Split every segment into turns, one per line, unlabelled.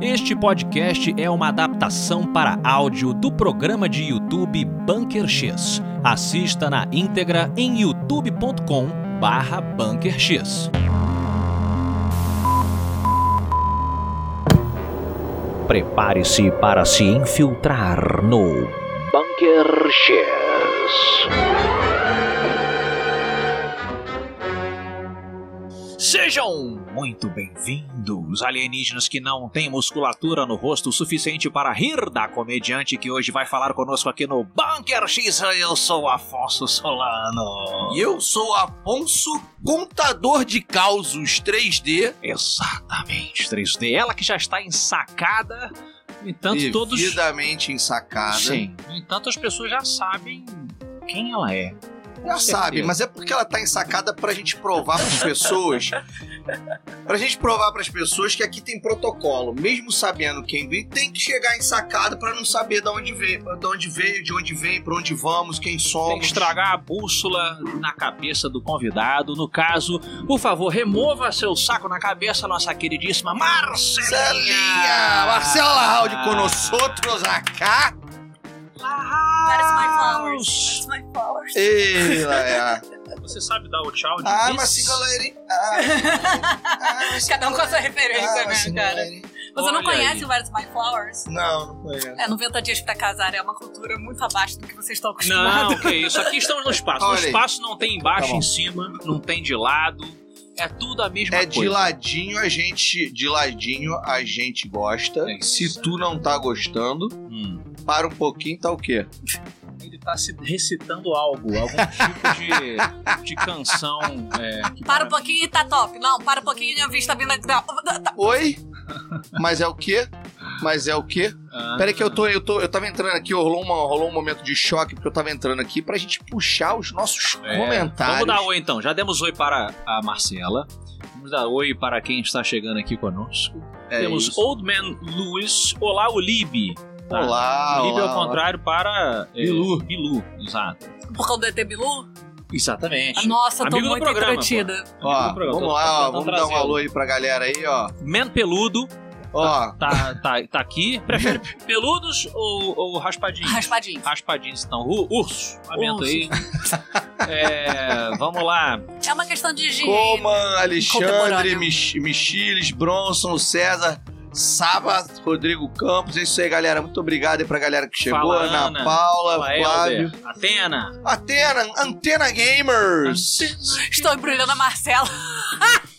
Este podcast é uma adaptação para áudio do programa de YouTube Bunker X. Assista na íntegra em youtube.com barra Bunker X. Prepare-se para se infiltrar no Bunker X. Sejam muito bem-vindos, alienígenas que não têm musculatura no rosto o suficiente para rir da comediante que hoje vai falar conosco aqui no Bunker X. Eu sou Afonso Solano.
E eu sou Afonso, contador de causos 3D.
Exatamente, 3D. Ela que já está ensacada. No entanto, todos.
Devidamente ensacada.
Sim. No entanto, as pessoas já sabem quem ela é.
Já sabe, mas é porque ela tá ensacada pra gente provar pras pessoas. pra gente provar pras pessoas que aqui tem protocolo. Mesmo sabendo quem vem, tem que chegar ensacado pra não saber de onde veio, de onde veio, de onde vem, pra onde vamos, quem
Tem que
somos.
estragar a bússola na cabeça do convidado. No caso, por favor, remova seu saco na cabeça, nossa queridíssima Marcelinha!
Marcelinha! Marcela Raul de Conosotros acá.
That's my flowers. That's my flowers.
Ei, Laia.
Você sabe dar o tchau de
Ah,
vez?
mas sim, galerinha. Ah, ah, mas sim,
Cada um com a sua referência,
ah, mas sim,
né, cara?
galerinha.
Você
Olha
não
aí.
conhece o Where's My Flowers?
Não, não conheço.
É 90 dias pra casar, é uma cultura muito abaixo do que vocês estão acostumados.
Não, que isso. Aqui estamos no espaço. No
Olha aí.
espaço não tem
Tá
embaixo,
bom.
em cima, não tem de lado. É tudo a mesma
É
coisa.
de ladinho a gente, de ladinho a gente gosta.
É isso.
Se tu não tá gostando,
Hum.
para um pouquinho tá o quê?
Ele tá se recitando algo, algum tipo de, de canção. é, que
Para um pouquinho e tá top. Não, para um pouquinho e a vista vindo. Não.
Oi? Mas é o quê? Mas é o quê?
Ah.
Peraí que eu tô, eu tô, eu tava entrando aqui, rolou, uma, rolou um momento de choque porque eu tava entrando aqui pra gente puxar os nossos
É.
comentários.
Vamos dar oi então. Já demos oi para a Marcela. Vamos dar oi para quem está chegando aqui conosco.
É
Temos
isso.
Old Man Lewis. Olá, o Lib. Tá?
Olá,
Lib é
olá,
o
olá.
contrário para. é,
Bilu.
Bilu, exato.
Por causa do ET Bilu?
Exatamente.
Nossa, eu tô
Amigo do
muito
programa,
entretida.
Ó,
Amigo do programa,
vamos
tô-
lá, ó,
tô
vamos
trazendo.
dar um alô aí pra galera aí, ó.
Man Peludo.
Ó,
Tá, tá, tá aqui. Prefere peludos ou, ou raspadinhos?
Raspadinho.
Raspadinhos, então. U- urso. Lamento
Urso.
aí. É, vamos lá.
É uma questão de higiene.
Coman, Alexandre,
Contemporâneo.
Mich Michiles, Bronson, César, Saba, Rodrigo Campos. É isso aí, galera. Muito obrigado aí pra galera que chegou.
Fala,
Ana,
Ana.
Paula,
Fala,
Flávio.
Helder. Atena.
Atena, Antena Gamers.
Estou embrulhando a Marcela.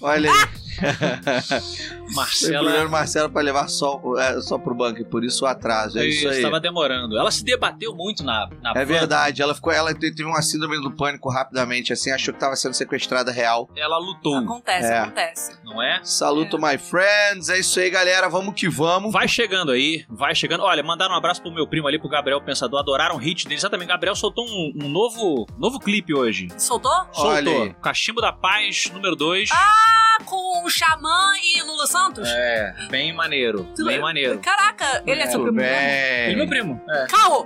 Olha
Ah!
aí. Foi o
Marcela.
primeiro Marcelo pra levar só, é, só pro banco. e Por isso o atraso. É isso aí.
Estava demorando. Ela se debateu muito na, na
É
van.
verdade, ela ficou, ela te- teve uma síndrome do pânico rapidamente, assim, achou que tava sendo sequestrada real.
Ela lutou,
Acontece,
É.
acontece.
não é?
Saluto, my friends, é isso aí, galera, vamos que vamos.
Vai chegando aí, vai chegando. Olha, mandaram um abraço pro meu primo ali, pro Gabriel Pensador. Adoraram o hit dele. Exatamente, Gabriel soltou um, um novo, novo clipe hoje.
Soltou?
Olha
Soltou.
aí.
Cachimbo da Paz, número 2.
Ah, com o Xamã e Lulu Santos?
É, bem maneiro.
Tu- é
Bem maneiro.
Caraca, ele é, seu
Tudo
primo.
Ele é
bem.
meu primo. É.
Caô!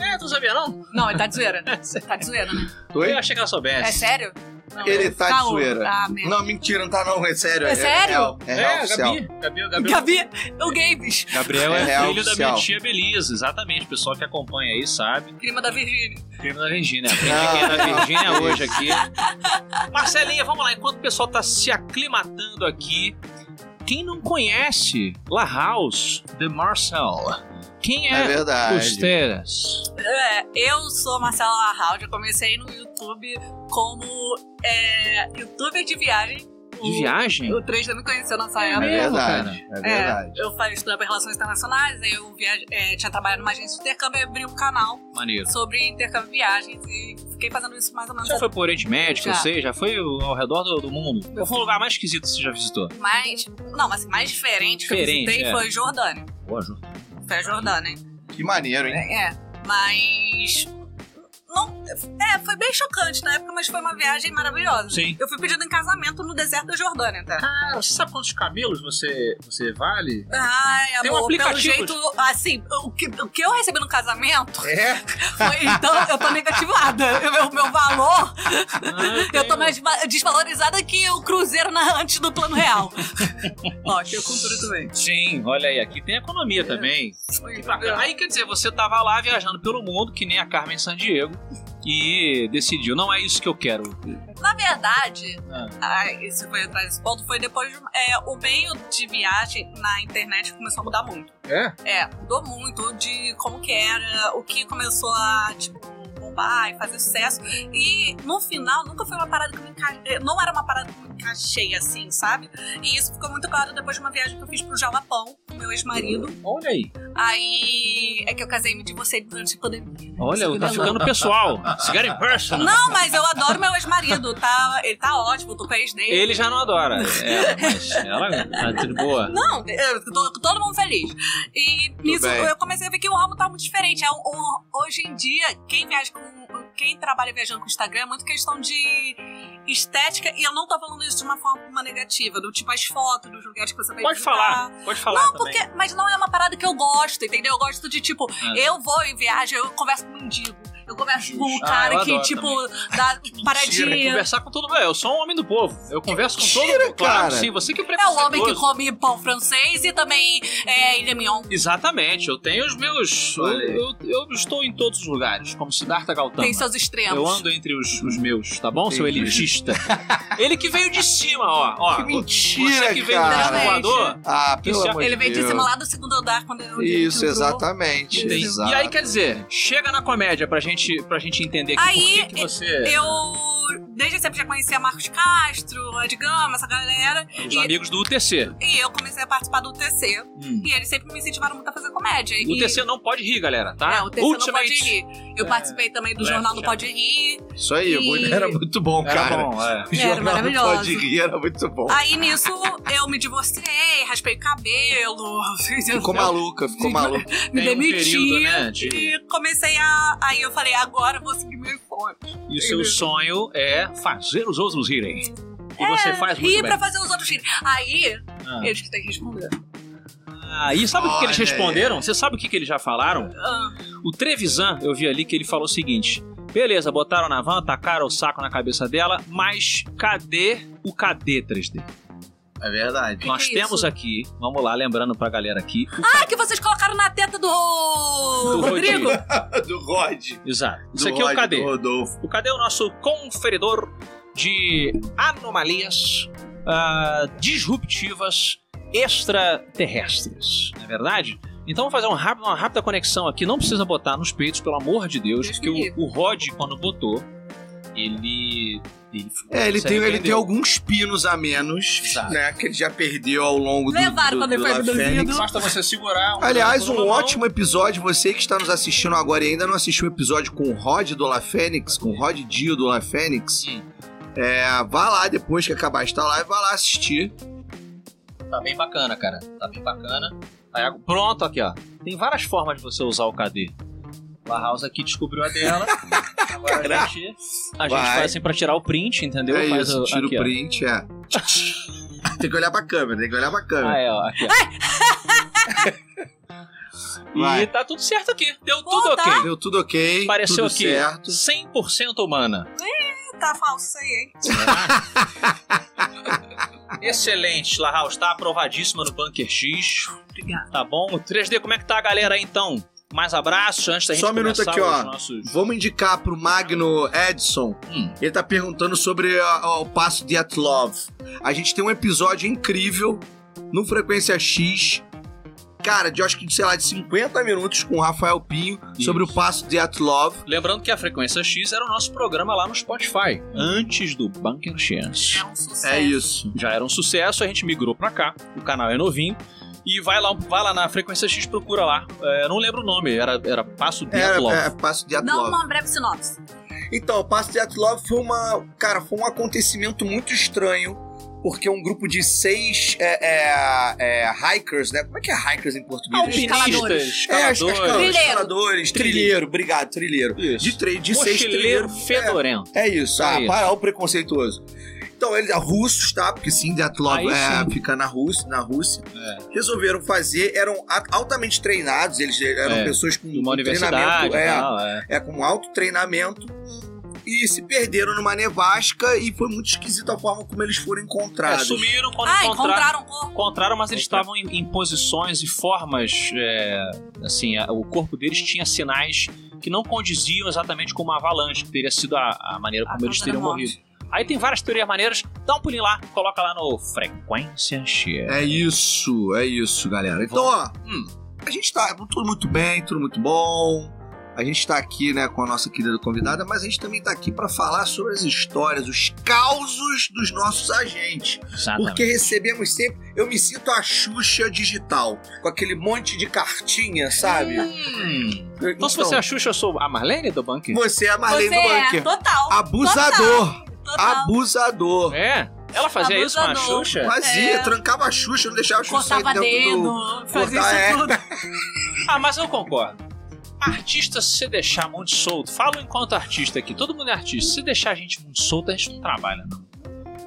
É, tu não sabia, não?
Não, ele tá de zoeira. Tá de zoeira, né?
Oi?
Eu achei que ela soubesse.
É sério? Não, é
Ele tá de
Caô.
zoeira.
Ah, merda.
Não, mentira, não tá não, é sério.
É sério?
real, É,
É,
real
a
oficial.
Gabi. Gabi, o Gabriel.
Gabi, o Games,
Gabriel é,
É real
filho da minha
oficial.
tia Belisa, exatamente. O pessoal que acompanha aí sabe.
prima da Virgínia.
Primo da Virgínia. Aprendi
Ah,
quem é da
não.
Virgínia hoje aqui. Marcelinha, vamos lá. Enquanto o pessoal tá se aclimatando aqui, quem não conhece La House de Marcel? Quem
É
é,
verdade.
Costeiras?
É, eu sou a Marcela Larraud, eu comecei no YouTube como é, youtuber de viagem.
De viagem?
O 3 me conheceu nessa
É
É
época.
mesmo?
verdade, é verdade.
Eu fa- estudava relações internacionais, aí eu viaje- é, tinha trabalhado numa agência de intercâmbio e abri um canal
Maneiro.
sobre intercâmbio e viagens e fiquei fazendo isso mais ou menos.
Já foi pro Oriente Médico,
Já.
eu sei, já foi ao redor do, do mundo. Qual foi o lugar mais esquisito que você já visitou?
Mas, não, mas assim, mais diferente que
Diferente,
eu visitei
é.
foi Jordânia.
Boa, Ju.
Foi a Jordânia.
Que maneiro, hein?
É, mas. É, Não, É, foi bem chocante na época, mas foi uma viagem maravilhosa.
Sim.
Eu fui pedido em casamento no deserto da Jordânia, tá?
Ah, você sabe quantos camelos você, você vale?
Ai,
Tem um
amor, pelo
aplicativo.
jeito, assim, o que, o que eu recebi no casamento,
É?
foi, então eu tô negativada. O meu, meu valor,
Ah,
eu
um
tô mais va- desvalorizada que o cruzeiro na, antes do plano real. Ó, aqui eu cultura também.
Sim, olha aí, aqui tem economia também. Que bacana. Aí quer dizer, você tava lá viajando pelo mundo, que nem a Carmen San Diego, e decidiu, não é isso que eu quero.
Na verdade,
Ah.
ah, isso foi atrás desse ponto, foi depois de, é, o meio de viagem na internet começou a mudar muito.
É?
É, mudou muito de como que era, o que começou a, tipo, bombar e fazer sucesso. E no final nunca foi uma parada que me encaixei. Não era uma parada que me encaixei assim, sabe? E isso ficou muito claro depois de uma viagem que eu fiz pro Jalapão, com meu ex-marido.
Olha aí.
Aí é que eu casei e me divorciei durante a pandemia.
Olha, tá
Cuidado.
ficando pessoal. It's getting personal.
Não, mas eu adoro meu ex-marido, tá? Ele tá ótimo, tô com a ex dele.
Ele já não adora. É, mas ela tá de boa.
Não, eu tô com todo mundo feliz. E nisso
bem.
eu comecei a ver que o ramo tá muito diferente. É um- um- hoje em dia, quem viaja com. Quem trabalha viajando com Instagram é muito questão de estética. E eu não tô falando isso de uma forma negativa, do tipo as fotos, dos lugares que você vai
Pode
visitar.
falar, pode falar
Não,
também.
porque. Mas não é uma parada que eu gosto, entendeu? Eu gosto de, tipo, eu vou em viagem, eu converso com um mendigo. Eu converso com um
Justo.
cara
Ah, eu
que,
adoro
tipo, dá
Mentira,
paradinha.
conversar com todo mundo. Eu sou um homem do povo. Eu converso com todo
Mentira,
mundo. Claro,
cara.
sim. Você que é
É o homem que
preconceituoso.
come pão francês e também é, ilha mignon.
Exatamente, eu tenho os meus. Eu,
Olha aí.
eu- eu estou em todos os lugares, como Siddhartha Gautama.
Tem seus extremos.
Eu ando entre os, os meus, tá bom, seu
Entendi.
elitista? Ele que veio de cima, ó. ó
Que
você
mentira,
que veio do
cara.
Realmente.
voador.
Ah, pelo
Isso,
amor
Ele
de
veio de
Deus.
cima lá do segundo andar quando eu
Isso,
entrou.
exatamente.
Tem.
exato.
E aí, quer dizer, chega na comédia pra gente, pra gente entender aqui
Aí,
por que, que você.
Eu desde sempre já conhecia Marcos Castro, Ed Gama, essa galera.
os
e-
é amigos do UTC.
E eu comecei a participar do UTC.
Hum.
E eles sempre me incentivaram muito a fazer comédia.
O
e...
UTC não pode rir, galera, tá?
ah,
É, o TC não pode rir. Eu
É,
participei também do
left
Jornal do
já.
Pode Rir.
Isso aí,
E-
muito- era muito bom,
Era
cara.
bom, é.
O
Era
jornal do
maravilhoso.
Pode Rir era muito bom.
Aí nisso eu me divorciei, raspei o cabelo,
Ficou maluca, ficou
Sim.
maluca.
Tem
me
um
demiti.
período, né, de-
E comecei a. Aí eu falei, agora eu vou seguir meu sonho.
E o seu sonho é fazer os outros rirem. E você faz muito
É, Rir
bem.
pra fazer os outros rirem. Aí
Ah.
eles que têm que responder.
Ah, e sabe o que, que eles
é.
Olha aí.
responderam? Você sabe o que, que eles já falaram?
Ah.
O Trevisan, eu vi ali que ele falou o seguinte: beleza, botaram na van, tacaram o saco na cabeça dela, mas cadê o cadê 3D?
É verdade.
Nós
que é
temos
isso?
aqui, vamos lá, lembrando pra galera aqui. o-
Ah, que vocês colocaram na teta do, Rodrigo?
Rodrigo.
Do Rod.
Exato.
Do
Isso aqui é o
Rod,
cadê?
Do Rodolfo.
O cadê é o nosso conferidor de anomalias ah, disruptivas extraterrestres, não é verdade? Então vamos fazer um rápido- uma rápida conexão aqui. Não precisa botar nos peitos, pelo amor de Deus,
Deus
porque
me
o, o Rod, quando botou, ele. ele ficou-
É, ele
se
tem, ele
arrependeu.
tem alguns pinos a menos,
Exato.
né? Que ele já perdeu ao longo do do,
Levaram quando ele
do
foi
La
abduzido.
Fênix.
Basta você segurar. Um
Aliás,
com uma
um
mão.
ótimo episódio. Você que está nos assistindo agora e ainda não assistiu o episódio com o Rod do La Fênix, com o Rod Dio do La Fênix,
Sim.
é, vá lá depois que acabar esta live, vá lá assistir.
Tá bem bacana, cara. Tá bem bacana. Aí, agora- pronto, aqui, ó. Tem várias formas de você usar o KD. A House aqui descobriu a dela. Agora a
Caraca.
gente, a gente
Vai.
faz assim pra tirar o print, entendeu?
é
Faz
isso,
o-
tira
aqui,
o
ó.
print, é. tem que olhar pra câmera, tem que olhar pra câmera.
Ah, é, ó. Aqui, ó.
Vai.
E tá tudo certo aqui. Deu
Pô,
tudo
tá.
ok.
Deu tudo ok,
Ah, é. Apareceu
tudo
aqui
certo.
100% humana.
Tá falso isso aí, hein?
Excelente, La House. Tá aprovadíssima no Bunker X.
Obrigada.
Tá bom? 3D, como é que tá a galera aí, então? Mais abraço antes da gente
Só um minuto
começar
aqui,
os
ó.
nossos...
Vamos indicar pro Magno Edson.
Hum.
Ele tá perguntando sobre a- a- o passo de At Love. A gente tem um episódio incrível no Frequência X. Cara, de acho que, sei lá, de 50 minutos com o Rafael Pinho sobre o
Isso.
passo de At Love.
Lembrando que a Frequência X era o nosso programa lá no Spotify, antes do Bunker Chance.
É um sucesso.
É isso.
Já era um sucesso, a gente migrou pra cá, o canal é novinho. E vai lá, vai lá na Frequência X, procura lá. É, não lembro o nome, era, era Passo de
Era,
Love.
é, passo de At
Dá
Love.
uma breve sinopse.
Então, o passo de At Love foi uma. Cara, foi um acontecimento muito estranho porque um grupo de seis é, é, é, hikers, né? Como é que é hikers em português?
um
Escaladores.
Alpinistas,
É,
escaladores,
escaladores,
Trilheiro.
escaladores, trilheiro, obrigado, trilheiro.
Isso.
De, tre- de seis
mochileiro
trilheiro.
fedorento.
É isso,
É
ah,
isso.
para o preconceituoso. Então, eles, russos, tá? Porque sim, Deatlov
Aí
é,
sim.
fica na Rússia, na Rússia.
É.
Resolveram fazer, eram a- altamente treinados, eles eram
É,
pessoas com,
Numa
com
universidade
treinamento,
e
é,
tal, é.
é, com alto treinamento. E se perderam numa nevasca e foi muito esquisito a forma como eles foram
É,
encontrados.
sumiram quando
Ah,
encontraram.
encontraram o corpo.
Encontraram, mas eles estavam em, em posições e formas. é, assim, a- o corpo deles tinha sinais que não condiziam exatamente com uma avalanche, que teria sido a, a maneira
A
como eles
causa
teriam
da morte.
morrido. Aí tem várias teorias maneiras, dá um pulinho lá, coloca lá no Frequência X.
É isso, é isso, galera. Então, ó,
Hum.
a gente tá tudo muito bem, tudo muito bom. A gente tá aqui, né, com a nossa querida convidada, mas a gente também tá aqui pra falar sobre as histórias, os causos dos nossos agentes.
Exatamente.
Porque recebemos sempre, eu me sinto a Xuxa digital, com aquele monte de cartinha, sabe?
Hum. Então, se você é a Xuxa, eu sou a Marlene do Bunker?
você é a
Você
Marlene do
é
Bunker.
total.
Abusador,
Total.
abusador.
É? Ela fazia isso com a
Abusador.
Xuxa?
Fazia,
É.
trancava a Xuxa, não deixava a Xuxa sair
Cortava
dentro
dedo,
do...
fazia
cortar, é.
isso tudo.
Ah, mas eu concordo. Artista, se você deixar muito solto, falo enquanto artista aqui, todo mundo é artista. Se deixar a gente muito solto, a gente não trabalha, não.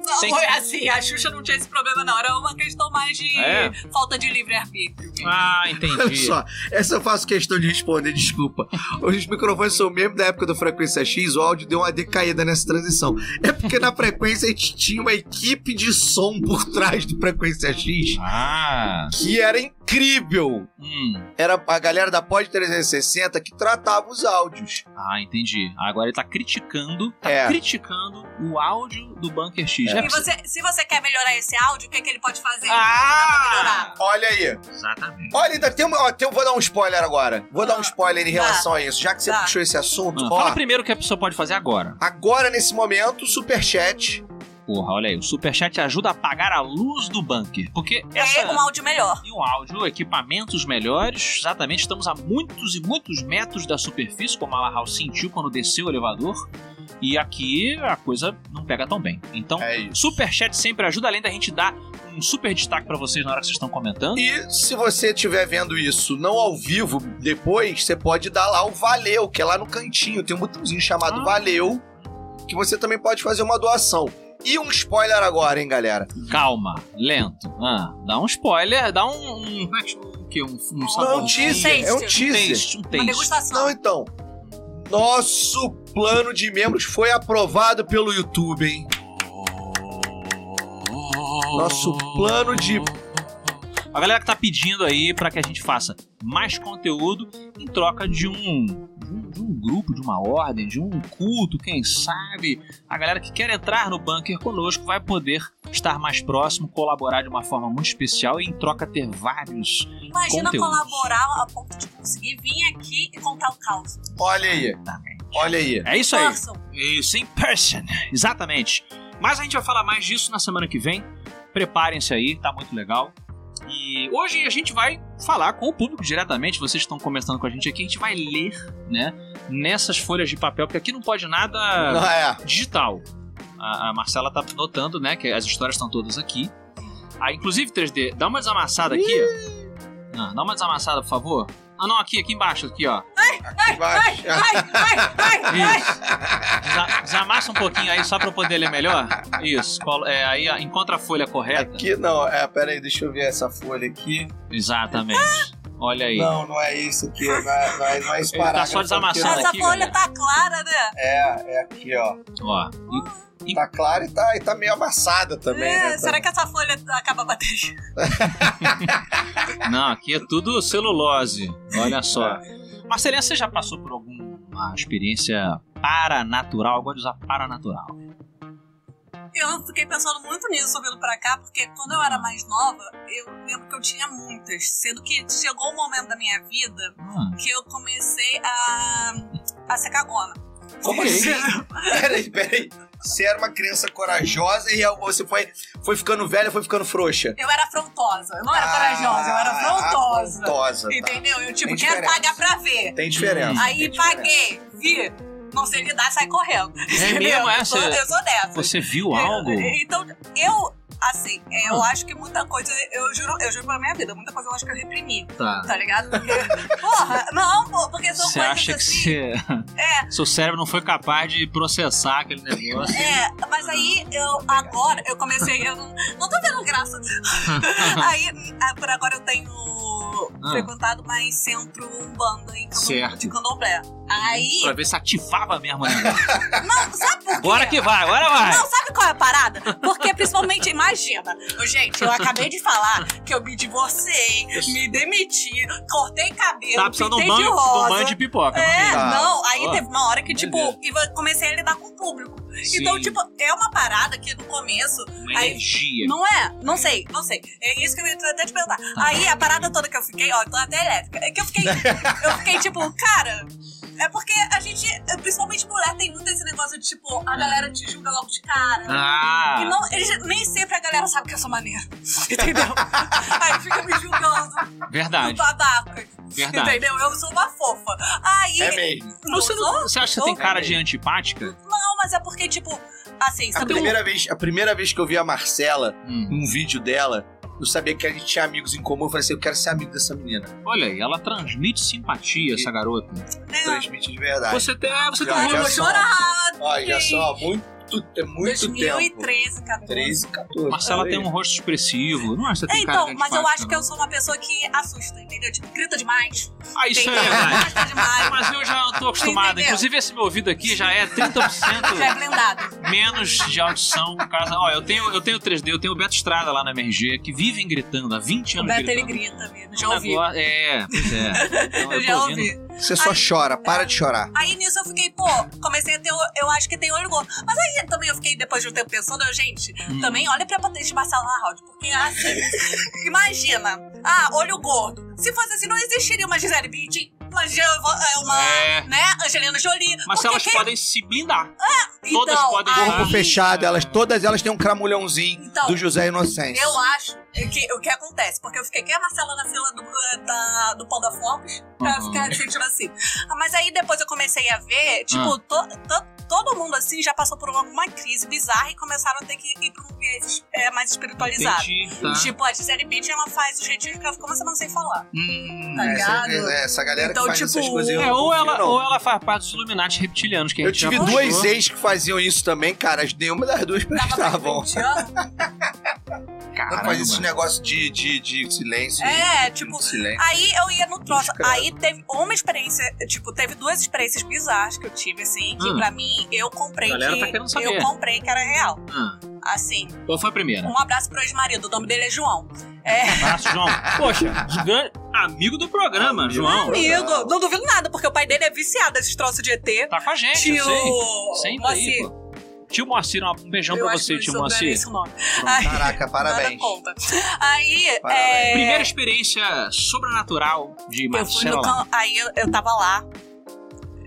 Não,
Sem-
foi assim, a Xuxa não tinha esse problema, não. Era uma questão mais de
É?
falta de livre-arbítrio.
Ah,
Olha
entendi.
só, essa eu faço questão de responder, desculpa. Os microfones são mesmo da época do Frequência X, o áudio deu uma decaída nessa transição. É porque na Frequência a gente tinha uma equipe de som por trás do Frequência X
Ah,
que era incrível.
hum.
Era a galera da Pod 360 que tratava os áudios.
ah, entendi. Agora ele tá criticando, tá
É.
criticando o áudio do Bunker X.
É.
É.
E você, se você quer melhorar esse áudio, o que, é que ele pode fazer?
Ah!
melhorar.
Olha aí.
Exatamente.
Olha, ainda tem, uma- ó, tem- Vou dar um spoiler agora. Vou dar um spoiler em
Tá.
relação a isso. Já que você
Tá.
puxou esse assunto,
Ah,
ó.
fala primeiro o que a pessoa pode fazer agora.
Agora, nesse momento, superchat.
Porra, olha aí. O Superchat ajuda a apagar a luz do bunker. Porque essa.
É um áudio melhor.
E um áudio, equipamentos melhores. Exatamente, estamos a muitos e muitos metros da superfície, como a Lahal sentiu quando desceu o elevador. E aqui a coisa não pega tão bem. Então,
É isso.
superchat sempre ajuda, além da gente dar um super destaque pra vocês na hora que vocês estão comentando.
E se você estiver vendo isso não ao vivo, depois você pode dar lá o valeu, que é lá no cantinho, tem um botãozinho chamado
Ah.
valeu, que você também pode fazer uma doação. E um spoiler agora, hein, galera?
Calma, lento. Ah, dá um spoiler, dá um. um como é que chama? o quê? Um, um
Não,
sabor.
é um
taste.
teaser, é um
Um
teaser.
taste, um
Uma
taste.
degustação.
Não, então. Nosso plano de membros foi aprovado pelo YouTube, hein?
Um Oh.
Nosso plano de.
A galera que tá pedindo aí pra que a gente faça mais conteúdo em troca de um, de um- de um grupo, de uma ordem, de um culto, quem sabe. A galera que quer entrar no bunker conosco vai poder estar mais próximo, colaborar de uma forma muito especial e em troca ter vários.
Imagina
conteúdo.
colaborar a ponto de conseguir vir aqui e contar o caos.
Olha aí, olha aí.
É isso aí.
Torçam.
Isso, in person. Exatamente. Mas a gente vai falar mais disso na semana que vem. Preparem-se aí, tá muito legal. E hoje a gente vai falar com o público diretamente. Vocês que estão conversando com a gente aqui, a gente vai ler, né? Nessas folhas de papel, porque aqui não pode nada
Não é?
digital. A, a Marcela tá notando, né? Que as histórias estão todas aqui. Ah, inclusive, 3D, dá uma desamassada aqui. ó. Ah, dá uma desamassada, por favor. Ah, não, aqui, aqui embaixo, aqui, ó.
Ai, ai,
Vai.
ai, ai, ai, ai.
Isso. Desa- Desamassa um pouquinho aí só pra eu poder ler melhor. Isso. Colo- é, aí ó, encontra a folha correta.
Aqui não, é, pera aí, deixa eu ver essa folha aqui.
Exatamente. Olha aí.
Não, não é isso aqui, não é, não é, não é esse
Ele tá
parágrafo
só desamassando
aqui, não.
Essa
aqui,
folha
galera.
tá clara, né?
É, é aqui, ó.
Ó.
Tá claro e tá, e tá meio amassada também,
É,
né?
será que essa folha acaba batendo?
E- Não, aqui é tudo celulose. Olha só.
É.
Marcelinha, você já passou por alguma experiência paranatural? Eu gosto de usar paranatural.
Eu fiquei pensando muito nisso vindo pra cá, porque quando eu era mais nova, eu lembro que eu tinha muitas. Sendo que chegou um momento da minha vida
Hum.
que eu comecei a, a ser cagona.
Como assim? Peraí, peraí. Você era uma criança corajosa e você foi, foi ficando velha, foi ficando frouxa.
Eu era afrontosa. Eu não era corajosa, eu era afrontosa.
Afrontosa, Ah, tá. É
entendeu? Eu, tipo,
Tem
quero
diferença.
pagar pra ver.
Tem diferença.
Aí
tem
paguei, vi. Não sei lidar, sai correndo.
É
Entendeu?
mesmo, é?
Eu sou,
Você-
eu sou dessas.
Você viu algo?
Então, eu Assim, é, eu acho que muita coisa, eu juro, eu juro pela minha vida, muita coisa eu acho que eu reprimi,
Tá.
tá ligado? Porque, porra, não, pô, porque são
Você
coisas
acha que
assim.
você...
É.
seu cérebro não foi capaz de processar aquele negócio?
É, mas aí eu agora eu comecei, eu não, não tô vendo graça. aí, ah, por agora eu tenho
Ah.
frequentado mais centro umbanda em Candom-
Certo.
de candomblé. Aí,
pra ver se ativava mesmo, né?
não, sabe por quê?
Agora que vai, agora vai.
Não, sabe qual é a parada? Porque principalmente, imagina, eu, gente, eu acabei de falar que eu me divorciei, me demiti, cortei cabelo,
Tá precisando de um
pintei
banho,
de
de um
rosa.
banho de pipoca. não
É,
tem?
Ah,
não, aí
pô.
teve uma hora que, tipo,
Doideira.
e eu comecei a lidar com o público.
Sim,
Então, tipo, é uma parada que no começo
uma
aí-
energia.
Não é? Não sei, não sei. É isso que eu ia até te perguntar.
Ah.
Aí a parada toda que eu fiquei, ó, tô até elétrica. É que eu fiquei. eu fiquei tipo, cara. É porque a gente, principalmente mulher, tem muito esse negócio de tipo, a galera te julga logo de cara.
Ah,
E não, eles, nem sempre a galera sabe que eu sou maneira. Entendeu? Aí fica me julgando,
verdade.
babaca.
Verdade.
Entendeu? Eu sou uma fofa. Aí.
É mesmo.
Não
Você,
sou?
não, você acha que você tem
Não.
cara de antipática?
Não, mas é porque, tipo, assim,
A
sabe
primeira, vez, a primeira vez que eu vi a Marcela,
Hum.
num vídeo dela, eu sabia que a gente tinha amigos em comum. Eu falei assim, eu quero ser amigo dessa menina.
Olha aí, ela transmite simpatia, essa garota.
né?
Transmite de verdade.
Você tem, é, você tem um
Já-
Ai, eu
olho
já
vou
só-
chorar.
Olha
gente.
só, muito, é muito tempo.
2013, 14.
13, 14.
Marcela
por
tem
aí.
um rosto expressivo. Não acho que você
É,
tem cara assim,
então,
de
mas eu
antipática,
acho que eu sou uma pessoa que assusta, entendeu? Tipo, grita demais.
não. Ah, isso é
entendeu?
verdade.
Gosta demais.
Mas eu já tô acostumado.
Entendeu?
Inclusive, esse meu ouvido aqui já é
Já é
30%
blindado.
menos de audição. por causa- Ó, eu tenho, eu tenho 3D, eu tenho o Beto Estrada lá na MRG, que vivem gritando há 20
O
anos.
Beto, ele
gritando.
grita mesmo. Já
Um
ouvi.
negócio- É, pois é. Então,
Eu
eu
já
tô ouvindo.
ouvi.
Você só
Ai. tá.
chora, para de chorar.
Aí nisso eu fiquei, pô, comecei a ter, o- eu acho que tem olho gordo. Mas aí também eu fiquei, depois de um tempo pensando, eu, gente,
Hum.
também olha pra patente de Marcelo Arraud, porque assim, imagina, ah, olho gordo. Se fosse assim, não existiria uma Gisele Bündchen, uma, Je- é, uma
É,
né, Angelina Jolie.
mas
porque
elas
quem-
podem se blindar. todas
então,
podem
aí-
Corpo
Corpo fechado, elas, todas elas têm um cramulhãozinho
Então,
do José Inocêncio.
Eu tá acho que o que acontece, porque eu fiquei que a Marcela na fila do, eh, da- do pão da Forbes, pra
Uhum.
ficar sentindo assim. Ah, Mas aí depois eu comecei a ver,
Ah.
tipo, to- to- todo mundo assim já passou por alguma crise bizarra e começaram a ter que ir pra um viés eh, mais espiritualizado.
Entendi, tá.
Tipo, a Gisele Bündchen, ela faz os retiros que ela ficou uma semana sem falar,
Hum.
tá
Essa, é
ligado?
essa galera
Então,
que faz
tipo,
essas coisas eu
É,
não
ou,
confio,
ela,
não.
ou ela faz parte dos Illuminati reptilianos, que a
Eu
gente já
tive
puxou.
duas ex que faziam isso também, cara. as- Nenhuma das duas
Tá
Tava com
prestavam.
20 anos.
Ela
Caramba.
faz esses negócios de, de, de silêncio.
É, tipo,
Silêncio.
Aí eu ia no troço.
Credo.
Aí teve uma experiência, tipo, teve duas experiências bizarras que eu tive, assim, que
Hum.
pra mim eu comprei
A galera
que
tá querendo saber.
eu comprei que era real.
Ah,
Assim,
né-
qual foi a primeira?
um abraço pro ex-marido, o nome dele é João. É,
Abraço, João. Poxa, gigante, amigo do programa,
Amigo.
João.
amigo, não duvido nada, porque o pai dele é viciado esses troços de ET.
Tá com a gente,
Tio.
eu sei. Sempre aí,
Moacir.
pô. Tio Moacir, um beijão
eu
pra
acho
você,
que
tio
não era
Moacir.
esse o nome.
Caraca,
Nada
parabéns.
conta. Aí,
Parabéns.
é,
Primeira experiência sobrenatural de
eu fui no
Marcela.
can... Aí eu, eu tava lá.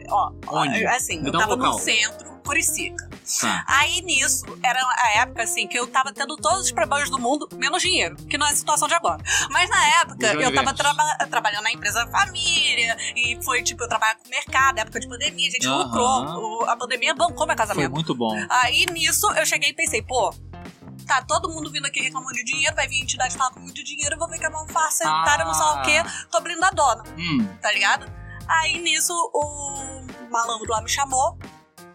Ó,
Onde?
assim,
Me
eu
dá um
tava no
local.
centro, Curicica.
Tá.
Aí nisso, era a época assim que eu tava tendo todos os problemas do mundo, menos dinheiro, que não é a situação de agora. Mas na época,
Os
eu tava
universos.
traba- trabalhando na empresa família, e foi tipo, eu trabalhava com mercado, época de pandemia, a gente
Aham.
lucrou, o- a pandemia bancou meu
Foi
casamento.
muito bom.
Aí nisso, eu cheguei e pensei, pô. Tá todo mundo vindo aqui reclamando de dinheiro, vai vir entidade falar com muito dinheiro, eu vou ver que é uma farsa,
Ah.
otária, não sei lá o quê, tô blindadona
Hum,
tá ligado? Aí nisso o malandro lá me chamou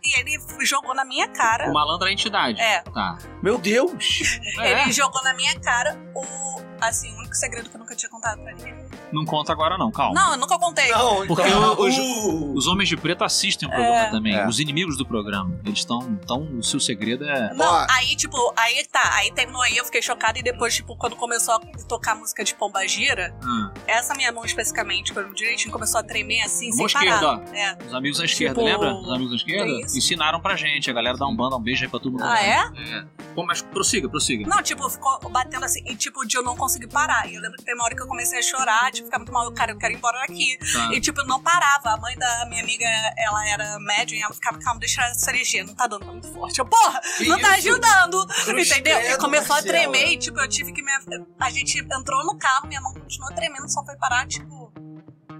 e ele jogou na minha cara.
o malandro é a entidade.
É,
Tá.
Meu Deus.
É,
ele jogou na minha cara o. Assim, o único segredo que eu nunca tinha contado pra ninguém.
Não conta agora, não, calma.
Não, eu nunca contei.
Não,
Porque
então-
o- o-
Uh,
Os homens de preto assistem o programa
É.
também.
É.
Os inimigos do programa. Eles estão. Tão, o seu segredo é.
Não,
Ó.
aí, tipo, aí tá, aí terminou aí, eu fiquei chocada, e depois, tipo, quando começou a tocar a música de Pomba Gira,
Ah,
essa minha mão especificamente, quando direitinho começou a tremer assim,
Mão
sem parar.
esquerda,
É.
os amigos à esquerda,
Tipo,
lembra? Os amigos à esquerda
é isso.
ensinaram pra gente. A galera dá um bando, um beijo aí pra todo mundo.
Ah, é?
É. Pô, mas prossiga, prossiga.
Não, tipo, ficou batendo assim, e tipo, de eu não consegui parar. E eu lembro que tem uma hora que eu comecei a chorar, tipo, ficar muito mal, eu, cara, eu quero ir embora daqui.
Tá.
E, tipo, não parava. A mãe da minha amiga, ela era médium e ela ficava, calma, deixa essa energia, não tá dando, tá muito forte. Eu, porra,
que
não tá
isso?
ajudando,
Cruz
entendeu? E
credo,
começou a
Marcela.
tremer e, tipo, eu tive que me... A gente entrou no carro, minha mão continuou tremendo, só foi parar, tipo,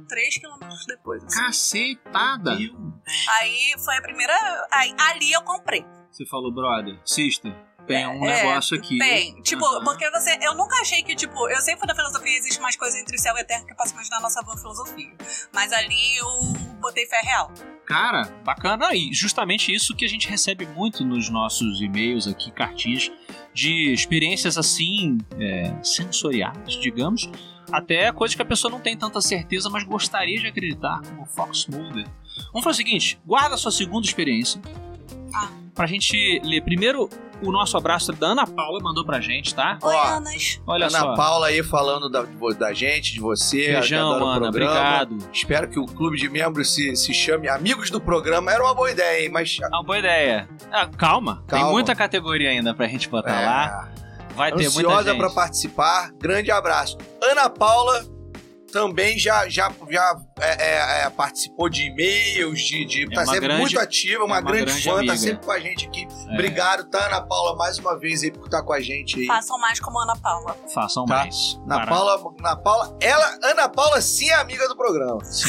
três quilômetros depois. assim.
Cacetada!
Aí foi a primeira... Aí, ali eu comprei.
Você falou, brother, sister, tem um
É,
negócio aqui.
Tem. Tipo,
Aham.
porque você. Eu nunca achei que, tipo, eu sempre fui da filosofia, existe mais coisa entre o céu e a terra que eu posso imaginar nossa boa filosofia. Mas ali eu botei fé real.
Cara, bacana. E justamente isso que a gente recebe muito nos nossos e-mails aqui, cartinhas, de experiências assim, é, sensoriais, digamos. Até coisas que a pessoa não tem tanta certeza, mas gostaria de acreditar, como o Fox Mulder. Vamos fazer o seguinte: guarda a sua segunda experiência.
Ah.
Pra gente ler primeiro o nosso abraço da Ana Paula, mandou pra gente, tá?
Ó.
Oi, Anas.
Olha
Ana
só.
Paula aí falando da, da gente, de você. que adora
Beijão,
o
Ana.
programa.
Obrigado.
Espero que o clube de membros se, se chame Amigos do Programa. Era uma boa ideia, hein? Mas.
É uma boa ideia. Ah, calma.
Calma.
Tem muita categoria ainda pra gente botar
é,
lá. Vai ter muita
ansiosa
gente.
para participar. Grande abraço. Ana Paula também já, já, já é, é, é, participou de e-mails, de, de-
É
tá
uma
sempre
grande-
muito ativa, uma,
é uma
grande,
grande
fã,
amiga.
tá sempre com a gente aqui.
É.
Obrigado, tá, Ana Paula, mais uma vez aí por estar com a gente aí.
Façam mais como Ana Paula.
Façam
Tá.
mais.
Ana
Para-
Paula, Ana Paula, ela, Ana Paula sim é amiga do programa.
Sim.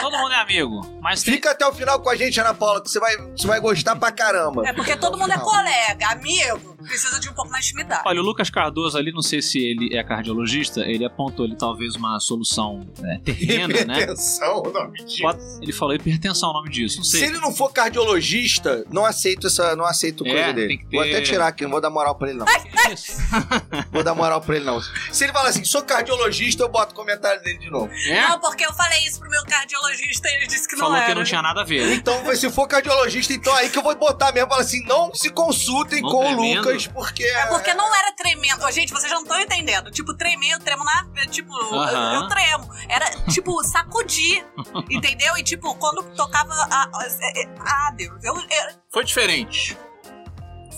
Todo mundo é amigo. Mas tem...
Fica até o final com a gente, Ana Paula, que você vai, você vai gostar pra caramba.
É porque todo mundo é colega, amigo. Precisa de um pouco mais de intimidade.
Olha, o Lucas Cardoso ali, não sei se ele é cardiologista, ele apontou ali talvez uma solução né, terrena, né?
Hipertensão, não, mentira.
Pode- Ele falou hipertensão o nome disso, não
Se
sei.
ele não for cardiologista, não aceito essa, não aceito
É,
coisa
tem
dele.
que ter- É,
Vou até tirar aqui, não vou dar moral pra ele não.
Isso.
Vou dar moral pra ele não. Se ele falar assim, sou cardiologista, eu boto o comentário dele de novo.
É?
Não, porque eu falei isso pro meu cardiologista e ele disse que não
Falou
era.
que não tinha nada a ver.
Então, se for cardiologista, então aí que eu vou botar mesmo, falar assim, não se consultem
Não
com
tremendo.
o Lucas, porque
É porque não era tremendo. Ô, Gente, vocês não estão entendendo. Tipo, tremer, eu tremo na. é, Tipo,
Aham.
eu, eu tremo. Era, tipo, sacudir. entendeu? E, tipo, quando tocava. a- a- é- é- Ah, Deus. Eu, eu-
Foi diferente.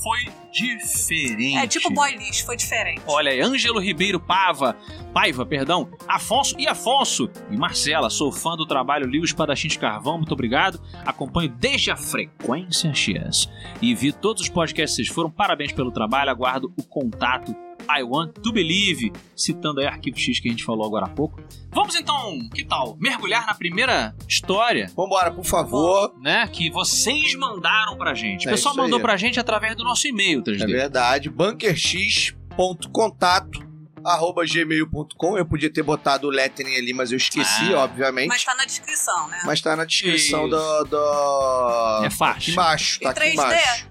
Foi diferente.
é tipo boy lixo, foi diferente.
Olha aí, Ângelo Ribeiro Pava, Paiva, perdão, Afonso e Afonso. E Marcela, sou fã do trabalho Liu Espadachim de Carvão, muito obrigado. Acompanho desde a frequência X. E vi todos os podcasts que vocês foram, parabéns pelo trabalho, aguardo o contato. I want to believe, citando aí Arquivo X que a gente falou agora há pouco. Vamos então, que tal, mergulhar na primeira história,
Vambora, por favor.
né, que vocês mandaram pra gente. O
É
pessoal
isso aí.
mandou pra gente através do nosso e-mail, 3D.
É verdade. Bunkerx.contato arroba gmail.com. Eu podia ter botado o lettering ali, mas eu esqueci,
Ah.
obviamente. Mas...
Mas tá na descrição, né?
tá na descrição
Isso.
do, do...
É
Aqui
fácil.
embaixo, tá
Em
aqui
3D?
embaixo.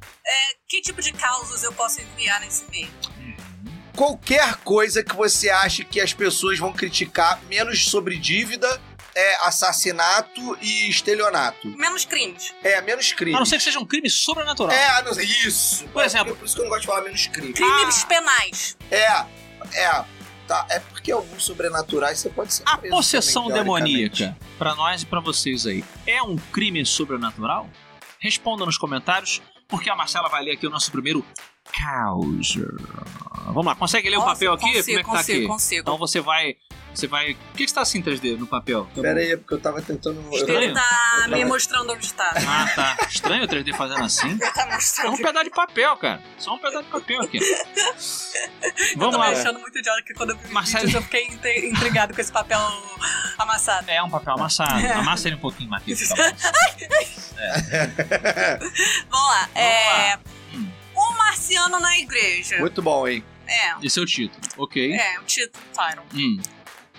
Que tipo de causas eu posso enviar nesse e-mail?
Qualquer coisa que você acha que as pessoas vão criticar, menos sobre dívida, é assassinato e estelionato.
Menos crimes.
É, menos crime.
A não ser que seja um crime sobrenatural.
É, a não ser. Isso!
Por exemplo-
É por isso que eu não gosto de falar menos crime.
Crimes
Ah.
penais.
É, é. Tá, é porque alguns sobrenaturais você pode ser.
A
preso
possessão
também, teoricamente.
demoníaca, pra nós e pra vocês aí, é um crime sobrenatural? Responda nos comentários, porque a Marcela vai ler aqui o nosso primeiro caos. Vamos lá, consegue ler o papel aqui?
Consigo,
Como é que tá
consigo,
aqui?
consigo.
Então você vai. Você vai. O que que está assim 3D no papel?
Pera aí, porque eu tava tentando.
Estranho.
Ele tá
Eu
me
tava-
mostrando onde tá.
Ah, tá. Estranho o 3D fazendo assim.
Ele tá
É um
mostrando.
pedaço de papel, cara. Só um pedaço de papel aqui.
Eu
Vamos
tô me
lá.
achando muito idiota que quando eu vi os
Marcelo-
vídeos eu fiquei inte- intrigado com esse papel amassado.
É um papel amassado. Amassa ele um pouquinho, Matheus. por favor.
Vamos lá. é,
Hum.
O Marciano na Igreja.
Muito bom, hein?
É,
Esse é o título. Ok.
é, o título, Tyron.
Hum.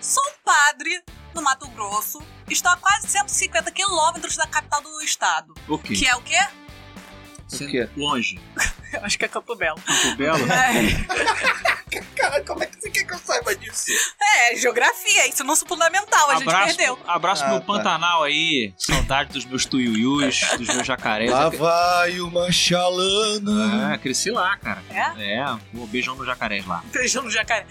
Sou um padre no Mato Grosso. Estou a quase 150 quilômetros da capital do estado.
Ok.
Que é o quê?
O quê?
Longe.
Eu acho que é Campo Belo.
Campo Belo.
É,
Cara, como é que você quer que eu saiba disso?
é, geografia, isso é nosso fundamental, a gente perdeu.
abraço
Ah,
meu
tá.
Pantanal aí. Saudade dos meus tuiuius, dos meus jacarés.
Lá vai uma chalana.
Ah, cresci lá, cara.
É?
É, pô, beijão no jacarés lá.
Beijão no jacaré.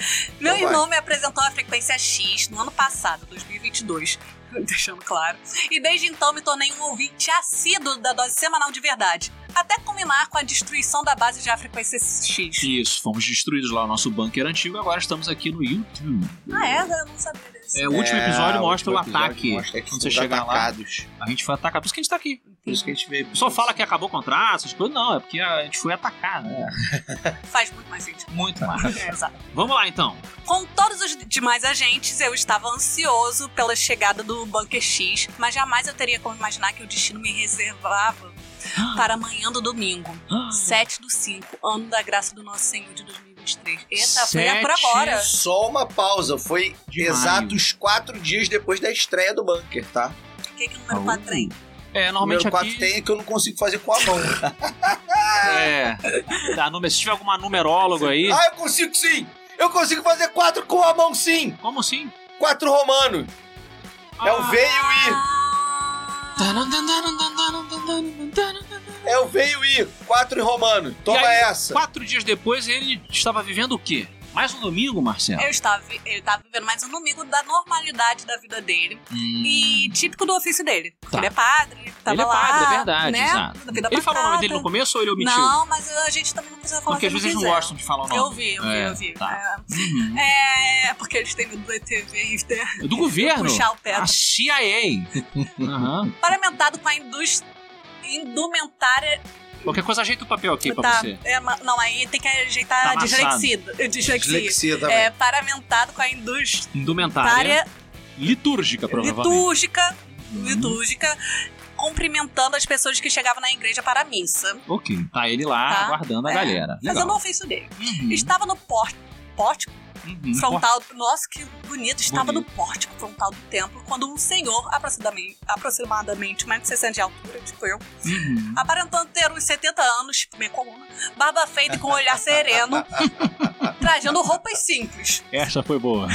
Então
Meu
vai.
irmão me apresentou a frequência X no ano passado, 2022. Deixando claro. E desde então me tornei um ouvinte assíduo da dose semanal de verdade. Até culminar com a destruição da base de a frequência X.
Isso, fomos destruídos lá o nosso bunker antigo, agora estamos aqui no YouTube.
Ah, é? Eu não sabia disso.
É, o último episódio
É,
mostra o
último episódio
ataque.
mostra que
Quando você
fomos
chegar lá,
atacados.
a gente foi atacado. Por isso que a gente tá aqui.
Por isso que a gente veio.
O pessoal fala que acabou o contrato, essas coisas. Não, é porque a gente foi atacado. né?
Faz muito mais sentido.
Muito mais.
É, exato.
Vamos lá, então.
Com todos os demais agentes, eu estava ansioso pela chegada do Bunker X, mas jamais eu teria como imaginar que o destino me reservava para amanhã do domingo.
Ah.
7 do 5, ano da graça do nosso Senhor de 2023. Eita, foi é por
Sete.
agora.
Só uma pausa. Foi
De
exatos quatro dias depois da estreia do bunker, tá?
O que, que o número 4 tem?
É,
O
Uhum. normalmente
número 4
aqui...
tem que eu não consigo fazer com a mão.
É, dá número- se tiver alguma numerólogo aí...
ah, eu consigo sim! Eu consigo fazer quatro com a mão sim!
Como assim?
Quatro romano! É
Ah.
o veio e.
Ah,
É o veio e. Quatro em romano. Toma
aí,
essa.
Quatro dias depois ele estava vivendo o quê? Mais um domingo, Marcelo?
Eu estava, vi- ele estava vivendo mais um domingo da normalidade da vida dele.
Hum.
E típico do ofício dele.
Tá.
Ele é padre, tava
ele é
lá.
padre, é verdade,
né?
exato.
Da vida
Ele falou o nome
pacata.
dele no começo ou ele omitiu?
Não, mas a gente também não precisa falar é.
Porque às
se
vezes eles não
quiser.
gostam de falar o nome.
Eu vi, eu vi,
É,
eu vi.
tá. Uhum. É
É, é, porque eles têm medo do ETV e ter-
Do governo?
puxar o pé.
A CIA. Aham.
Paramentado com a indus- indumentária.
Qualquer coisa ajeita o papel aqui pra
tá,
você.
é, ma- não, aí tem que
Tá
ajeitar a
amassado.
dislexia. eh, dislexia.
Dislexia também.
É, paramentado com a indumentária Tá,
Indumentária.
é.
Litúrgica, provavelmente. Uhum.
litúrgica, litúrgica, cumprimentando as pessoas que chegavam na igreja para a missa.
Ok. Tá ele lá,
Tá.
aguardando a
É,
galera.
Fazendo
Legal.
o ofício dele.
Uhum,
Estava no porte. Pórtico
uhum.
frontal. Nossa, que bonito. Estava
Bonito.
no pórtico frontal do templo quando um senhor, aproximadamente, aproximadamente 1,60m de altura, tipo eu,
Uhum.
aparentando ter uns 70 anos, tipo minha coluna, barba feita e com um olhar sereno, trajando roupas simples.
Essa foi boa.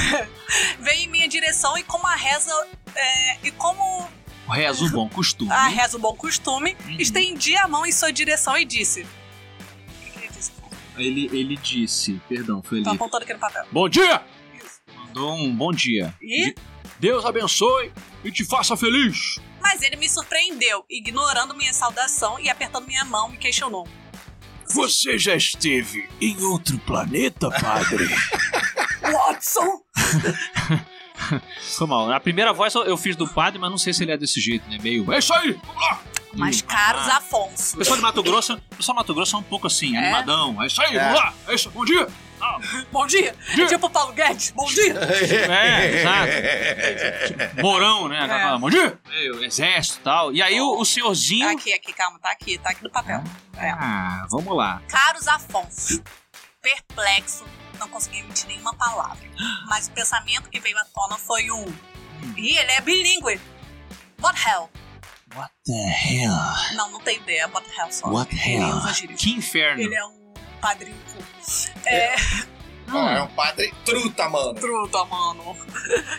Veio em minha direção e como a reza. é, e como
Reza o bom costume.
a reza o bom costume,
Uhum.
estendi a mão em sua direção e disse. O que que ele disse?
Ele, ele disse, perdão, foi ele.
Tô apontando aqui no papel.
Bom dia!
Isso.
Mandou um bom dia.
E.
Deus abençoe e te faça feliz.
Mas ele me surpreendeu, ignorando minha saudação e apertando minha mão, me questionou.
Você já esteve em outro planeta, padre?
Watson!
Foi mal. né? A primeira voz eu fiz do padre, mas não sei se ele é desse jeito, né? Meio. É isso aí! Vamos lá!
Mas
Hum.
caros
Ah.
Afonso.
O pessoal de Mato Grosso, o pessoal de Mato Grosso é um pouco assim, animadão. É isso aí,
É.
vamos lá! É isso, bom dia!
Bom dia!
Dia.
Tipo Paulo Guedes, bom dia!
É,
É,
exato. Mourão, né?
É.
Bom dia! Meio exército e tal. E aí o, o senhorzinho.
Aqui, aqui, calma, tá aqui, tá aqui no papel.
Ah, vamos lá.
Caros Afonso, perplexo, não consegui emitir nenhuma palavra. Mas o pensamento que veio à tona foi um.
Hum.
Ih, ele é bilíngue. What hell?
What the hell?
Não, não tem ideia. What hell só.
What
Ele
hell?
usa gírias.
Que inferno!
Ele é um padrinho. É,
Hum.
Ah, é um padre truta, mano.
truta, mano.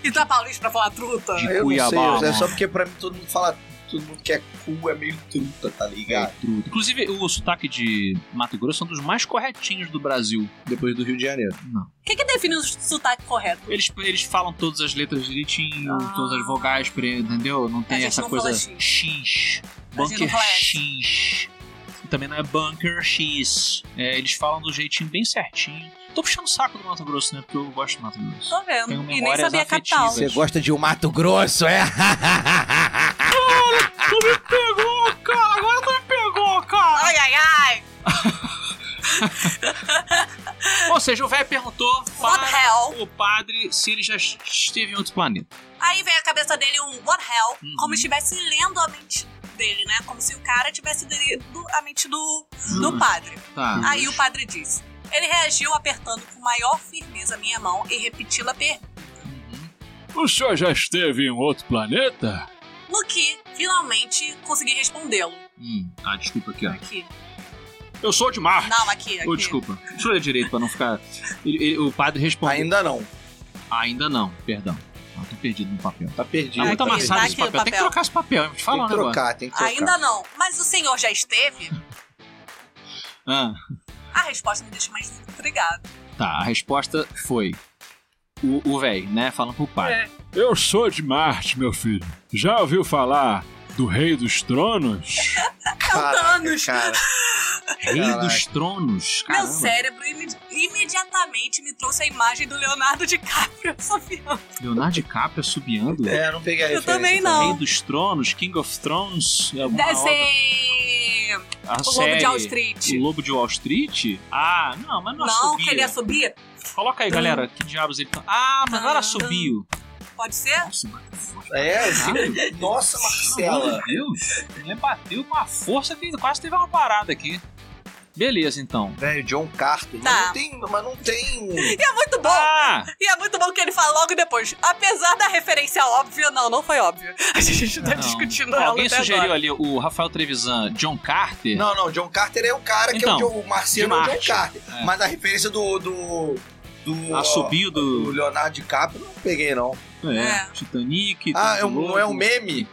E tá paulista pra falar truta?
De
Eu não
Cuiabá,
sei, é
mano.
só porque pra mim todo mundo fala. Todo mundo que é cu é meio truta, tá ligado?
Tudo. Inclusive, o sotaque de Mato Grosso é um dos mais corretinhos do Brasil.
Depois do Rio de Janeiro.
O que, que define o sotaque correto?
Eles, eles falam todas as letras direitinho,
Ah.
todas as vogais, pre- entendeu? Não tem
gente
essa
não
coisa
fala X.
X.
não
Bunker
fala S.
X. E Também não é Bunker X. É, eles falam do jeitinho bem certinho. Tô puxando o saco do Mato Grosso, né? Porque eu gosto do Mato Grosso.
Tô vendo.
Tenho
E nem
memórias
sabia a capital.
afetivas. Você
gosta de um Mato Grosso, é?
Pegou, cara! Agora tu me pegou, cara!
Ai, ai, ai!
Ou seja, o velho perguntou
What
para
hell?
o padre se ele já esteve em outro planeta.
Aí vem a cabeça dele um what hell,
Uhum.
como estivesse lendo a mente dele, né? Como se o cara tivesse lido a mente do,
Hum.
do padre.
Tá.
Aí o padre disse. Ele reagiu apertando com maior firmeza minha mão e repeti a pergunta.
O senhor já esteve em outro planeta?
No que, finalmente, consegui respondê-lo.
Hum. Ah, desculpa aqui, ó.
Aqui.
Eu sou de Marte.
Não, aqui, aqui.
Ô, Ah, oh, desculpa. Deixa eu ler direito pra não ficar. Ele- ele- o padre respondeu. Ainda...
Ainda não.
não, perdão. Eu tô perdido no papel.
Tá perdido.
Tá muito
aqui,
amassado
tá
esse
aqui o
papel. Tem que
papel.
trocar esse papel, eu te
Tem
falar um
que
negócio.
trocar, tem que trocar.
Ainda não. Mas o senhor já esteve?
Ah,
A resposta me deixou mais intrigado.
tá, a resposta foi. O, o véi, né? Falando pro padre. Eu sou de Marte, meu filho. Já ouviu falar do Rei dos Tronos?
Caraca,
É um Thanos.
Cara.
Rei
Caraca.
dos Tronos? Caramba.
Meu cérebro ime- imediatamente me trouxe a imagem do Leonardo DiCaprio assoviando.
Leonardo DiCaprio subiando?
É, eu não peguei a
Eu
referência
também
Rei
não.
dos Tronos? King of Thrones? é alguma
Deve
obra?
ser
A
o Lobo
série-
de Wall Street.
O Lobo de Wall Street? Ah, não, mas não,
Não,
assobia.
que ele assobia?
Coloca aí, galera, que diabos ele tá. Ah, mas não era assobio.
Pode ser?
Nossa, mas
É, assim, nossa,
Meu
Marcela.
Deus! Ele bateu com a força que quase teve uma parada aqui. Beleza, então.
Velho, né, John Carter. Mas
Tá.
não tem. Mas não tem. um-
E é muito bom.
Ah!
E é muito bom que ele fala logo depois. Apesar da referência óbvia, não, não foi óbvia. A gente tá
Não.
discutindo ela
Alguém
até
sugeriu
agora.
ali o Rafael Trevisan, John Carter.
Não, não, John Carter é o cara que
Então,
é o, John, o Marciano
de
é o
Marte.
John Carter.
É.
Mas a referência do. do. do
A subiu
do
do.
Leonardo DiCaprio, eu não peguei, não.
É,
É.
Titanic.
Ah,
Tudo
é um- não
Louco.
é um meme?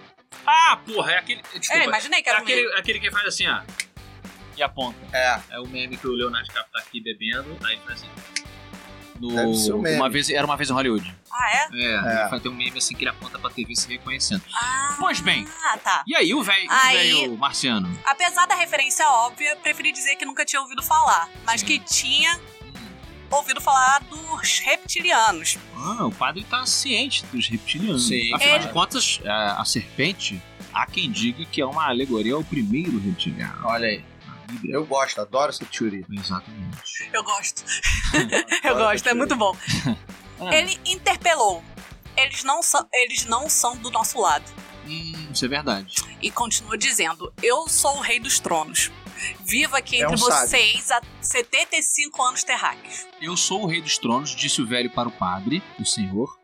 Ah, porra, é aquele. Desculpa,
É, imaginei que
é
era
aquele,
um...
aquele que faz assim, ó. E aponta.
É.
É o meme que o Leonardo DiCaprio tá aqui bebendo, aí faz assim. No,
Deve ser um meme.
uma vez, era uma vez em Hollywood.
Ah, é?
É,
É.
Vai ter um meme assim que ele aponta pra TV se reconhecendo.
Ah,
Pois bem.
Ah, tá.
E aí, o velho
Aí-
o velho marciano?
Apesar da referência óbvia, preferi dizer que nunca tinha ouvido falar, mas que tinha ouvido falar dos reptilianos.
Ah, o padre tá ciente dos reptilianos.
Sim.
Afinal
Ele-
de contas, é, a, a serpente, há quem diga que é uma alegoria ao primeiro reptiliano.
Olha aí.
na Bíblia.
Eu gosto, adoro essa teoria.
Exatamente.
Eu gosto. Eu gosto, é muito bom.
Ah.
Ele interpelou. Eles não, são, eles não são do nosso lado.
Hum, isso é verdade.
E continua dizendo: Eu sou o rei dos tronos. Vivo aqui
É
entre
um sábio.
vocês há 75 anos terráqueos.
Eu sou o rei dos tronos, disse o velho para o padre, o senhor,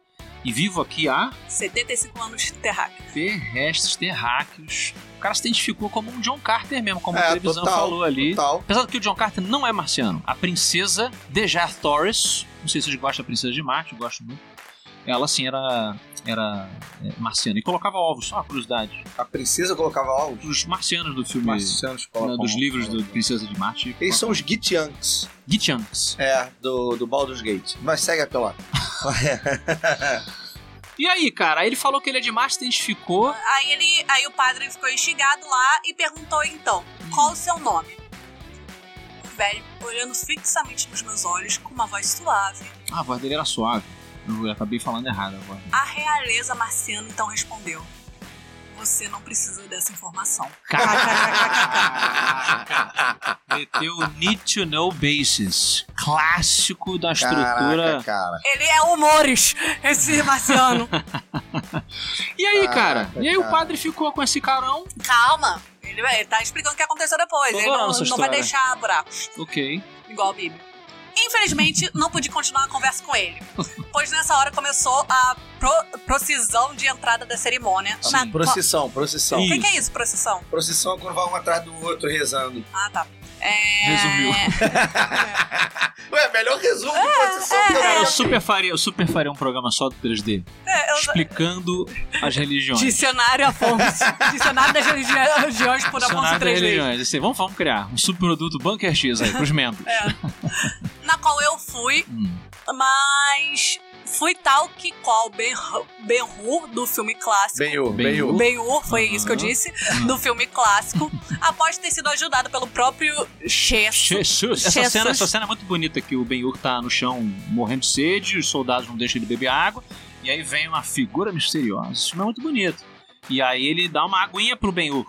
e vivo aqui há
75 anos terráqueos.
terrestres, terráqueos. O cara se identificou como um John Carter mesmo, como
É,
a televisão
total,
falou ali.
Tal.
Apesar de que o John Carter não é marciano. A princesa Deja Torres, não sei se vocês gostam da princesa de Marte, eu gosto muito. Ela sim era, era é, marciana e colocava ovos, só uma curiosidade.
A princesa colocava ovos.
Os marcianos do filme,
Marcianos
né,
colocam
dos
ovos.
livros do Princesa de Marte,
Eles são os Gitianks.
Gitchanks.
É, do, do Baldur's Gate. Mas segue a pela.
E aí, cara, aí ele falou que ele é de Marte, se identificou.
Aí, ele, aí o padre ficou instigado lá e perguntou então: Qual o seu nome? O velho, olhando fixamente nos meus olhos, com uma voz suave,
Ah, a voz dele era suave. Eu acabei falando errado agora.
a realeza marciana então respondeu: Você não precisa dessa informação.
Meteu o Need to Know Basis. Clássico da estrutura.
Caraca, cara.
Ele é humores, esse marciano.
E aí, cara?
Caraca,
E aí o
cara.
padre ficou com esse carão.
Calma. Ele, ele tá explicando o que aconteceu depois.
Tô
Ele
adorando
não,
essa
não vai
história.
deixar buraco,
Ok.
igual a Bíblia. Infelizmente, não pude continuar a conversa com ele, pois nessa hora começou a pro- procissão de entrada da cerimônia.
Sim,
na qual-
Procissão, procissão.
O que, que é isso, procissão?
Procissão é quando vai um atrás do outro rezando.
Ah, tá. É...
Resumiu.
Ué, é melhor resumo de procissão que eu
é,
Eu
já
super faria, eu super faria um programa só do 3D,
É, eu-
explicando as religiões.
Dicionário Afonso. Dicionário das religi- religiões por Afonso
Dicionário das
3D.
religiões. Assim, vamos, vamos criar um subproduto Bunker X aí, pros membros.
Na qual eu fui,
Hum.
mas fui tal que qual Ben-Hur do filme clássico.
Bem o,
Bem
bem
o.
o.
Ben-Hur, foi
Aham.
isso que eu disse, do filme clássico, após ter sido ajudado pelo próprio Chesso.
Jesus. Essa
Jesus.
cena, essa cena é muito bonita que o Ben-Hur tá no chão morrendo de sede, os soldados não deixam ele beber água, e aí vem uma figura misteriosa. Isso filme é muito bonito. E aí ele dá uma aguinha pro Ben-Hur.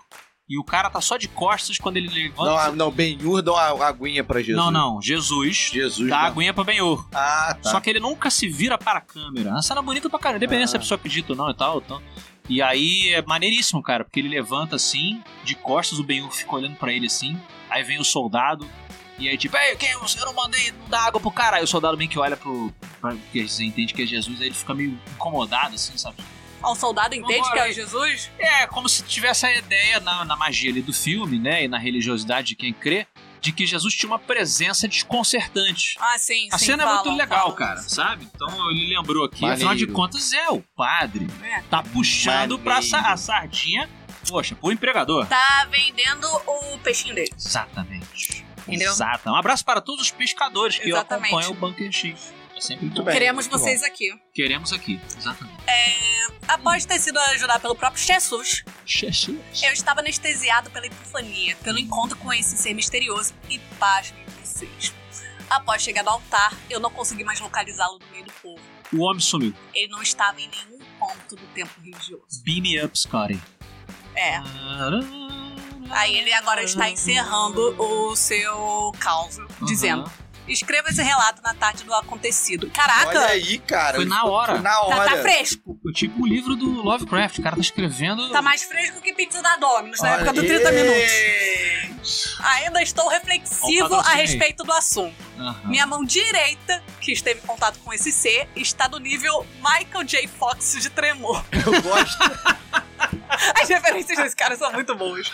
E o cara tá só de costas quando ele
Não,
levanta.
a- não, Ben-Hur dá uma aguinha pra Jesus.
não, não, Jesus,
Jesus.
dá
dá-
aguinha pro Ben-Hur.
Ah, tá.
Só que ele nunca se vira para a câmera. É Uma cena bonita pra caramba, independente
Ah.
se a pessoa acredita ou não e tal. Então. E aí é maneiríssimo, cara, porque ele levanta assim, de costas, o Benhur fica olhando pra ele assim. Aí vem o soldado, e aí tipo, Ei, quem é você? Eu não mandei, não dá água pro cara. Aí o soldado meio que olha pro. pra- Porque você entende que é Jesus, aí ele fica meio incomodado, assim, sabe?
Ó, O soldado entende
Vambora,
que é
aí.
o Jesus?
É, como se tivesse a ideia na, na magia ali do filme, né? E na religiosidade de quem crê, de que Jesus tinha uma presença desconcertante.
Ah, sim,
A
sim.
cena é
falam,
muito legal,
falam.
cara, sabe? Então ele lembrou aqui, afinal de
Maneiro.
contas é o padre.
É.
Tá puxando
Maneiro.
pra sa- a sardinha, poxa, pro empregador.
Tá vendendo o peixinho dele.
Exatamente.
Entendeu?
Exato. Um abraço para todos os pescadores que
Exatamente.
acompanham o Bunker X. É sempre
Muito
bom.
bem.
Queremos
muito
vocês aqui.
Queremos aqui. Exatamente.
Após ter sido ajudado pelo próprio Jesus,
Jesus.
eu estava anestesiado pela epifania, pelo encontro com esse ser misterioso e pasmem vocês. Após chegar no altar, eu não consegui mais localizá-lo no meio do povo.
O homem sumiu.
Ele não estava em nenhum ponto do tempo religioso.
Beam me up, Scotty.
É.
Uhum.
Aí ele agora está encerrando o seu caos,
Aham.
dizendo: Escreva esse relato na tarde do acontecido. Caraca!
Olha aí, cara.
Foi na hora.
Foi na
Tá,
hora.
tá fresco.
Tipo o livro do Lovecraft. O cara tá escrevendo.
Tá mais fresco que pizza da Domino's na
Olha
época do 30
aí.
minutos. Ainda estou reflexivo
Ó, o
a
patrocínio aí. Ah.
respeito do assunto.
Aham.
Minha mão direita, que esteve em contato com esse ser, está do nível Michael J. Fox de tremor.
Eu gosto.
As referências desse cara são muito boas.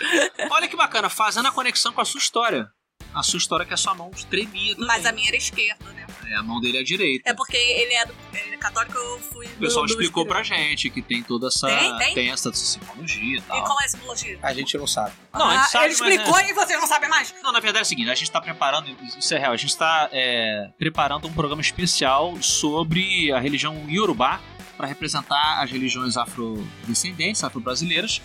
Olha que bacana, fazendo a conexão com a sua história. A sua história é que a sua mão tremia. também.
Mas a minha era esquerda, né?
É, a mão dele é a direita.
É porque ele é, do- ele é católico, eu fui
O pessoal explicou pra gente que tem toda essa.
Tem, tem.
essa simbologia e
E
tal.
qual é a simbologia? Ah,
A gente não sabe.
Não, a gente sabe,
ele
mas é.
explicou e vocês não sabem mais?
Não, na verdade é o seguinte, a gente tá preparando, isso é real, a gente tá é, preparando um programa especial sobre a religião Yorubá para representar as religiões afrodescendentes, afro-brasileiras.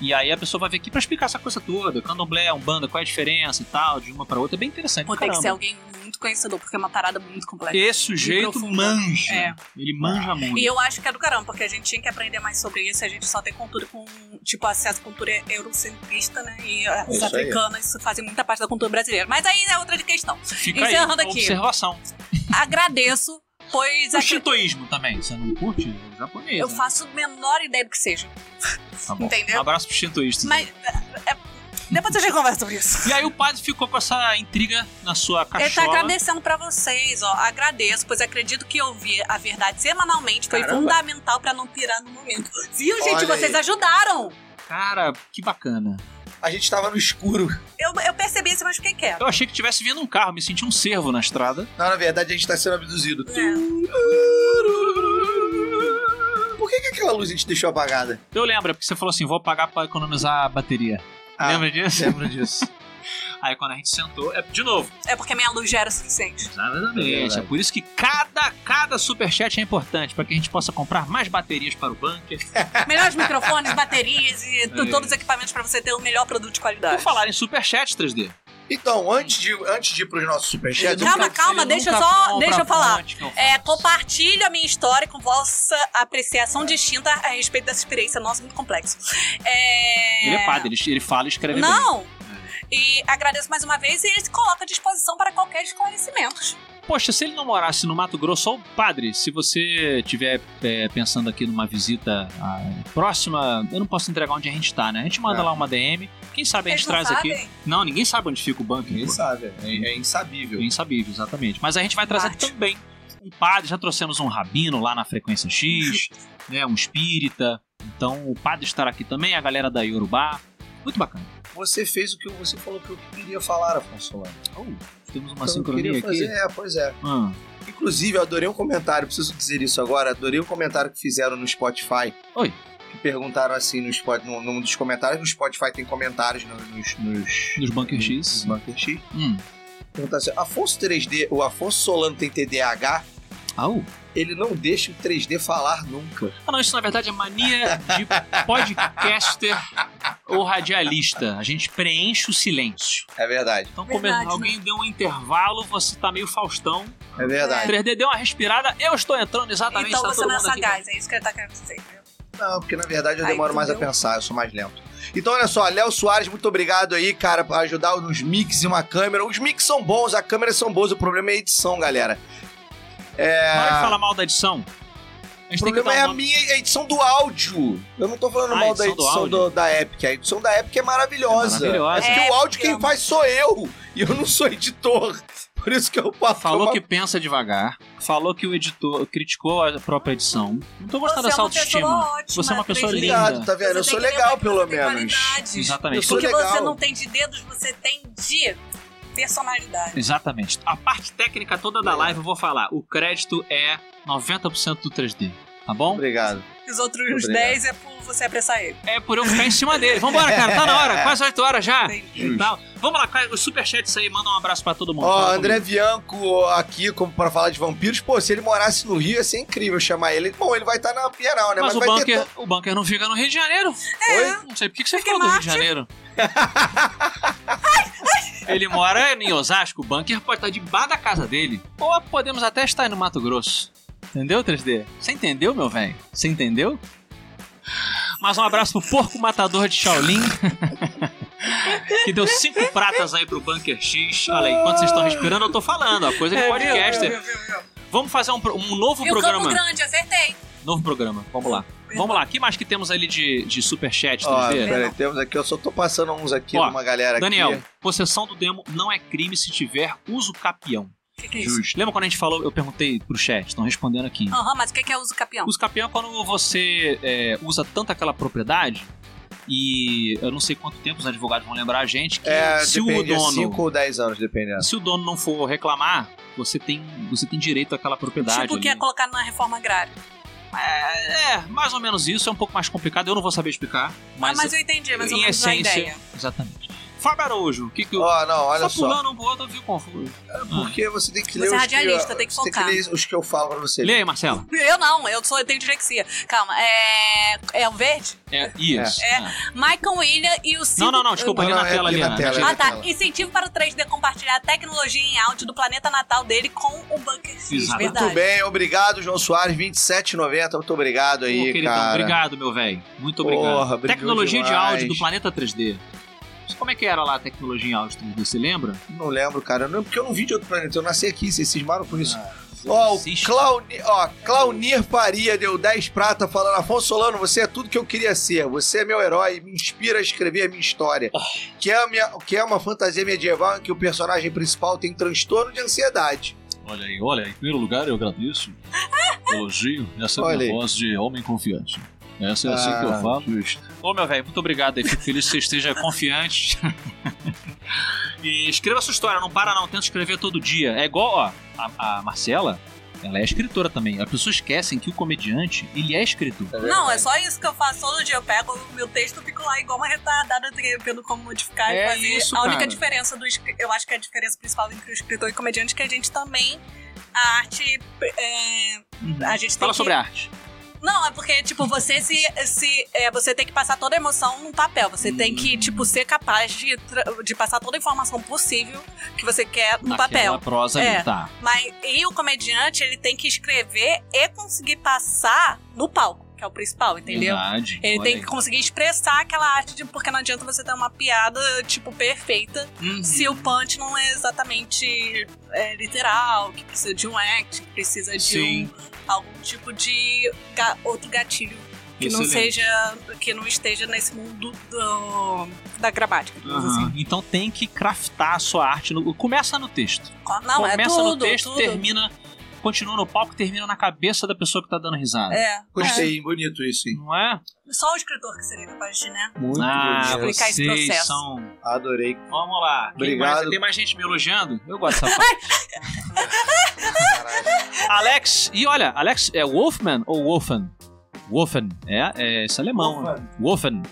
E aí a pessoa vai vir aqui pra explicar essa coisa toda, candomblé, umbanda, qual é a diferença e tal, de uma pra outra, é bem interessante.
Pô,
pra
tem que ser
caramba.
alguém muito conhecedor, porque é uma parada muito complexa.
Esse sujeito
profundo.
manja.
É.
Ele manja muito.
E eu acho que é do caramba, porque a gente tinha que aprender mais sobre isso. A gente só tem cultura com, tipo, acesso à cultura eurocentrista, né? E as
É Isso aí.
africanas fazem muita parte da cultura brasileira. Mas aí é outra questão.
Fica
encerrando
aí, uma
é aqui.
observação.
Agradeço, pois
O
acre-
shintoísmo também, você não curte? É japonês,
eu
né?
faço a menor ideia do que seja.
Tá bom.
entendeu?
Um abraço pro shintoístas.
Mas é, é, depois a gente conversa sobre isso.
E aí o padre ficou com essa intriga na sua cachola.
Ele tá agradecendo pra vocês, ó. Agradeço, pois acredito que ouvir a verdade semanalmente foi
Caramba.
fundamental pra não pirar no momento. Viu, gente?
Olha
vocês
aí.
ajudaram.
Cara, que bacana.
A gente tava no escuro.
Eu, eu percebi isso, mas fiquei quieta.
Eu achei que tivesse vindo um carro, me senti um cervo na estrada.
Não, na verdade, a gente tá sendo abduzido.
É.
Por que, que aquela luz a gente deixou apagada?
Eu lembro, é porque você falou assim: vou pagar pra economizar a bateria. Lembra disso?
Ah, Lembro disso.
Aí quando a gente sentou, é de novo.
É porque minha luz já era o suficiente.
Exatamente.
Ah, Verdade.
É por isso que cada, cada superchat é importante, pra que a gente possa comprar mais baterias para o bunker.
Melhores microfones, baterias e t-
É.
todos os equipamentos pra você ter o melhor produto de
Por
qualidade.
falar em superchat 3D.
Então, antes de, antes de ir pros nossos superchats,
Calma,
Nunca-
calma,
ele
deixa
nunca
eu só-
compra
deixa eu falar.
fonte que eu
É,
faço.
compartilho a minha história com vossa apreciação distinta a respeito dessa experiência. Nossa, muito complexo. É...
Ele é padre, ele, ele fala e escreve bem. É.
Não! E agradeço mais uma vez e ele se coloca à disposição para qualquer esclarecimento.
Poxa, se ele não morasse no Mato Grosso, ou padre, se você estiver pensando aqui numa visita ah, próxima, eu não posso entregar onde a gente tá, né? A gente manda
É.
lá uma DM, quem sabe a gente
Eles não
traz
sabem?
aqui. Não, ninguém sabe onde fica o bunker.
Ninguém
pô.
sabe, é, é insabível.
É insabível, exatamente. Mas a gente vai trazer
Arte.
também um padre, já trouxemos um rabino lá na Frequência X, né, um espírita. Então o padre estará aqui também, a galera da Yorubá. Muito bacana.
Você fez o que você falou que eu queria falar, Afonso Solano.
Oh, temos uma
Então, eu
sincronia
queria
aqui.
fazer, é, pois é.
Ah,
Inclusive, eu adorei um comentário, preciso dizer isso agora. Adorei um comentário que fizeram no Spotify.
Oi.
Que perguntaram assim no Spotify, num, num dos comentários. No Spotify tem comentários no- nos, nos,
Nos Bunker
nos-
X.
nos Bunker X.
hum.
Perguntaram assim: Afonso 3D, o Afonso Solano tem TDAH,
Au.
ele não deixa o 3D falar nunca.
Ah, não, isso na verdade é mania de podcaster ou radialista. A gente preenche o silêncio.
É verdade.
Então,
Verdade, né?
como alguém deu um intervalo, você tá meio Faustão.
É verdade.
3D deu uma respirada, eu estou entrando exatamente
Então
tá
você
todo
não é
mundo aqui.
sagaz, é isso que ele tá querendo dizer. entendeu?
Não, porque na verdade eu
Aí,
demoro mais a
entendeu?
pensar, eu sou mais lento. Então, olha só, Léo Soares, muito obrigado aí, cara, por ajudar nos mix e uma câmera. Os mix são bons, as câmeras são boas, o problema é a edição, galera.
Na hora de falar mal da edição, a gente
O É. problema
tem que
é
dar um
a
nome.
minha a edição do áudio. Eu não tô falando
Ah,
mal
edição
da
do
edição
áudio.
do- da Epic. A edição da Epic é maravilhosa.
É maravilhosa.
É porque o
É,
áudio quem
amo.
faz sou eu. E eu não sou editor. Por isso que eu posso
Falou
tomar-
que pensa devagar, falou que o editor criticou a própria edição. Não tô gostando
você
dessa
é uma
autoestima.
pessoa ótima.
Você é uma pessoa
Cris.
linda.
Obrigado, tá vendo?
Você
eu sou
tem que
legal,
lembrar que
pelo
você tem
menos.
qualidades.
Eu
Exatamente.
sou
O que
legal.
você não tem de dedos, você tem de personalidade.
Exatamente. A parte técnica toda da live eu vou falar. O crédito é 90% do 3D, tá bom?
Obrigado.
Os outros
Obrigado.
10 é por você apressar ele.
É por eu ficar em cima dele. Vambora, cara, tá na hora, quase 8 horas já.
Entendi.
E tal. Vamos lá, cara, os superchats aí, manda um abraço pra todo mundo.
Ó,
Fala
André Bianco aqui, como pra falar de vampiros. Pô, se ele morasse no Rio, ia ser incrível chamar ele. Bom, ele vai estar na Pinheiral, né?
comigo. Mas, o,
vai ter
bunker, é o bunker não fica no Rio de Janeiro.
Oi?
Não sei por que, que você
Porque
falou do Rio de
Marte-
Janeiro. Ele mora em Osasco, o bunker pode estar debaixo da casa dele. Ou podemos até estar no Mato Grosso. Entendeu, 3D? Você entendeu, meu velho? Você entendeu? Mais um abraço pro porco matador de Shaolin. que deu cinco pratas aí pro Bunker X. Olha aí, enquanto vocês estão respirando, eu tô falando, ó,
É
coisa de podcaster. Vamos fazer um, pro- um novo
E o Campo
programa.
Grande, acertei.
Novo programa, vamos lá. Vamos lá, o que mais que temos ali de, de superchat, 3D?
peraí, temos aqui, eu só tô passando uns aqui
Ó,
numa galera
Daniel,
Tá aqui.
possessão do demo não é crime se tiver uso capião.
O que, que é isso?
Lembra quando a gente falou, eu perguntei pro chat, estão respondendo aqui.
Aham, mas o que, que é uso capião?
Uso capião é quando você é, usa tanto aquela propriedade e eu não sei quanto tempo os advogados vão lembrar a gente que
É,
se o
depende,
dono
5 ou 10 anos, né? dependendo.
se o dono não for reclamar, você tem você tem direito àquela propriedade.
Tipo o que é
ali.
colocado na reforma agrária. Ah,
é, mais ou menos isso, é um pouco mais complicado, eu não vou saber explicar,
Mas,
mas,
Ah, mas eu entendi, mas eu
em
não a
essência,
ideia.
exatamente. Fábio Araújo, o que que o
Ó, não, olha
só
só.
pulando um pro outro, eu fico confuso.
Porque você tem que
Você
ler
é
os
radialista,
que,
tem que
você
focar.
ler os que eu falo pra você.
Lê aí, Marcelo.
Eu não, eu sou eu tenho direxia. Calma, é. É o verde?
É, isso.
É. Michael William e o cinco...
Não, não, não, desculpa,
Não,
ali
não,
na
é
tela
ali
ali. né?
na
Ana.
tela, é.
Ah, tá. Incentivo para o 3D compartilhar a tecnologia em áudio do planeta natal dele com o Bunker X.
Exato.
Verdade.
Muito bem, obrigado, João Soares, 27,90. Muito obrigado
Pô,
é aí,
queridão,
cara.
obrigado, meu velho. Muito obrigado.
Porra, brigou
tecnologia de
demais.
áudio do planeta 3D. Como é que era lá a tecnologia em áudio 3D? Você lembra?
Não lembro, cara. Não, porque eu não vi de outro planeta. Eu nasci aqui, vocês cismaram por isso. Ó, o
existe.
Claunir, ó, Claunir Faria deu 10 prata falando, Afonso Solano, você é tudo que eu queria ser. Você é meu herói, me inspira a escrever a minha história.
Ah.
Que é, a minha, que é uma fantasia medieval em que o personagem principal tem transtorno de ansiedade.
Olha aí, olha, em primeiro lugar eu agradeço. Elogio, essa
é a Olha minha aí.
voz de homem confiante. Essa
é assim que eu Ah,
falo. Ô meu velho, muito obrigado aí. Fico feliz que você esteja confiante. e escreva sua história, não para não, tenta escrever todo dia. É igual, ó, a, a Marcela, ela é escritora também. As pessoas esquecem que o comediante, ele é escritor.
Não, é só isso que eu faço todo dia. Eu pego o meu texto e fico lá igual uma retardada vendo como modificar
É
e fazer.
isso,
a única
cara.
diferença do escri- eu acho que a diferença principal entre o escritor e o comediante é que a gente também a arte é, a gente tem
Fala
que-
sobre arte.
Não, é porque, tipo, você se. se é, você tem que passar toda a emoção num papel. Você
Hum.
tem que, tipo, ser capaz de, tra- de passar toda a informação possível que você quer no
Naquela
papel.
prosa
É.
ali, tá.
Mas e o comediante, ele tem que escrever e conseguir passar no palco, que é o principal, entendeu?
Verdade.
Ele
olha
tem
aí.
que conseguir expressar aquela arte, de, porque não adianta você ter uma piada, tipo, perfeita,
Uhum.
se o punch não é exatamente é, literal, que precisa de um act, que precisa de
Sim.
um- algum tipo de ga- outro gatilho que não
Excelente.
seja, que não esteja nesse mundo do- da gramática. digamos
Aham.
assim.
Então tem que craftar a sua arte. no- Começa no texto.
Não, é
Começa
tudo,
no texto,
tudo.
termina. Continua no palco, termina na cabeça da pessoa que tá dando risada.
É.
Gostei, bonito isso, hein?
Não é?
É. Só o escritor que seria capaz de, né?
Muito
ah,
bonito.
explicar esse
vocês
processo.
são.
Adorei.
Vamos lá. Quem
Obrigado.
mais? Tem mais gente me elogiando? Eu gosto dessa parte. Alex, e olha, Alex é Wolfman ou Wolfen? Wolfen, é, é esse alemão. né? Wolfen.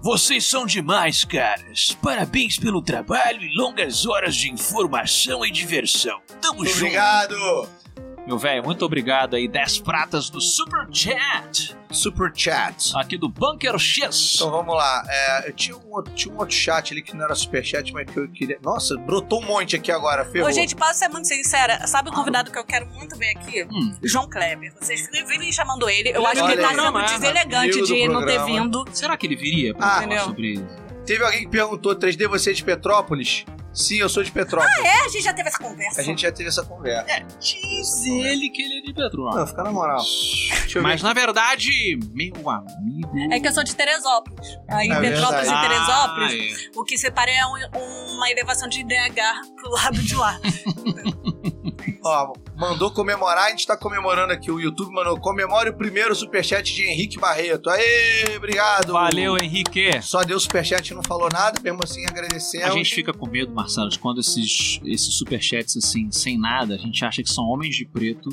Vocês são demais, caras. Parabéns pelo trabalho e longas horas de informação e diversão. Tamo
Muito Obrigado!
Meu velho, muito obrigado aí. 10 pratas do Super Chat,
Super Chat.
aqui do Bunker X.
Então vamos lá. É, eu tinha um, outro, tinha um outro chat ali que não era superchat, mas que eu queria. Nossa, brotou um monte aqui agora, ferrou.
Ô, gente, posso ser muito sincera? Sabe o convidado que eu quero muito ver aqui?
Hum.
João Kleber. Vocês vivem chamando ele. Eu
Ele
acho que ele
olha aí.
tá sendo
Programa,
deselegante
é amigo
de
do
ele não ter
programa.
vindo.
Será que ele viria pra
Ah,
falar
entendeu.
sobre isso?
Teve alguém que perguntou: 3D, você é de Petrópolis? Sim, eu sou de Petrópolis.
Ah,
É, a gente já teve essa conversa.
A gente já teve essa conversa.
Diz ele que ele é de Petrópolis.
Não, fica na moral. Deixa eu
Mas na verdade, meu amigo.
É que eu sou de Teresópolis. Aí
É
Petrópolis
verdade.
e Teresópolis,
Ah, é.
o que separa é um- uma elevação de DH pro lado de lá.
ver. Ó, mandou comemorar, a gente tá comemorando aqui. O YouTube mandou: comemore o primeiro superchat de Henrique Barreto. Aê, obrigado.
Valeu, Henrique.
Só deu superchat e não falou nada, mesmo assim agradecemos.
A gente fica com medo, Marcelo, de quando esses, esses superchats, assim, sem nada, a gente acha que são homens de preto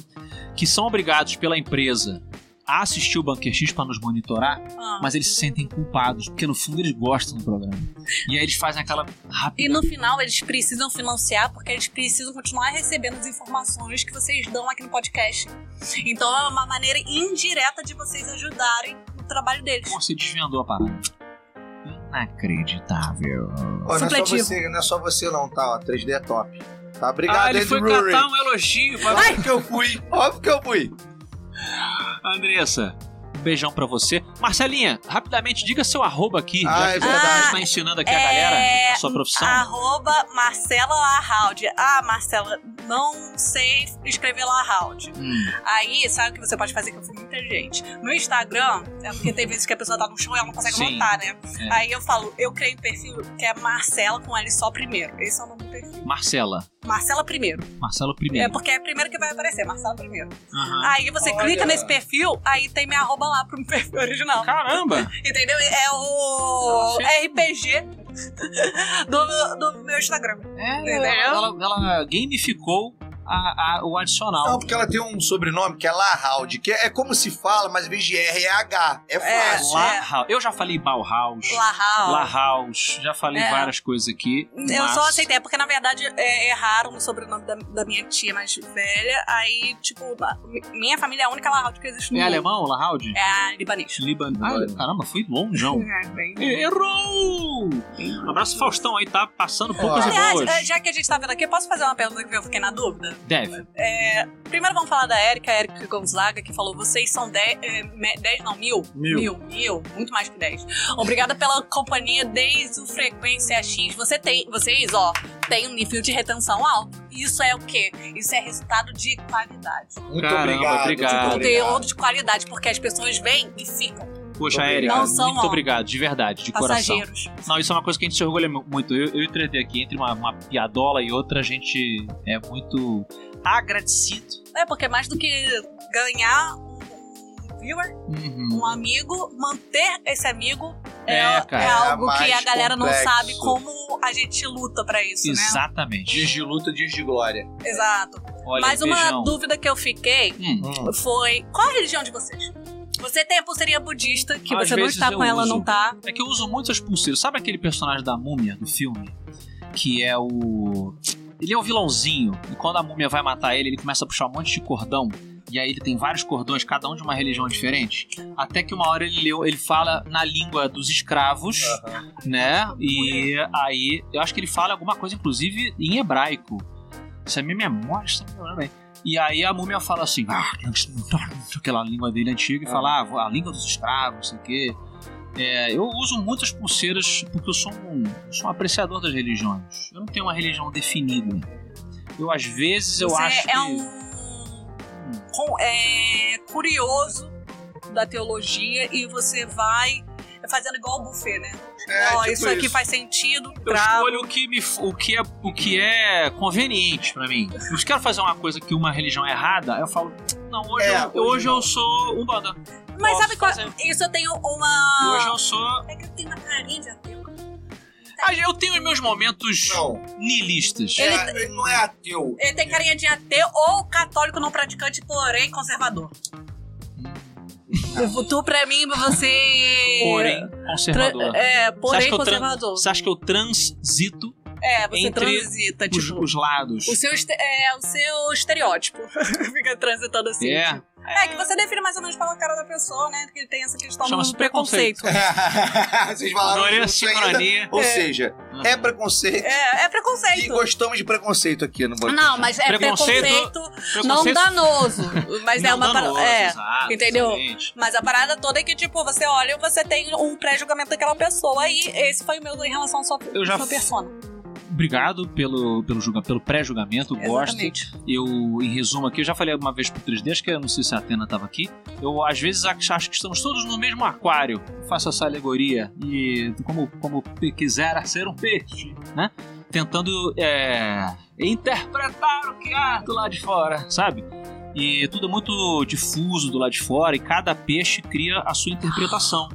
que são obrigados pela empresa a assistir o Bunker X pra nos monitorar,
Ah.
mas eles se sentem culpados, porque no fundo eles gostam do programa. E aí eles fazem aquela
E
rápida.
no final eles precisam financiar porque eles precisam continuar recebendo as informações que vocês dão aqui no podcast. Então é uma maneira indireta de vocês ajudarem o trabalho deles.
Pô, Você desvendou a parada. Inacreditável.
Ó, não, é só
Supletivo.
você, não é só você, não, tá? Ó, 3D é top. Tá,
ah,
obrigado,
ele
Ed
foi
Rurik.
catar um elogio. Vai...
Óbvio que eu fui. Óbvio que eu fui.
Andressa, um beijão pra você. Marcelinha, rapidamente diga seu arroba aqui,
Ah,
já que
é
você
verdade. É, hum, ah.
está ensinando aqui a galera a sua profissão.
Arroba Marcela Lahaud. Ah, Marcela, não sei escrever Lahaud.
Hum.
Aí, sabe o que você pode fazer? Que eu fui muita gente. No Instagram, é porque tem vezes que a pessoa tá no show e ela não consegue
Sim.
montar, né?
É.
Aí eu falo, eu criei um perfil que é Marcela com L só primeiro. Esse é o nome do perfil.
Marcela.
Marcela primeiro.
Marcelo
É
primeiro.
porque é primeiro que vai aparecer, Marcela primeiro.
Aham.
Aí você
Olha.
clica nesse perfil, aí tem minha arroba lá pro perfil original.
Caramba!
Entendeu? É o RPG do, do meu Instagram.
É,
Entendeu?
ela, ela- ela gamificou a- a- o
Não,
adicional.
porque ela tem um sobrenome que é Lahaud, que é, é como se fala, mas em vez de R é H. É fácil.
La House. Eu já falei Bauhaus,
Lahal.
La House, já falei
É.
várias coisas aqui.
Eu
mas-
só aceitei, porque na verdade é, erraram no sobrenome da, da minha tia mais velha. Aí, tipo, a- minha família é a única Lahal que existe no
É
mundo.
alemão, La House?
É libanês.
Liban... Ah, caramba, fui longe, não.
É, bem-
Errou! Um abraço Faustão aí, tá passando poucas e
Aliás, é,
boas.
já que a gente tá vendo aqui, posso fazer uma pergunta que eu fiquei na dúvida?
Deve.
É, primeiro vamos falar da Érica, Érica Gonzaga, que falou: vocês são 10, não, mil,
Mil.
mil, mil, muito mais que 10. Obrigada pela companhia desde o Frequência X. Você tem, vocês, ó, têm um nível de retenção alto. Isso é o quê? Isso é resultado de qualidade.
Muito
Caramba,
Ah, obrigado.
obrigado.
muito
Conteúdo de qualidade, porque as pessoas vêm e ficam.
Poxa,
Obrigado.
Érica,
Não são,
muito
ó,
obrigado, de verdade, de coração.
Passageiros.
Não, isso é uma coisa que a gente se orgulha mu- muito. Eu, eu e o 3D aqui, entre uma, uma piadola e outra, a gente é muito agradecido.
É, porque mais do que ganhar um um viewer,
Uhum.
um amigo, manter esse amigo é,
É,
é
cara.
algo
É
que a
mais
galera não
complexo.
sabe como a gente luta pra isso,
Exatamente.
Dias de luta, dias de glória.
né? Exato.
Olha,
Mas uma
beijão.
dúvida que eu fiquei
Hum.
foi: qual a religião de vocês? Você tem a pulseirinha budista, que
Às
você não
vezes
está
eu
com ela,
uso.
não tá?
É que eu uso muito as pulseiras. Sabe aquele personagem da múmia do filme? Que é o. Ele é um vilãozinho. E quando a múmia vai matar ele, ele começa a puxar um monte de cordão. E aí ele tem vários cordões, cada um de uma religião diferente. Até que uma hora ele, leu- ele fala na língua dos escravos, né? E aí. Eu acho que ele fala alguma coisa, inclusive, em hebraico. Se a minha memória está melhorando bem. E aí a múmia fala assim, "Ah, aquela língua dele antiga, e fala, ah, a língua dos escravos, não sei o quê. É, eu uso muitas pulseiras porque eu sou um, eu sou um apreciador das religiões. Eu não tenho uma religião definida. Eu, às vezes, eu
você
acho que...
é um. com- é, curioso da teologia e você vai fazendo igual o buffet, né?
É,
não,
tipo
isso aqui faz sentido,
Eu
pra
escolho o que, me, o, que é, o que é conveniente pra mim. Se eu quero fazer uma coisa que uma religião é errada, eu falo, não, hoje,
É,
eu, hoje
hoje não."
eu sou um banda.
Mas
Posso
sabe qual?
fazer.
Isso eu tenho uma.
Hoje eu sou...
É que eu tenho uma carinha de ateu.
Ah, Eu tenho os meus momentos
Não,
nihilistas.
Ele- tá-
é, ele não é ateu.
Ele tem carinha de ateu ou católico não praticante, porém conservador.
Hum.
Eu- tu, pra mim, você.
Porém,
Tra-
conservador.
É,
Você acha
porém
que eu tran-
conservador.
Você acha que eu transito
É, você
entre
transita,
os,
tipo.
os lados?
O seu, este- é, o seu estereótipo fica transitando assim.
É.
É, que você define mais ou menos pela cara da pessoa, né? Porque tem essa questão
Chama-se
do preconceito.
Vocês falaram
Adorei a
junto ainda.
é sincronia.
Ou seja, é preconceito.
É, é
E
preconceito.
gostamos de preconceito aqui no Botequim.
Não, mas é
Preconceito-
preconceito não danoso. Mas é uma
danoso,
parada. É.
exato,
entendeu?
exatamente.
Mas a parada toda é que, tipo, você olha e você tem um pré-julgamento daquela pessoa. E esse foi o meu em relação à sua,
Eu já
sua
f-
persona.
Obrigado pelo, pelo, julga- pelo pré-julgamento, gosto.
Exatamente.
Eu, em resumo aqui, eu já falei uma vez pro 3D, acho que eu não sei se a Atena tava aqui. Eu, às vezes, ach- acho que estamos todos no mesmo aquário. Eu faço essa alegoria e, como, como pe- quiser ser um peixe, né? Tentando é, interpretar o que há do lado de fora, sabe? E tudo é muito difuso do lado de fora e cada peixe cria a sua interpretação.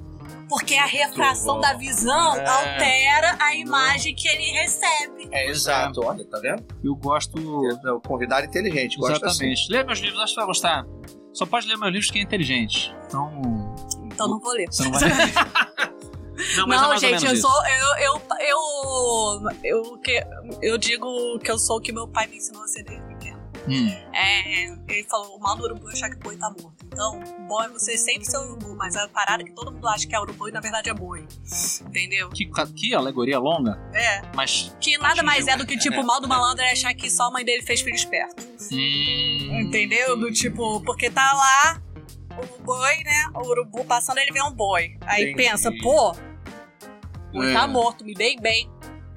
Porque a refração
bom.
da visão
É.
altera a imagem que ele recebe.
É, exato. Olha, tá vendo?
Eu gosto
É o convidado inteligente. Gosta assim.
Exatamente. Lê meus livros, acho que você vai gostar. Só pode ler meus livros quem é inteligente. Então.
Então não vou ler.
Você não vai. não, mas é
não,
mais ou
gente,
menos
eu
isso.
sou. Eu, eu, eu, eu, que- eu digo que eu sou o que meu pai me ensinou a ser desde pequeno.
Hum.
É, ele falou: o mal do urubu é achar que o boi tá morto. Então, bom é você sempre ser urubu, mas a parada que todo mundo acha que é urubu e na verdade é boi. Entendeu?
Que, que alegoria longa,
É.
mas.
Que nada mais
né?
é do que, tipo, o mal do malandro é achar que só a mãe dele fez filho esperto.
Hum,
Entendeu? Do tipo, porque tá lá. o- boi, né? O urubu passando, ele vê um boi. Aí
Entendi.
pensa, pô, boi
É.
tá morto, me dei bem.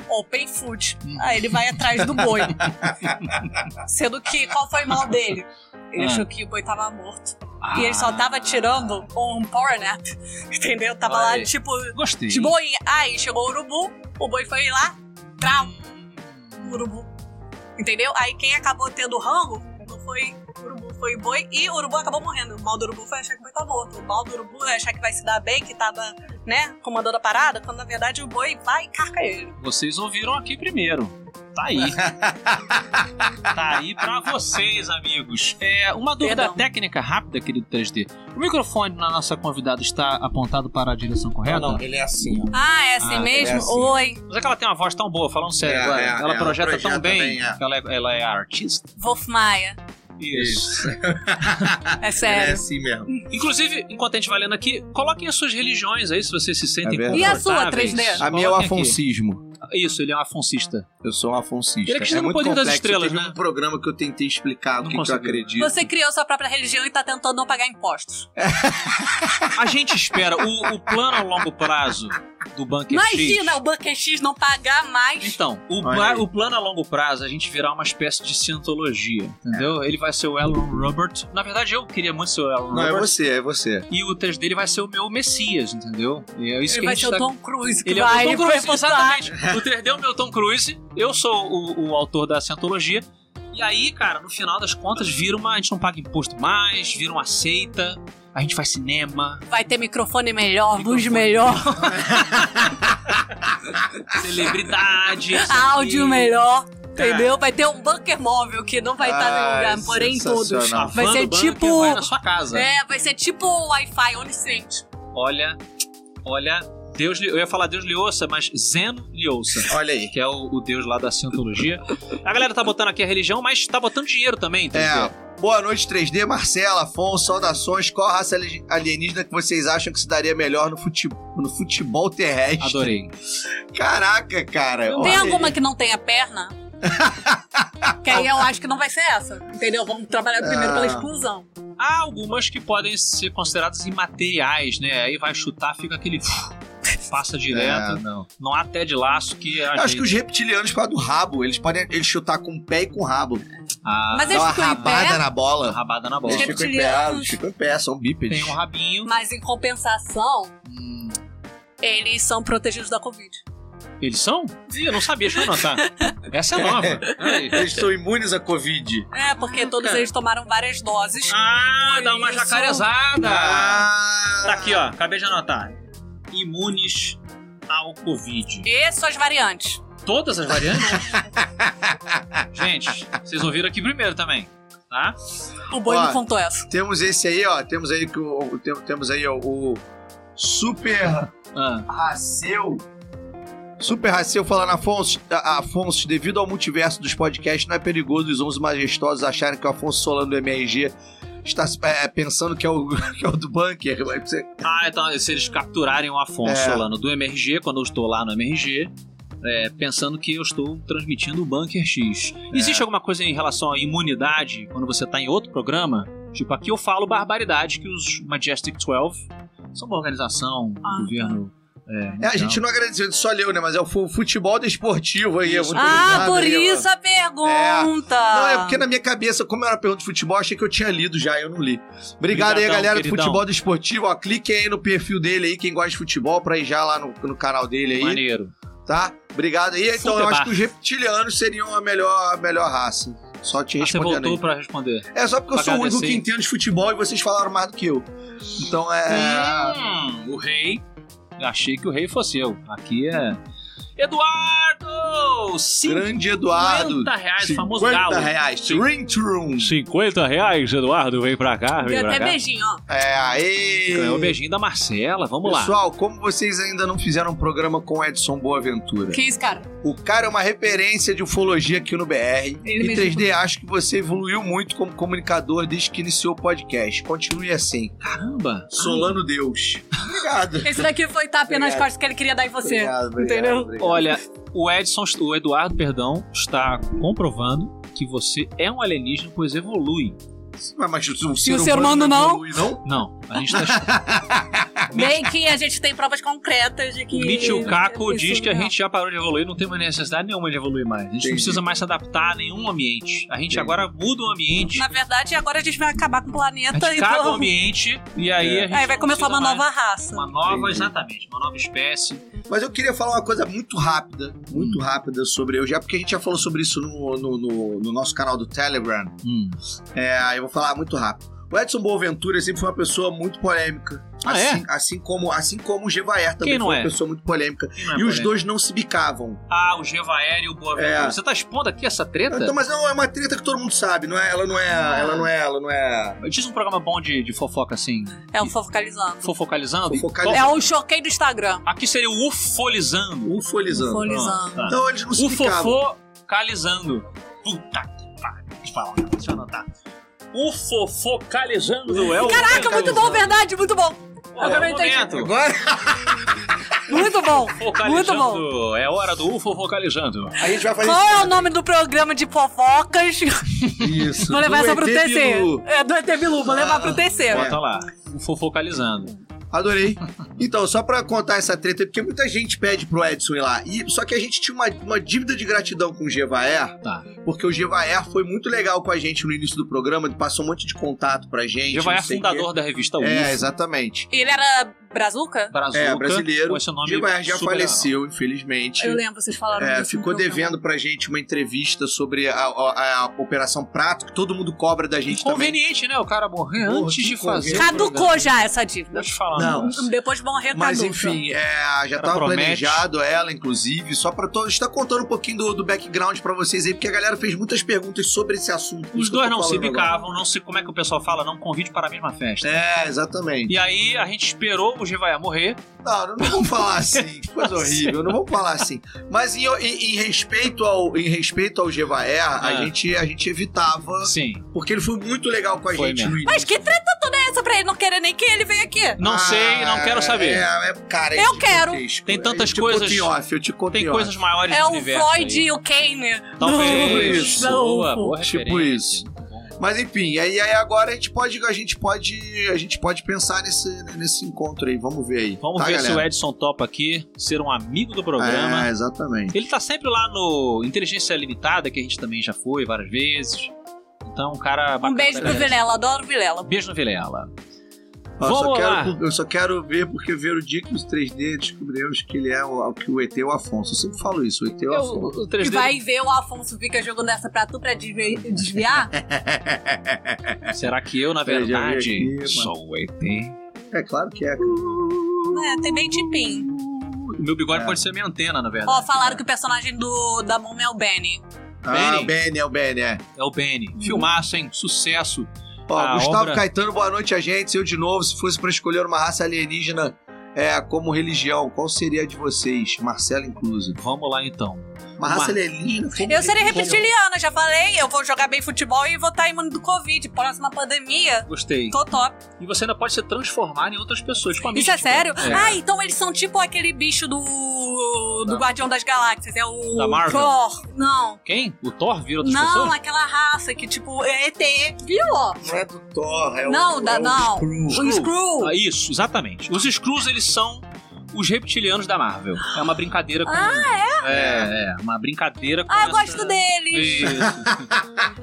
Open food.
Hum.
Aí ele vai atrás do boi. Sendo que, qual foi o mal dele? Ele
Ah.
achou que o boi tava morto. E ele só tava tirando um power nap. Entendeu? Tava
Olha
lá,
aí.
tipo,
Gostei.
de boinha. Aí chegou o urubu, o boi foi lá, trau, o urubu. Entendeu? Aí quem acabou tendo rango não foi o urubu, foi o boi e o urubu acabou morrendo. O mal do urubu foi achar que o boi tá morto. O mal do urubu é achar que vai se dar bem, que tava, né, comandando a parada, quando na verdade o boi vai e carca ele.
Vocês ouviram aqui primeiro. Tá aí. tá aí pra vocês, amigos. É, uma dúvida
Perdão.
técnica rápida, querido 3D. O microfone na nossa convidada está apontado para a direção correta?
Não, ele é assim, ó.
Ah, é
assim
assim
Ah,
mesmo?
mesmo?
é assim.
Oi,
Mas é que ela tem uma voz tão boa, falando sério
É,
agora.
é,
ela
é,
projeta
projeta
tão bem,
bem, é.
que ela é, ela é artista.
Wolf Maia.
Isso. Ah,
É
Ele é
sério.
assim mesmo.
Inclusive, enquanto a gente vai lendo aqui, coloquem as suas religiões aí, se vocês se sentem
É verdade.
E a sua,
confortáveis.
3D?
A minha é o
Coloquem aqui.
afonsismo.
Isso, ele é um afoncista.
Eu sou um afoncista.
Ele é cristão
é
no
muito
Poder das
complexo.
Estrelas,
Teve
né?
um programa que eu tentei explicar
Não
o que, que eu
conseguiu.
acredito.
Você criou sua própria religião e tá tentando não pagar impostos.
A gente espera o, o plano a longo prazo do Bunker É X.
Imagina o Bunker X não pagar mais.
Então, o,
Olha
pla-
aí.
o plano a longo prazo é a gente virar uma espécie de cientologia, entendeu? Ele vai ser o Elon Robert. Na verdade, eu queria muito ser o Elon
É. Não, é
Robert.
você, é você.
E o 3 dele vai ser o meu Messias, entendeu? E é isso
Ele
que
vai
a gente
ser o
tá...
Tom Cruise que
Ele
vai
é o Tom Cruise,
reforçar.
exatamente. O 3D é o meu Tom Cruise, eu sou o, o autor da Cientologia. E aí, cara, no final das contas, vira uma. A gente não paga imposto mais, vira uma seita, a gente faz cinema,
Vai ter microfone melhor, luz
Microfone.
melhor,
celebridade. isso
áudio
aqui.
melhor, é
É.
entendeu? Vai ter um bunker móvel que não vai estar
Ai,
em nenhum lugar, porém em todos.
Ah,
A
sensacional.
Vai
van
ser
do bunker
tipo-
Vai na sua casa.
É, vai ser tipo o Wi-Fi onisciente.
Olha, olha, Deus, lhe- eu ia falar Deus lhe ouça, mas Zen lhe ouça.
Olha aí.
Que é o, o Deus lá da Cientologia. A galera tá botando aqui a religião, mas tá botando dinheiro também, entendeu?
É. Boa noite, 3D, Marcela, Afonso, saudações. Qual raça ali- alienígena que vocês acham que se daria melhor no, fute- no futebol terrestre?
Adorei.
Caraca, cara. é,
Tem
olha
alguma que não tenha perna? que aí eu acho que não vai ser essa, entendeu? Vamos trabalhar primeiro
Ah.
pela exclusão.
Há algumas que podem ser consideradas imateriais, né? Aí vai chutar, fica aquele. Passa
aí.
direto.
É, não.
Não há Ted Laço que.
Eu acho que os reptilianos, por causa do rabo, eles podem eles chutar com o pé e com o rabo.
Ah,
Mas
Dá
eles
uma
ficam em
rabada
pé,
na bola.
rabada na bola.
Eles ficam em pé, ah, eles ficam em pé, são bípedes.
Tem um rabinho.
mas em compensação,
Hum,
eles são protegidos da Covid.
Eles são? Ih, eu não sabia, deixa eu anotar. Essa é nova. Aí.
Eles são imunes à Covid.
É,
Ah,
porque todos
cara.
eles tomaram várias doses.
Ah,
Por
dá uma
isso-
jacarezada.
Ah!
Tá aqui, ó. Acabei de anotar. Imunes ao Covid.
E suas variantes.
Todas as variantes? Gente, vocês ouviram aqui primeiro também, tá?
O boi
Ó,
não contou essa.
Temos esse aí, ó. Temos aí que o, o- tem- temos aí ó, o Super
Ah,
Raceu. Super Raceu falando, Afonso, a- Afonso, devido ao multiverso dos podcasts, não é perigoso os homens majestosos acharem que o Afonso Solano do MRG está é, pensando que é, o, que é o do bunker. Vai ser-
Ah, então, se eles capturarem o Afonso
É.
Solano do MRG, quando eu estou lá no MRG, é, pensando que eu estou transmitindo o Bunker X.
É.
Existe alguma coisa em relação à imunidade quando você está em outro programa? Tipo, aqui eu falo barbaridade que os Majestic 12 são uma organização, um
Ah, tá.
governo. É,
É, a
mundial.
gente não agradeceu, a gente só leu, né? Mas é o fu- futebol desportivo aí. é
Isso.
muito
Ah,
obrigado
por
aí, ó.
isso a pergunta!
Não, é porque na minha cabeça, como era pergunta de futebol, achei que eu tinha lido já, eu não li. Obrigado aí,
Obrigadão,
galera do
queridão.
Futebol Desportivo. Ó, cliquem aí no perfil dele aí, quem gosta de futebol, pra ir já lá no, no canal dele aí,
Maneiro.
tá? Obrigado aí. Então, eu
Futebar.
acho que os reptilianos seriam a melhor, a melhor raça. Só te
Ah, você
respondendo
voltou
aí.
pra responder.
É só porque eu
pra
sou o único
agradecer.
que entendo de futebol e vocês falaram mais do que eu. Então, é...
Hum, o rei. Eu achei que o rei fosse eu. Aqui é. Eduardo!
Grande Eduardo.
50 reais, o famoso
50
galo.
reais.
Sim.
Ring to room.
50 reais, Eduardo, vem pra cá,
Deu até beijinho, ó.
É, aê.
Ganhou o beijinho da Marcela, vamos lá.
Pessoal, como vocês ainda não fizeram um programa com o Edson Boaventura?
Que isso, cara?
O cara é uma referência de ufologia aqui no BR.
Ele
e
mesmo.
3D, acho que você evoluiu muito como comunicador desde que iniciou o podcast. Continue assim.
Caramba!
Solano Deus. Obrigado.
Esse daqui foi tapinha nas
Obrigado.
costas que ele queria dar em você.
Obrigado, obrigado,
entendeu?
obrigado.
Olha, o Edson, o Eduardo, perdão, está comprovando que você é um alienígena, pois evolui.
Mas, mas o
o ser humano não?
evolui, não?
Não, a gente tá
Bem que a gente tem provas concretas de que.
O Mitchell Kako
isso
diz que a
não.
gente já parou de evoluir, não tem mais necessidade nenhuma de evoluir mais. A gente não
Entendi.
precisa mais se adaptar a nenhum ambiente. A gente
Entendi.
agora muda o ambiente,
Na verdade, agora a gente vai acabar com o
a
planeta
gente
e
caga o
então...
ambiente e aí a gente.
Aí vai
não
começar
precisa
uma
mais-
nova raça.
Uma nova,
É. Entendi.
exatamente, uma nova espécie.
Mas eu queria falar uma coisa muito rápida,
Hum.
muito rápida sobre eu já, porque a gente já falou sobre isso no, no, no- no nosso canal do Telegram. É, eu vou falar muito rápido. O Edson Boaventura sempre foi uma pessoa muito polêmica.
Ah, é?
assim, assim como assim como o Gevaer também
Quem não
foi uma
é?
pessoa muito polêmica.
Quem não é
e os
polêmico?
dois não se bicavam.
Ah, o Gevaer e o Boaventura.
É.
Você tá expondo aqui essa treta?
Então, mas não, é uma treta que todo mundo sabe, não é? Ela não é. Ela não é. Ela não é.
Diz um programa bom de, de fofoca assim,
É um fofocalizando.
fofocalizando.
Fofocalizando.
É o choquei do Instagram.
Aqui seria o ufolizando.
Ufolizando.
Folizando.
Tá.
Então eles não se
O
bicavam.
fofô calizando. Puta que pariu. Deixa eu falar, deixa eu anotar. O fofô calizando é o.
Caraca, muito bom, verdade, muito bom.
Porra, é o
Agora eu entendi.
momento.
Agora
Muito bom. Muito bom.
Focalizando. É hora do UFO focalizando.
a gente vai fazer
Qual é o nome do programa de fofocas?
isso.
Vou levar
Do
essa pro
ET
TC.
Bilu. Ah.
É do ET Bilu, vou levar pro TC.
Bota Tá lá. UFO focalizando.
Adorei. Então, só pra contar essa treta, porque muita gente pede pro Edson ir lá. E, só que a gente tinha uma, uma dívida de gratidão com o Gevaer,
Tá.
porque o Gevaer foi muito legal com a gente no início do programa, ele passou um monte de contato pra gente.
Já vai
não
é
sei o
fundador da revista
quê.
UFO.
É, exatamente.
Ele era brazuca?
Brazuca,
É, brasileiro.
Com esse nome
Gevaer já
super
faleceu, infelizmente.
Eu lembro, vocês falaram
É,
disso no
ficou
programa.
devendo pra gente uma entrevista sobre a, a- a Operação Prato, que todo mundo cobra da gente também.
Inconveniente, né? O cara morrer
Porra,
antes de
que
fazer. o programa.
Caducou já essa dívida.
Vou te falar.
Não.
né?
Depois vão recaduca.
Mas enfim, é, já
Ela
tava
promete.
planejado ela, inclusive, só pra todos. Está contando um pouquinho do, do background pra vocês aí, porque a galera fez muitas perguntas sobre esse assunto. por
Os
isso que eu
dois
tô
não se
falando agora.
bicavam, não sei como é que o pessoal fala, não convide para a mesma festa.
É, exatamente.
E aí a gente esperou o Gevaia morrer.
Não, não, não vamos falar assim. Que coisa horrível, não vamos falar assim. Mas em, em- em respeito ao em respeito ao Gevaer,
Ah.
a, gente, a gente evitava,
Sim.
porque ele foi muito legal com a
Foi
gente
mesmo.
no início.
Mas que treta toda é essa pra ele não querer nem que ele venha aqui?
Não
Ah,
sei, não quero saber.
É, é, cara, é
Eu quero.
gigantesco.
Tem tantas
eu te
coisas-
Conto em off, eu te conto
Tem
em
coisas maiores
É
do
o
universo.
Freud
aí.
e o Kane.
Tipo
Talvez.
isso.
Boa, boa
Tipo
referência.
isso. Mas enfim, aí, aí agora a gente pode a gente pode a gente pode pensar nesse, nesse encontro aí, vamos ver aí.
Vamos
tá,
ver se o
galera?
Edson topa aqui, ser um amigo do programa.
É, exatamente.
Ele tá sempre lá no Inteligência Limitada, que a gente também já foi várias vezes. Então, um cara bacana.
Um beijo pro
né?
Vilela, adoro Vilela.
Beijo no Vilela.
Eu
Vamos
só,
lá.
quero, eu só quero ver, porque ver o dia que os 3D descobrimos que ele é o, que o ET é o Afonso. Eu sempre falo isso, o ET é o
Eu-
Afonso.
o
E
3D
vai ver o Afonso fica jogando essa pra tu pra desvi- desviar?
É. Será que eu, na
Peraí, já vi
verdade,
é aqui, mano.
sou o ET?
É claro que é.
É, tem bem tipinho.
Meu bigode
É.
pode ser minha antena, na verdade.
Ó, falaram que o personagem do, da Mum é o Benny.
Ah,
Benny.
o Benny, é o Benny, é.
É o Benny. Filmaço, hein? Sucesso.
Ó,
A
Gustavo
obra-
Caetano, boa noite a gente. Eu de novo, se fosse pra escolher uma raça alienígena é, como religião, qual seria a de vocês? Marcelo incluso.
Vamos lá, então.
Uma raça alienígena como
Eu serei
religião?
reptiliana, já falei. Eu vou jogar bem futebol e vou estar imune do Covid. Próxima pandemia,
Gostei.
tô top.
E você ainda pode se transformar em outras pessoas. Tipo a
Isso é
mística.
sério?
É.
Ah, então eles são tipo aquele bicho do. do
Não.
Guardião das Galáxias. É o.
Da Marvel?
Thor. Não.
Quem? O Thor vira outras
Não,
pessoas?
aquela raça que, tipo, é ET. Viu? ó?
Não é do Thor,
um
é
Não,
o,
da-
é o
não.
Screw.
O Screw.
Ah, isso, exatamente. Os Screws, eles são os reptilianos da Marvel. É uma brincadeira com... Ah, é? É, é. Uma brincadeira com
Ah, eu
essa-
gosto deles.
Isso.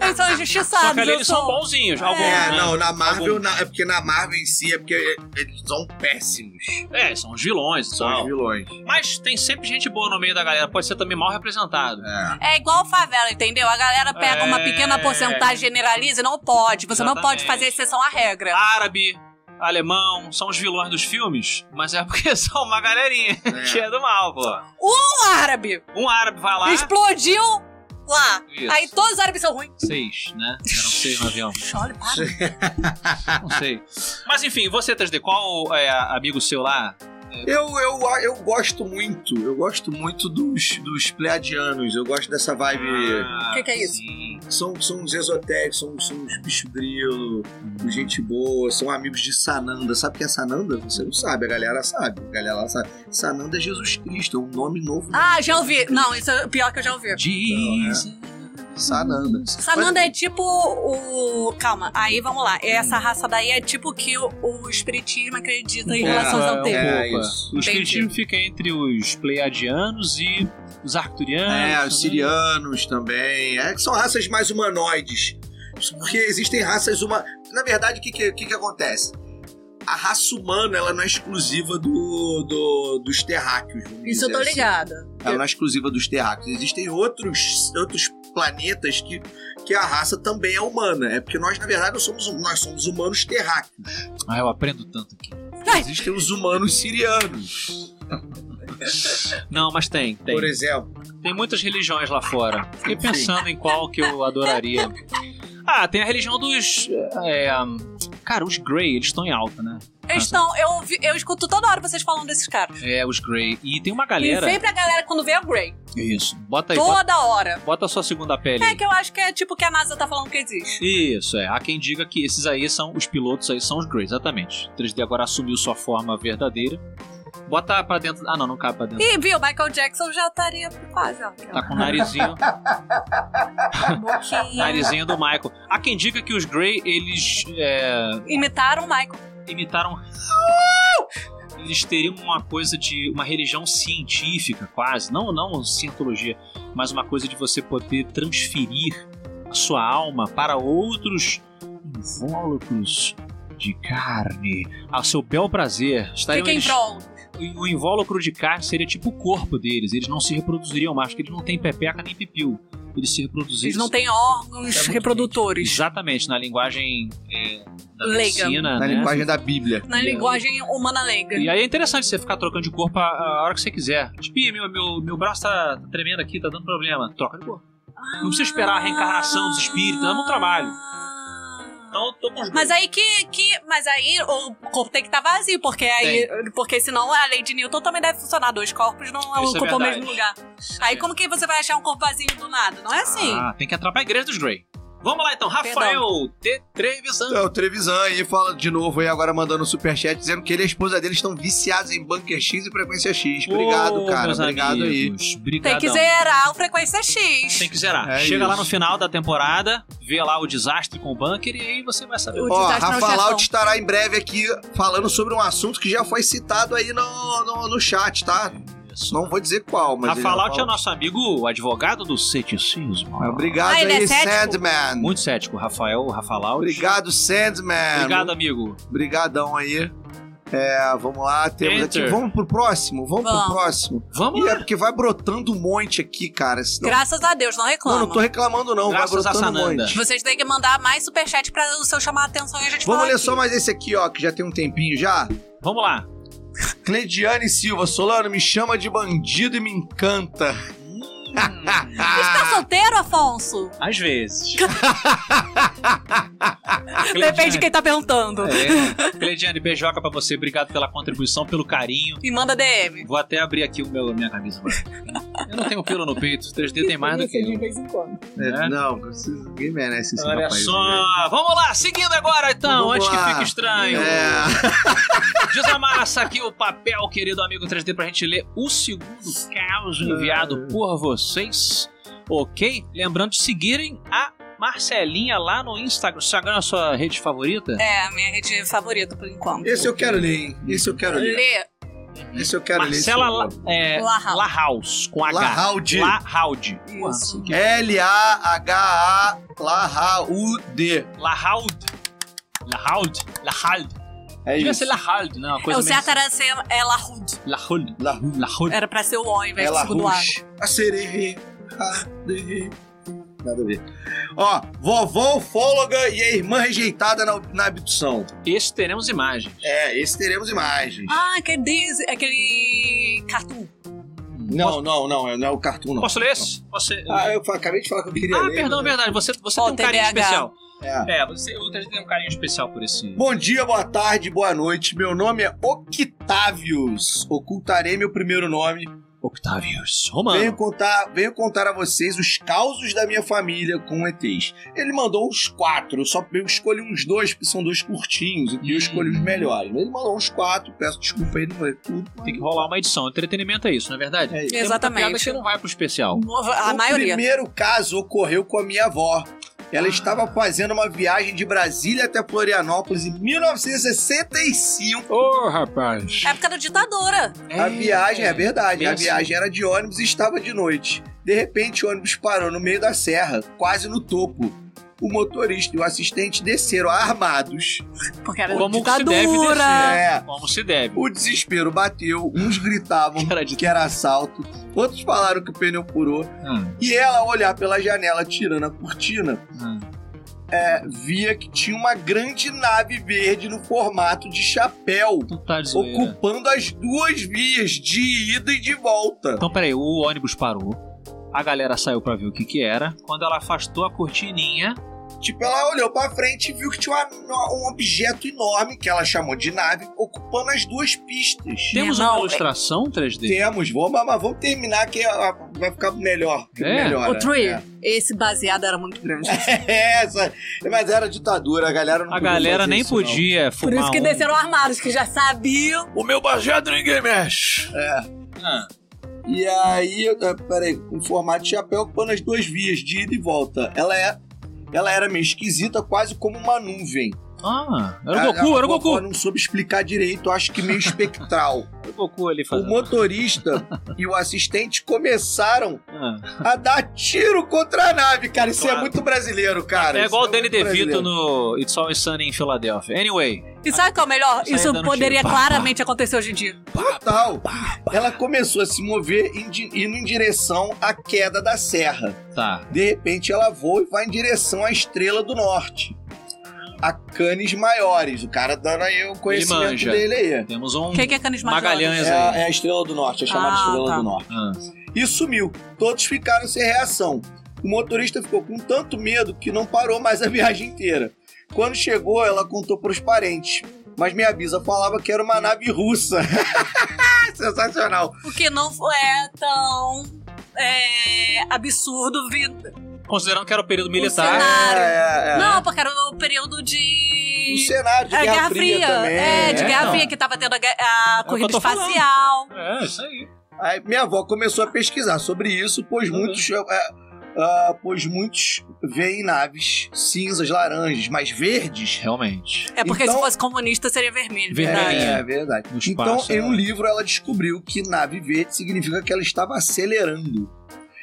Eles são
Só
injustiçados.
que ali
eu
eles são
sou.
bonzinhos. Alguns,
É,
né?
não, na Marvel,
Algum-
na- é porque na Marvel em si é porque eles são péssimos.
É, são os vilões e
São os
tal.
vilões.
Mas tem sempre gente boa no meio da galera. Pode ser também mal representado.
É.
É igual favela, entendeu? A galera pega uma
É.
pequena porcentagem, generaliza e não pode. Você não pode
Exatamente. Ah!
fazer exceção à regra.
É Árabe, alemão, são os vilões dos filmes, mas é porque são uma galerinha que é do mal, pô.
Um árabe
Um árabe vai lá...
explodiu lá.
Isso.
Aí todos os árabes são ruins.
Seis, né? Eram seis no avião.
Olha, para.
Não sei. Mas enfim, você, 3D, qual é a- amigo seu lá?
Eu, eu, eu gosto muito, eu gosto muito dos, dos pleadianos, eu gosto dessa vibe.
Ah,
Que que é isso?
sim.
São, são os esotéricos, são, são os bicho grilo, os gente boa, são amigos de Sananda. Sabe quem é Sananda? Você não sabe, a galera sabe. A galera sabe. Sananda
Ah.
é Jesus Cristo, é um nome novo.
Então, né?
Ah, já ouvi. Não, isso é o pior que eu já ouvi.
Jesus.
Sananda.
Sananda é tipo o. Calma, aí vamos lá. Essa raça daí é tipo o que o, o espiritismo acredita em
É,
relação
é,
ao tempo.
É,
Opa.
isso.
O espiritismo fica entre os pleiadianos e os arcturianos.
É,
né?
os sirianos também. É que são raças mais humanoides. Porque existem raças uma. Na verdade, o que, que, o que que acontece? A raça humana ela não é exclusiva do, do- dos terráqueos. vamos
Isso eu
dizer
tô
assim.
ligada.
Ela não é exclusiva dos terráqueos. Existem outros, outros planetas que, que a raça também é humana. É porque nós, na verdade, nós somos, nós somos humanos terráqueos.
Ah, eu aprendo tanto aqui.
Existem os humanos sirianos,
Não, mas tem, tem.
por exemplo.
Tem muitas religiões lá fora. Fiquei pensando em qual que eu adoraria. Ah, tem a religião dos. é, cara, os Grey, eles estão em alta, né?
Eles estão. então, Eu, ouvi- eu escuto toda hora vocês falando desses caras.
É, os Grey. E tem uma
E
galera.
sempre a galera quando vê é o Grey.
Isso. Bota aí, bota,
Toda hora.
bota a sua segunda pele.
É que eu acho que é tipo o que a NASA tá falando que existe.
Isso, é. Há quem diga que esses aí são os pilotos aí, são os Grey, exatamente. 3D agora assumiu sua forma verdadeira. Bota pra dentro. Ah, não, não cabe pra dentro.
E viu, Michael Jackson já estaria quase, ó. é um
Tá com o narizinho,
Boquinha.
narizinho do Michael. Há quem diga que os Grey, eles é,
Imitaram o Michael.
imitaram. Eles teriam uma coisa de. uma religião científica, quase. Não, não cientologia, mas uma coisa de você poder transferir a sua alma para outros invólucros de carne. Ao seu bel prazer. Estariam
Fiquem
eles-
troll.
o invólucro de carne seria tipo o corpo deles. Eles não se reproduziriam mais, porque eles não têm pepeca nem pipiu. Eles se reproduziriam.
Eles não têm
um
órgãos reprodutores.
Exatamente, na linguagem é, da
Leiga.
medicina,
Na
né?
linguagem da Bíblia.
Na linguagem humana leiga.
um E aí é interessante você ficar trocando de corpo a, a hora que você quiser. Tipo, "Ih, meu, meu, meu braço tá tremendo aqui, tá dando problema. Troca de corpo. Não precisa esperar a reencarnação dos espíritos, dá um trabalho.
Ah.
Então eu tô com os
Mas aí que, que. Mas aí o corpo tem que estar vazio, porque aí. Porque senão a lei de Newton também deve funcionar. Dois corpos não
Isso é
ocupam o
verdade.
mesmo lugar. Aí como que você vai achar um corpo vazio do nada? Não é assim.
Ah, tem que entrar pra igreja dos Grey. Vamos lá então,
Perdão.
Rafael T. Trevisan.
É, o Trevisan aí fala de novo aí, agora mandando um superchat, dizendo que ele e a esposa dele estão viciados em Bunker X e Frequência X. Obrigado,
Ô,
cara.
meus
Obrigado aí.
amigos,
tem
brigadão.
que zerar o frequência X.
Tem que zerar.
É
Chega
isso.
lá no final da temporada, vê lá o desastre com o bunker e aí você vai saber.
O
Ó,
desastre é o
Rafa
chefão.
Laut estará em breve aqui falando sobre um assunto que já foi citado aí no, no, no chat, tá?
Isso.
Não vou dizer qual, mas. ele
Rafa
já
Laut é o
falou.
nosso amigo, o advogado do ceticismo.
Obrigado
Ah, ele é
aí,
cético?
Sandman.
Muito cético, Rafael, Rafa Laut.
Obrigado, Sandman.
Obrigado, amigo.
Obrigadão aí. É, vamos lá, temos
Enter.
aqui. Vamos pro próximo? Vamos,
Vamos.
pro próximo.
Vamos
E
lá.
é porque vai brotando um monte aqui, cara. senão-
Graças a Deus, não
Não,
reclama.
não tô reclamando, não.
Graças a
vai brotando um
Sananda.
monte.
Vocês têm que mandar mais superchat pra o seu chamar a atenção e a gente
Vamos
falar
ler
aqui.
só mais esse aqui, ó, que já tem um tempinho já.
Vamos lá.
Clediane Silva, Solano, me chama de bandido e me encanta.
Hum. Ah.
Tá solteiro, Afonso?
Às vezes.
Depende de quem tá perguntando.
né? É. Cleidiane, beijoca pra você. Obrigado pela contribuição, pelo carinho.
E manda DM.
Vou até abrir aqui o meu, minha camisa. mano. Eu não tenho pelo no peito. 3D tem mais do que eu.
É,
É.
Não, vocês- ninguém merece esse
Olha
rapaz. né?
só. Vamos lá, seguindo agora então,
Vamos
antes
lá.
que fique estranho.
É,
Desamassa aqui o papel, querido amigo 3D, pra gente ler o segundo caos enviado por vocês. Ok? Lembrando de seguirem a Marcelinha lá no Instagram. Instagram é a sua rede favorita?
É, a minha rede favorita por enquanto.
esse
é
eu quero ler, hein? Esse eu quero ler.
Lê,
Esse eu quero
Marcela La,
ler.
é,
Lahal.
Lahaus, com H.
Lahaud.
Lahaud.
Isso.
Nossa, que-
L-A-H-A Lahaud.
Lahaud. Lahaud. Lahaud.
É
Devia
isso.
ser Lahaud, né? Uma
é,
coisa
o Zé É. Taracê é Larrud.
Lahaud.
Lahaud.
Lahaud.
Era pra ser o O em vez do
Ela
segundo A.
rush, a sererê, a derê. Nada a ver. Ó, vovó ufóloga e a irmã rejeitada na, na abdução.
Esse teremos imagem.
É, esse teremos imagens.
Ah, aquele, Disney- aquele cartoon.
não, não, não, não é o cartoon, não.
Posso ler esse? Posso...
Ah, eu fa- acabei de falar que eu queria
Ah,
ler.
perdão,
né?
verdade. Você, você
Ó,
tem um carinho
TDAH.
especial.
É.
É, você, o Tadeu tem um carinho especial por esse.
Bom dia, boa tarde, boa noite. Meu nome é Octavius. Ocultarei meu primeiro nome
Octavius Romano.
Venho contar, venho contar a vocês os causos da minha família com ETs. Ele mandou uns quatro, eu só eu escolhi uns dois, porque são dois curtinhos, e eu escolhi os melhores. Ele mandou uns quatro, peço desculpa aí, não é tudo.
Tem que rolar uma edição. Entretenimento é isso, não é verdade?
É isso.
Tem muita
Exatamente.
piada que não vai pro especial.
Nova- A
o
maioria.
primeiro caso ocorreu com a minha avó. Ela estava fazendo uma viagem de Brasília até Florianópolis em 1965.
Ô, rapaz.
É Época da ditadura.
A viagem, é verdade, a
Pensa.
viagem era de ônibus e estava de noite. De repente, o ônibus parou no meio da serra, quase no topo. O motorista e o assistente desceram armados.
Porque era
Como se
ditadura.
deve descer.
É,
Como se deve.
o desespero bateu, uns gritavam
Cara de-
que era assalto, outros falaram que o pneu furou.
Hum,
E ela, ao olhar pela janela, tirando a cortina, é,
hum.
via que tinha uma grande nave verde no formato de chapéu,
Tu tá de zoeira.
ocupando as duas vias de ida e de volta.
Então, peraí, o ônibus parou. A galera saiu pra ver o que que era. Quando ela afastou a cortininha,
Tipo, ela olhou pra frente e viu que tinha uma- um objeto enorme, que ela chamou de nave, ocupando as duas pistas.
temos
irmão,
uma ilustração 3D.
Temos, vamos, mas vamos terminar que a- a- vai ficar melhor. que
É?
melhora.
O Trier, esse baseado era muito grande.
É, essa- mas era ditadura, a galera não
A
podia
galera
fazer
nem
isso, não.
podia
Por
fumar
isso que
um.
desceram armados, que já sabiam.
O meu baseado ninguém mexe.
Ah,
É. E aí, eu- eh, peraí, com formato de chapéu ocupando as duas vias, de ida e volta. Ela é. Ela era meio esquisita, quase como uma nuvem.
Ah, era
A-
o Goku,
a
era o Goku.
vovó não soube explicar direito, acho que meio espectral.
Era o Goku ali
o
fazendo.
motorista e o assistente começaram
Ah.
a dar tiro contra a nave, cara. Isso é
Claro.
muito brasileiro, cara.
É
Isso
igual o Danny
muito
DeVito
brasileiro.
no It's Always Sunny em Filadélfia. Anyway,
E sabe o que é o melhor?
Isso aí
Isso
dando
poderia
tiro.
claramente acontecer hoje em dia.
Total. Ela começou a se mover em di- indo em direção à queda da serra.
tá.
De repente ela voa e vai em direção à Estrela do Norte. A canes maiores. O cara dando aí o conhecimento
manja.
dele aí.
Temos um.
O que que é Canis
Magalhães.
Magalhães?
É, a- é a Estrela do Norte, é chamada
Ah,
Estrela
tá.
do Norte.
Ah.
E sumiu. Todos ficaram sem reação. O motorista ficou com tanto medo que não parou mais a viagem inteira. Quando chegou, ela contou para os parentes. Mas minha bisa falava que era uma nave russa. Sensacional.
O que não é tão é, absurdo vindo.
Considerando que era o tá- período
O
militar.
cenário. Claro.
É, é, é.
Não, porque era o período de.
Um cenário de
É,
Guerra, Fria, também. Então.
É, de Guerra
É, não.
Então.
Fria, que tava tendo a, ga- a
que
corrida
eu tô falando.
espacial.
É, isso aí.
Aí minha avó começou a pesquisar sobre isso, pois
Uhum.
muitos. é, ah, pois muitos veem naves cinzas, laranjas, mas verdes.
Realmente.
É porque
Então-
se fosse comunista seria vermelho,
Vermelhinho.
verdade.
É, é verdade.
No
Então,
espaço,
em
né?
um livro, ela descobriu que nave verde significa que ela estava acelerando.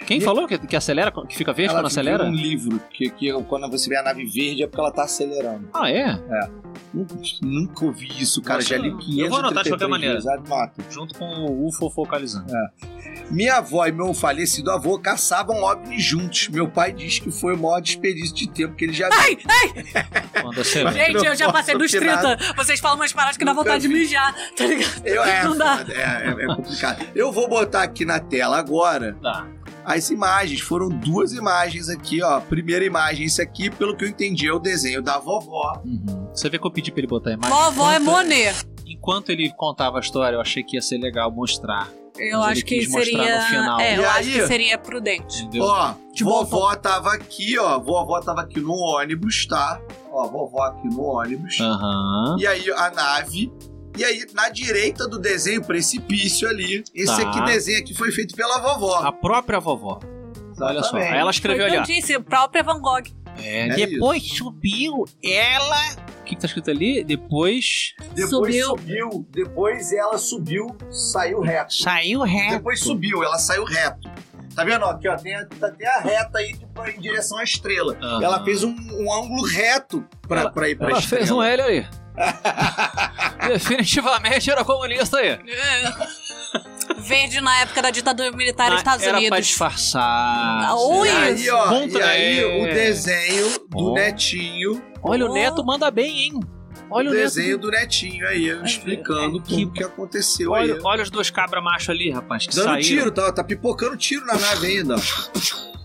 Quem
E-
falou que, que acelera, que fica verde
ela
quando acelera?
viu um livro que, que quando você vê a nave verde é porque ela está acelerando.
Ah, é?
Nunca, nunca ouvi isso, cara.
Nossa,
Já li
eu vou
500
anotar de qualquer maneira.
Anota.
Junto com o UFO focalizando.
Minha avó e meu falecido avô caçavam OVNI juntos. Meu pai diz que foi o maior desperdício de tempo que ele já viu.
Ai, ai,
É.
Quando acelera.
gente, eu já
posso
passei dos
opinar.
30. Vocês falam umas paradas que dá
Nunca
vontade de
vi.
mijar, tá ligado?
Eu, é,
Não dá.
foda, é, é- é complicado. Eu vou botar aqui na tela agora
Tá.
as imagens. Foram duas imagens aqui, ó. Primeira imagem, isso aqui, pelo que eu entendi, é o desenho da vovó.
Uhum. Você vê que eu pedi pra ele botar a imagem.
Vovó é Monet.
Enquanto ele contava a história, eu achei que ia ser legal mostrar.
Eu
Mas ele
acho que
quis mostrar
seria.
no final.
É,
E
eu acho
aí?
que seria prudente.
Entendeu?
Ó,
De
vovó tava aqui, ó. Vovó tava aqui no ônibus, tá? Ó, vovó aqui no ônibus.
Aham.
E aí a nave. E aí, na direita do desenho, precipício ali. Esse
Tá.
aqui desenho aqui foi feito pela vovó.
A própria vovó. Olha só.
Exatamente.
Aí ela
Foi
escreveu ali, ó.
prudente, própria Van Gogh.
É,
É
depois subiu ela. O que, que tá escrito ali? Depois
Depois
Subiu.
subiu. Depois ela subiu, saiu reto.
saiu reto.
Depois subiu, ela saiu reto. Tá vendo? ó, Aqui, ó, tem, a- tá- tem a reta aí tipo, em direção à estrela.
Aham.
Ela fez um, um ângulo reto pra,
Ah. Ela-
pra ir pra
Ela
estrela.
fez um L aí. Definitivamente era comunista aí.
Verde na época da ditadura militar dos
Ah,
Estados
era pra
Unidos.
disfarçar.
Ah,
Um
ui.
E aí, ó,
Contra-
e aí
é.
o desenho do
Ó.
netinho.
Olha,
Oh.
o Neto manda bem, hein? Olha o,
o
Neto. é,
desenho do netinho aí, eu explicando
que-
tudo o que aconteceu aí.
Olha, olha os dois cabra macho ali, rapaz, que
Dando
saíram.
tiro, tá, tá pipocando tiro na nave ainda. ó.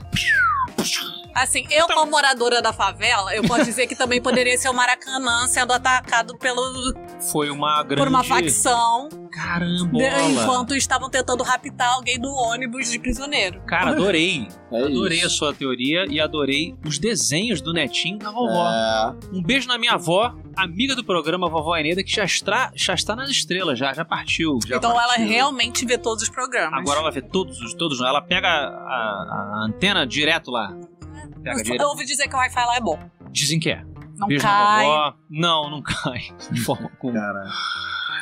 Assim, eu
Então-
como moradora da favela, eu posso dizer que também poderia ser o Maracanã sendo atacado pelo,
Foi uma grande...
por uma facção.
Carambola.
Enquanto estavam tentando raptar alguém do ônibus de prisioneiro.
Cara, adorei.
É
adorei a
isso.
sua teoria e adorei os desenhos do netinho da vovó.
É.
Um beijo na minha avó, amiga do programa Vovó Eneida, que já está, já está nas estrelas, já, já partiu. já
então ela
partiu.
realmente vê todos os programas.
Agora ela vê todos os. Todos, não. ela pega a, a- a antena direto lá. Pega
eu, eu
direto.
ouvi dizer que o Wi-Fi lá é bom.
Dizem que é.
Não
Beijo
cai.
na vovó. Não, não cai. De forma alguma.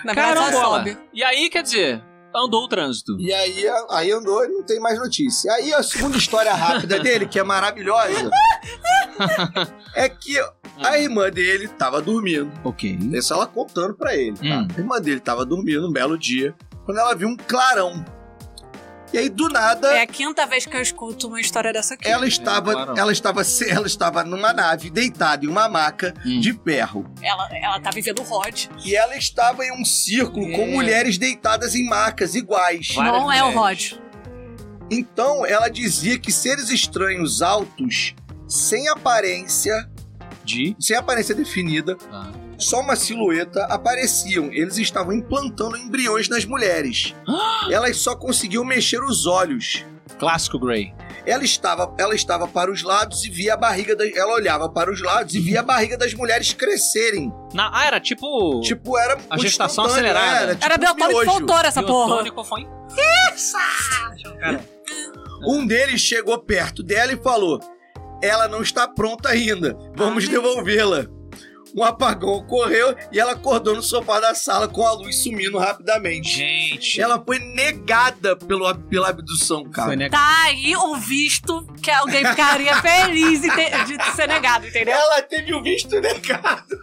Na verdade, só
Carambola.
sobe.
E aí, quer dizer, andou o trânsito.
E aí, aí andou e não tem mais notícia. Aí a segunda história rápida dele, que é maravilhosa, é que a irmã dele tava dormindo.
Ah, Ok.
Isso ela contando pra ele, tá?
Hum.
A irmã dele tava dormindo um belo dia, quando ela viu um clarão. E aí, do nada,
É a quinta vez que eu escuto uma história dessa aqui.
ela estava,
É, clarão.
ela estava, se- ela estava numa nave, deitada em uma maca
Hum.
de ferro.
Ela, ela tá vivendo o Rod.
E ela estava em um círculo com
É.
mulheres deitadas em macas iguais.
Várias
não é o
mulheres.
Rod.
Então ela dizia que seres estranhos altos, sem aparência,
De.
sem aparência definida,
Ah.
só uma silhueta, apareciam. Eles estavam implantando embriões nas mulheres. Elas só conseguiam mexer os olhos.
Clássico Grey.
Ela estava, ela estava para os lados e via a barriga das, ela olhava para os lados e via a barriga das mulheres crescerem.
Na, ah, era tipo.
Tipo, era
A
muito
gestação
instantâneo,
acelerada.
Era, tipo
Era Beltone
miojo.
Fontoura essa porra.
biotônico, foi.
Um deles chegou perto dela e falou: Ela não está pronta ainda, vamos
Ah.
devolvê-la. Um apagão ocorreu e ela acordou no sofá da sala com a luz sumindo rapidamente.
Gente.
Ela foi negada pelo, ab- pela abdução, cara.
Foi, né?
Tá aí o visto que alguém ficaria feliz de, ter- de ser negado, entendeu?
Ela teve o visto negado.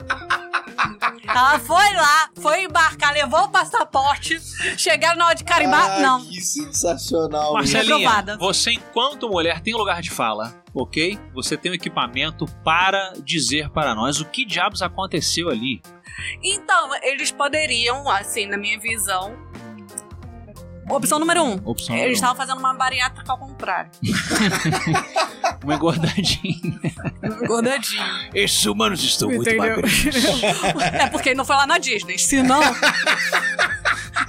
Ela foi lá, foi embarcar, levou o passaporte, chegaram na hora de carimbar.
Ah,
não,
Que sensacional.
Reprovada.
Marcelinha, você enquanto mulher tem lugar de fala, ok? Você tem o equipamento para dizer para nós o que diabos aconteceu ali.
Então, eles poderiam, assim, na minha visão. Opção número um.
Opção número um.
Eles estavam fazendo uma bariátrica ao contrário.
Uma engordadinha.
Gordadinho.
Esses humanos estão muito
Entendeu?
magros.
é porque ele não foi lá na Disney. Se não,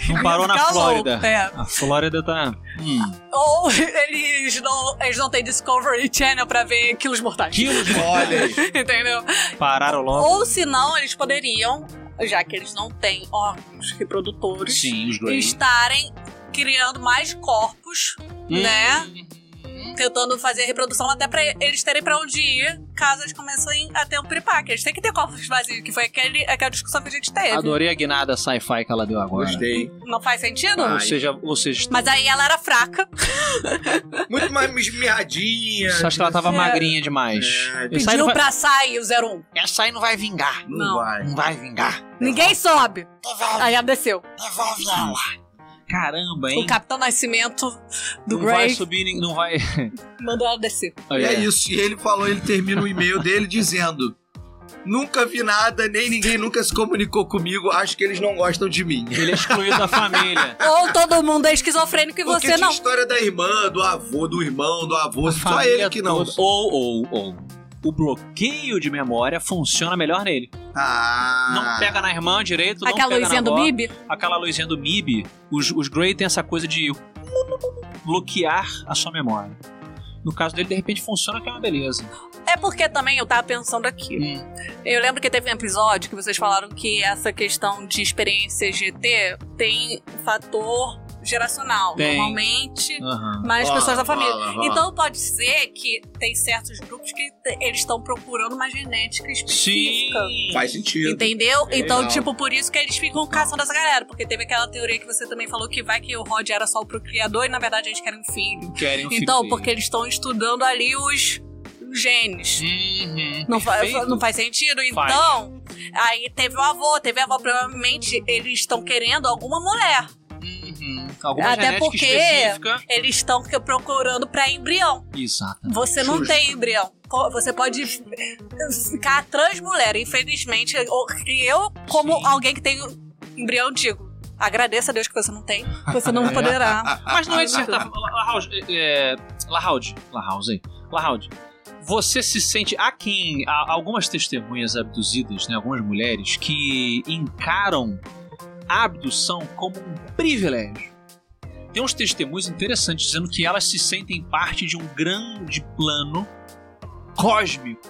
Não parou na
fica louco.
Flórida.
É.
A Flórida tá. Hum.
Ou eles não, eles não têm Discovery Channel pra ver quilos mortais.
Quilos de-
Olha aí.
Entendeu?
pararam logo.
Ou se não, eles poderiam, já que eles não têm órgãos reprodutores,
Sim, os Grey.
estarem criando mais corpos,
Hum.
né?
Uhum.
Tentando fazer a reprodução até pra eles terem pra onde ir, caso eles comecem a ter um piripaque. Eles têm que ter corpos vazios, que foi aquele, aquela discussão que a gente teve.
Adorei a guinada sci-fi que ela deu agora.
Gostei.
Não faz sentido?
Ou seja, ou seja,
Mas aí ela era fraca.
Muito mais miadinha.
você acha que ela tava
É.
magrinha demais.
É,
Essa aí não
Pediu
vai-
pra sair o 01.
Essa aí não vai vingar.
Não,
Não.
vai.
Não vai vingar.
Ninguém sobe.
Devolve,
Aí ela desceu.
devolve ela.
Caramba, hein?
O Capitão Nascimento do é
não vai
Grey
subir, nem- não vai.
mandou ela descer.
E
Olha
é
aí.
isso. E ele falou, ele termina o e-mail dele dizendo: Nunca vi nada, nem ninguém nunca se comunicou comigo, acho que eles não gostam de mim.
Ele é excluído da família.
Ou todo mundo é esquizofrênico e
Porque
você
tinha
não.
história da irmã, do avô, do irmão, do avô, só
Família
ele que não.
toda- Ou, ou, ou. O bloqueio de memória funciona melhor nele.
Ah.
Não pega na irmã direito, não
Aquela
pega
luzinha
na
do
avó.
MIB?
Aquela luzinha do MIB. Os, os Grey tem essa coisa de bloquear a sua memória. No caso dele, de repente funciona que é uma beleza.
É porque também eu tava pensando aqui.
Hum.
Eu lembro que teve um episódio que vocês falaram que essa questão de experiência GT tem um fator geracional.
Tem.
Normalmente,
Aham.
mais
Rola,
pessoas da família.
rola, rola.
Então pode ser que tem certos grupos que te- eles estão procurando uma genética
Sim.
específica.
Faz sentido.
Entendeu? Então,
Legal.
tipo, por isso que eles ficam caçando essa galera. Porque teve aquela teoria que você também falou que vai que o Rod era só o procriador e na verdade eles querem um filho.
Querem um filho
Então,
dele.
porque eles estão estudando ali os genes.
Uhum.
Não, fa-
Perfeito.
não faz sentido?
Faz.
Então, aí teve o avô, teve a avó. Provavelmente eles estão querendo alguma mulher.
Uhum. Alguma
Até
genética
porque-
específica.
Eles estão que- procurando pra embrião.
Exato.
Você não
Justo.
tem embrião. Co- Você pode ficar transmulher, infelizmente. O- e Eu, como
Sim.
alguém que tem embrião, digo. Agradeça a Deus que você não tem. Você não poderá.
Mas não é de certa forma. La- La House, é, é, La House, La House aí. La House. Você se sente. Há quem. Há algumas testemunhas abduzidas, né? Algumas mulheres que encaram abdução como um privilégio. Tem uns testemunhos interessantes dizendo que elas se sentem parte de um grande plano cósmico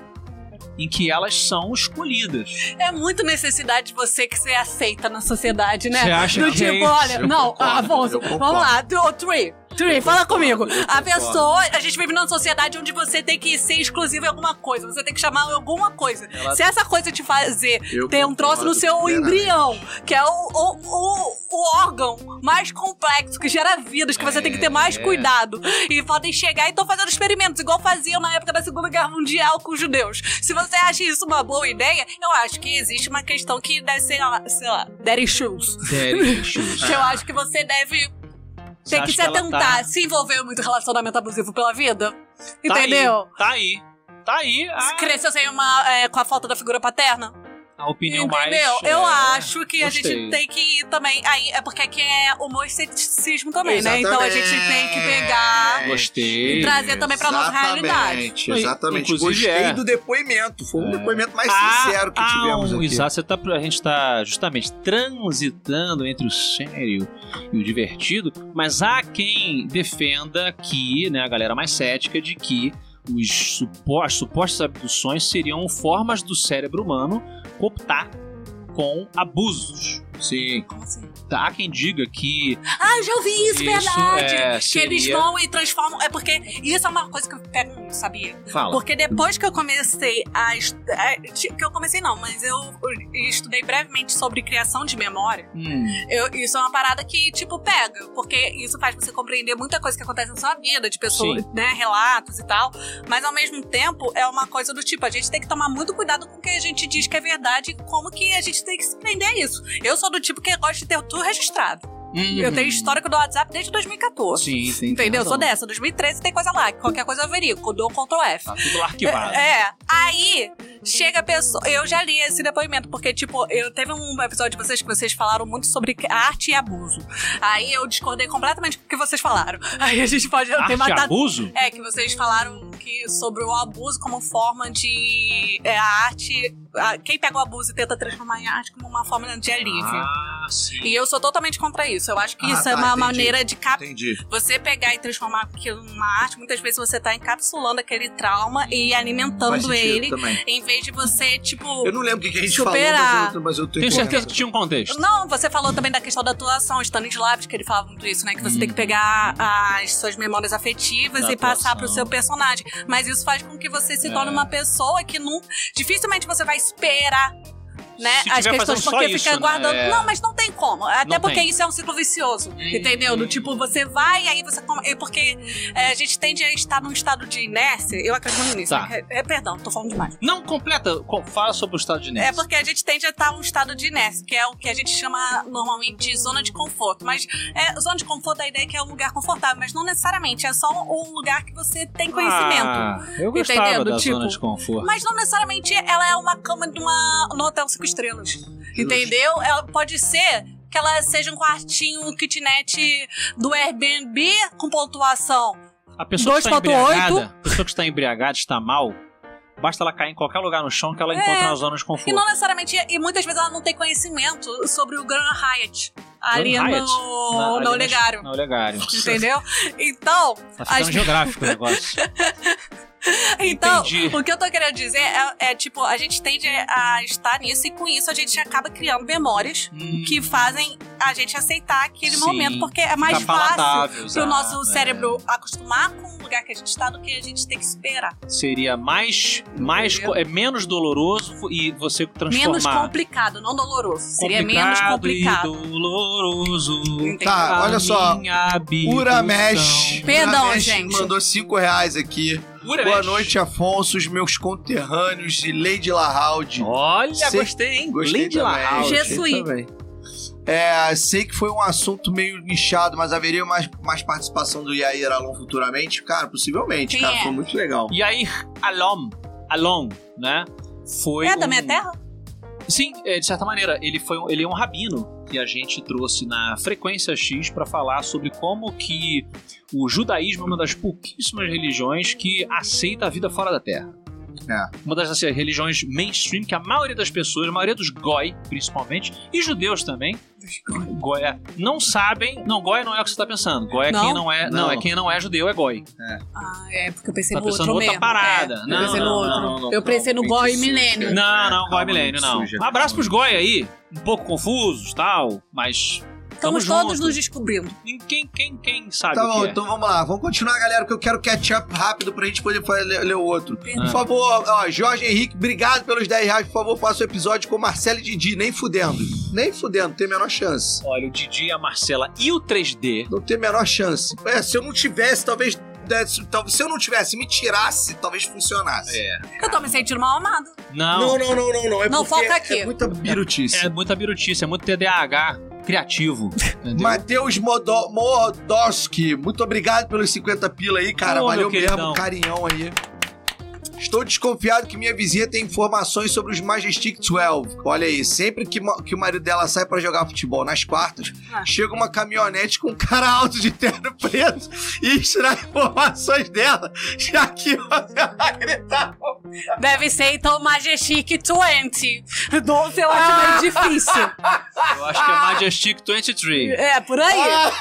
em que elas são escolhidas.
É muito necessidade de você que ser aceita na sociedade, né?
Você acha
Do
que
tipo,
é isso?
olha,
Eu
não,
concordo,
Afonso,
eu concordo.
vamos lá, do, Tree. Tree, fala comigo.
eu
A
concordo.
pessoa, a gente vive numa sociedade onde você tem que ser exclusivo em alguma coisa, você tem que chamar alguma coisa.
Ela-
Se essa coisa te fazer
Eu
ter um troço no
concordo
seu
plenamente.
embrião, que é o, o, o, o órgão mais complexo, que gera vidas, que você tem que ter mais
É.
cuidado. E podem chegar e estão fazendo experimentos, igual faziam na época da Segunda Guerra Mundial com os judeus. Se você acha isso uma boa ideia, eu acho que existe uma questão que deve ser, sei lá, daddy shoes. Que eu acho que você deve
Você
ter
acha
que se
que ela
atentar,
tá-
se envolver muito em relacionamento abusivo pela vida.
Tá aí,
Entendeu?
Tá aí. Tá aí a,
Cresceu sem uma, é, com a falta da figura paterna.
a opinião mais.
Entendeu? Eu
é,
acho que a
gostei.
gente tem que ir também. Aí, é porque aqui é humor e ceticismo também, né? Então a gente tem que pegar.
Gostei.
E trazer também pra nossa
Exatamente,
realidade.
Exatamente.
Inclusive,
Gostei
é.
do depoimento. Foi um depoimento mais
Há-
sincero que
há
tivemos
Ah, um-
aqui.
Exato, você tá- a gente está justamente transitando entre o sério e o divertido, mas há quem defenda que, né, a galera mais cética, de que os supostos, supostas abduções seriam formas do cérebro humano cooptar com abusos. Sim.
Como assim?
Há quem diga que
Ah, já ouvi isso,
Isso,
verdade!
é,
que eles
seria-
vão e transformam. É porque isso é uma coisa que eu pego muito, sabia?
fala.
Porque depois que eu comecei a, est- a- ti- Que eu comecei não, mas eu eu estudei brevemente sobre criação de memória.
Hum,
Eu- isso é uma parada que, tipo, pega. Porque isso faz você compreender muita coisa que acontece na sua vida, de pessoas, né? Relatos e tal. Mas ao mesmo tempo, é uma coisa do tipo, a gente tem que tomar muito cuidado com o que a gente diz que é verdade e como que a gente tem que se prender a isso. Eu sou do tipo que gosta de ter tudo registrado.
Uhum.
Eu tenho histórico do WhatsApp desde 2014.
hum, Sim, tem
Entendeu? Eu
razão.
Sou dessa. 2013 tem coisa lá. que Qualquer coisa eu verifico. Dou um Ctrl F.
Tá tudo lá arquivado.
É. Aí chega a pessoa. Eu já li esse depoimento, porque, tipo, eu teve um episódio de vocês que vocês falaram muito sobre arte e abuso. Aí eu discordei completamente com o que vocês falaram. Aí a gente pode eu ter
Arte
matado.
abuso?
É, que vocês falaram que sobre o abuso como forma de. É, a arte. a- quem pega o abuso e tenta transformar em arte como uma forma de alívio.
Ah, sim.
E eu sou totalmente contra isso. Eu acho que
Ah,
isso é
tá,
uma
entendi.
maneira de cap
Entendi.
você pegar e transformar aquilo numa arte, muitas vezes você tá encapsulando aquele trauma e
Faz
alimentando
sentido
ele,
também.
em vez de você, tipo.
Eu não lembro o que que a gente
Superar.
falou, mas eu, mas eu tô
Tenho certeza que
entendendo.
tinha um contexto.
Não, você falou também da questão da atuação, Stanislavski, que ele falava muito isso, né? Que você
Hum.
tem que pegar as suas memórias afetivas
Da
e passar
atuação. É.
pro seu personagem. Mas isso faz com que você se torne uma pessoa que não. Dificilmente você vai esperar. Né?
Se
As
tiver
questões
fazendo
porque
só
fica
isso, né?
guardando.
É.
Não, mas não tem como. Até
Não
porque
tem. Uhum.
isso é um ciclo vicioso. Entendeu? Do tipo, você vai e aí você. come- é Porque é, a gente tende a estar num estado de inércia. Eu acredito muito nisso.
Tá.
né? É, perdão, tô falando demais.
Não, completa. co- Fala sobre o estado de
É
inércia.
porque a gente tende a estar num estado de inércia, que é o que a gente chama normalmente de zona de conforto. Mas é, zona de conforto, a ideia é que é um lugar confortável, mas não necessariamente. É só um lugar que você tem conhecimento.
Ah, eu gostava
Entendeu?
da
Tipo,
zona de conforto.
Mas não necessariamente ela é uma cama de uma, no hotel cinco estrelas. Entendeu? Ela pode ser que ela seja um quartinho, um kitnet do Airbnb com pontuação.
A pessoa que está
2.8.
embriagada, a pessoa que está embriagada, está mal, basta ela cair em qualquer lugar no chão que ela
É.
encontra na zona de
E
conforto.
não necessariamente. E muitas vezes ela não tem conhecimento sobre o Grand Hyatt ali
Grand Hyatt? Ah, Na-
no,
ali
no
na-
é Olegário.
No olegário.
Entendeu? Então,
Tá ficando
As-
geográfico o negócio.
então
Entendi.
o que eu tô querendo dizer é, é, tipo, a gente tende a estar nisso e com isso a gente acaba criando memórias
Hum,
que fazem a gente aceitar aquele
Sim.
momento, porque é mais
fica
fácil
palatável,
pro
exato,
nosso
é.
cérebro acostumar com o lugar que a gente tá do que a gente tem que esperar.
Seria mais, mais co- é menos doloroso e você transformar.
Menos complicado, não doloroso. Seria menos
Complicado
complicado.
E doloroso.
Entendeu?
Tá, olha só. Uramesh.
Perdão,
Uramesh
gente.
Mandou 5 reais aqui. Boa noite, Afonso, os meus conterrâneos e Lady Lahoud.
Olha,
Sei-
gostei, hein?
Gostei
Lady
também,
Lahoud.
gostei
Jesuí.
também. É, sei que foi um assunto meio nichado, mas haveria mais, mais participação do Yair Alon futuramente? Cara, possivelmente,
Quem
cara.
é?
Foi muito legal.
E aí, Alon, Alon, né? Foi
É da
um-
minha terra?
Sim, é, de certa maneira, ele foi um- ele é um rabino que a gente trouxe na frequência X para falar sobre como que o judaísmo é uma das pouquíssimas religiões que aceita a vida fora da Terra.
É.
Uma das assim, religiões mainstream que a maioria das pessoas, a maioria dos goi, principalmente, e judeus também, Goi é. Não sabem. Não, Goi não é o que você tá pensando. Goi é
Não?
quem não é. Não.
Não.
é quem não é judeu, é Goi.
Ah, é, porque eu pensei
Tá
no outro
pensando outra
mesmo.
parada.
É, eu
Não,
pensei no
não,
outro.
não,
eu pensei no Goi Milênio.
Não, não,
É, calma,
Goi Milênio, não.
suja.
Um abraço pros Goi aí. Um pouco confusos tal, mas.
Estamos
tamo
todos
junto.
nos descobrindo.
Quem, quem, quem sabe
Tá
o
bom,
que é?
então vamos lá. Vamos continuar, galera, que eu quero catch-up rápido pra gente poder fa- ler, ler o outro. Por
Ah.
Perdão.
favor, ó, Jorge Henrique, obrigado pelos 10 reais. Por favor, faça o episódio com Marcelo e Didi. Nem fudendo. Nem fudendo, não tem a menor chance.
Olha, o Didi, a Marcela e o 3D.
Não tem a menor chance. É, se eu não tivesse, talvez. desse- tal- Se eu não tivesse, me tirasse, talvez funcionasse.
Eu tô me sentindo mal amado.
É. Não.
É. Não, não, não, não, não. É
Não,
porque
foca aqui.
É muita birutice.
É muita birutice, é muito TDAH criativo. entendeu?
Matheus Modo- Modoski, muito obrigado pelos 50 pila aí, cara.
Ô,
Valeu
meu
mesmo,
queridão.
carinhão aí. Estou desconfiado que minha vizinha tem informações sobre os Majestic 12. Olha aí, sempre que, ma- que o marido dela sai pra jogar futebol nas quartas,
Ah.
chega uma caminhonete com um cara alto de terno preto e extrai informações dela, já que ela gritar.
Deve ser então Majestic 20. 12 eu acho meio difícil.
Eu acho que é Majestic 23.
É, por aí.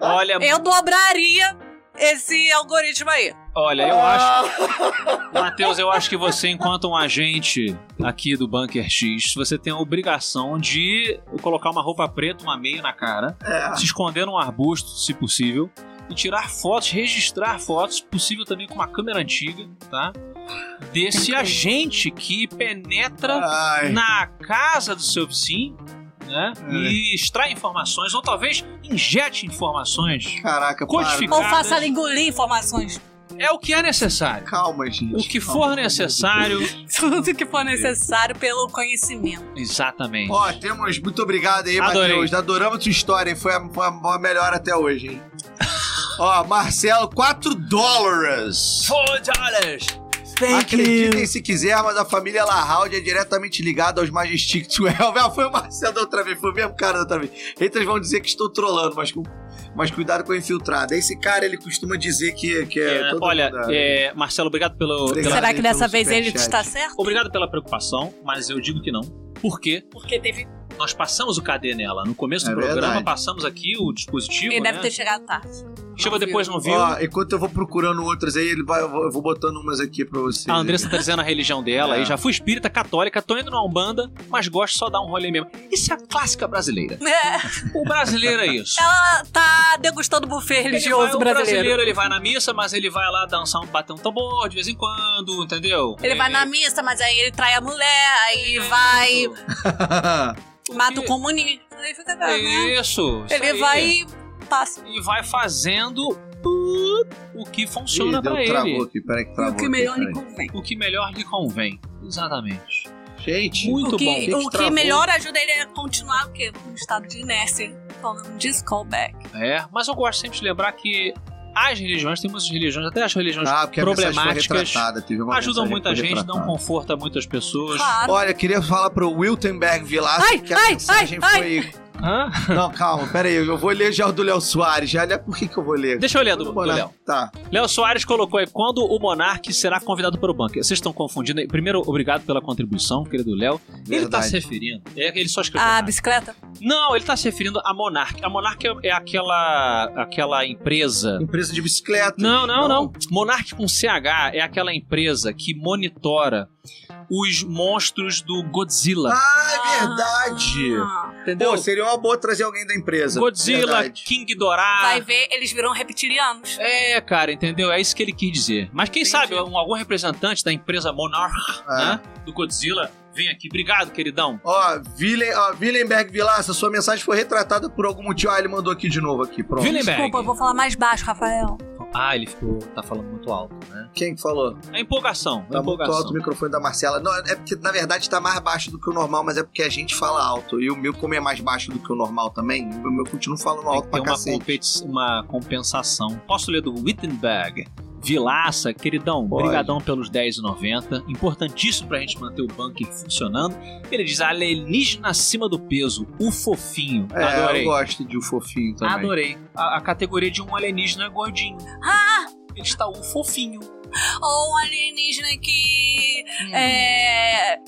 Olha,
Eu dobraria esse algoritmo aí.
olha, É, eu
Ah!
acho. Matheus, eu acho que você, enquanto um agente aqui do Bunker X, você tem a obrigação de colocar uma roupa preta, uma meia na cara,
É.
se esconder num arbusto, se possível, e tirar fotos, registrar fotos, possível também com uma câmera antiga, tá? Desse agente que penetra
Ai.
na casa do seu vizinho, né?
É.
E extrai informações, ou talvez injete informações.
Caraca, para.
Codific-
Ou
Obrigado.
faça ela engolir informações.
É o que é necessário.
Calma, gente.
O que for
Calma.
necessário.
Tudo que for necessário pelo conhecimento.
Exatamente.
Ó, temos. Muito obrigado aí,
Adorei.
Matheus. Adoramos sua história, hein? Foi a, foi a melhor até hoje, hein? Ó, Marcelo, 4 dólares.
Four dollars!
Acreditem se quiser, mas a família Lahoud é diretamente ligada aos Majestic 12. Ah, foi o Marcelo da outra vez, foi o mesmo cara da outra vez. Eles vão dizer que estou trolando, mas, com- mas cuidado com o infiltrado. Esse cara, ele costuma dizer que, que é.
É,
todo
olha,
mundo-
é, Marcelo, obrigado pelo.
Obrigado.
pela-
Será que
aí
dessa
pelo
vez ele
superchat.
está certo?
obrigado pela preocupação, mas eu digo que não. Por quê?
Porque teve.
Nós passamos o KD nela. No começo do
É
programa,
verdade.
passamos aqui o dispositivo.
Ele
né?
deve ter chegado tarde.
Chegou depois, não viu?
Ó, enquanto eu vou procurando outras aí, ele vai, eu vou- eu vou botando umas aqui pra vocês.
A Andressa tá dizendo a religião dela
É.
e já fui espírita católica, tô indo na Umbanda, mas gosto só de dar um rolê mesmo. Isso é a clássica brasileira.
É,
O brasileiro é isso.
ela tá degustando buffet
Ele vai- um
religioso
o
brasileiro.
ele vai na missa, mas ele vai lá dançar um bater um tambor de vez em quando, entendeu? É
Ele vai na missa, mas aí ele trai a mulher, aí vai, mata o comunista. Aí fica, né?
É Isso. isso
Ele
aí. Tá
vai e passa.
e vai fazendo uh, o que funciona
Ih, deu
pra
travou
ele.
aqui, peraí que
E
travou.
o que
aqui,
melhor
peraí.
lhe convém.
O que melhor lhe convém. Exatamente.
Gente,
Muito
o que,
bom.
o que
Travou.
melhor ajuda ele
é
a continuar, porque no
um
estado de inércia,
então
falando disso, callback.
bom. É, mas eu gosto sempre de lembrar que as religiões, tem muitas religiões, até as religiões
Ah, porque a mensagem foi
problemáticas,
retratada, teve uma
ajudam
mensagem
muita
que foi
gente, dão
retratada.
conforto a muitas pessoas.
Claro.
Olha, eu queria falar pro Wiltenberg Vilaça
Ai,
que a
ai,
mensagem
ai,
foi.
Hã?
Não, calma, pera aí, eu vou ler já o do Léo Soares. Já, olha por que, que eu vou ler.
Deixa eu ler a do, do
Vou olhar.
Léo.
Tá.
Léo Soares colocou aí, quando o Monark será convidado para o bunker? Vocês estão confundindo aí. Primeiro, obrigado pela contribuição, querido Léo. Ele está
Verdade.
se referindo... É, ele só escreveu...
A
Ah,
Monark.
bicicleta?
Não, ele está se referindo a Monark. A Monark é- é aquela, aquela empresa...
Empresa de bicicleta.
Não, não, não. Monark com CH é aquela empresa que monitora os monstros do Godzilla.
Ah, é verdade.
Ah.
entendeu?
Pô, seria uma boa trazer alguém da empresa.
Godzilla,
Verdade.
King Ghidorah.
Vai ver, eles viram reptilianos.
É, cara, entendeu? É isso que ele quis dizer. Mas quem sabe um- algum representante da empresa Monarch,
Ah.
né, do Godzilla, vem aqui. Obrigado, queridão.
Ó, Willen, ó, Willenberg Vilaça, sua mensagem foi retratada por algum motivo. Ah, ele mandou aqui de novo aqui, pronto.
Willenberg.
Desculpa, eu vou falar mais baixo, Rafael.
Ah, ele ficou, tá falando muito alto, né?
Quem que falou?
A empolgação, a
Tá muito
empolgação.
alto o microfone da Marcela. Não, é porque, na verdade, tá mais baixo do que o normal, mas é porque a gente fala alto. E o meu, como é mais baixo do que o normal também, o meu continua falando
Tem
alto
que ter
pra
uma,
cacete.
competi- uma compensação. Posso ler do Wittenberg? Vilaça, queridão,
Pode.
brigadão pelos 10,90. Importantíssimo pra gente manter o bunker funcionando. Ele diz alienígena acima do peso, o fofinho.
É, eu
Adorei.
gosto de um fofinho também.
Adorei. A, a categoria de um alienígena é gordinho.
Ah!
Ele está um fofinho.
Ou um alienígena que. É.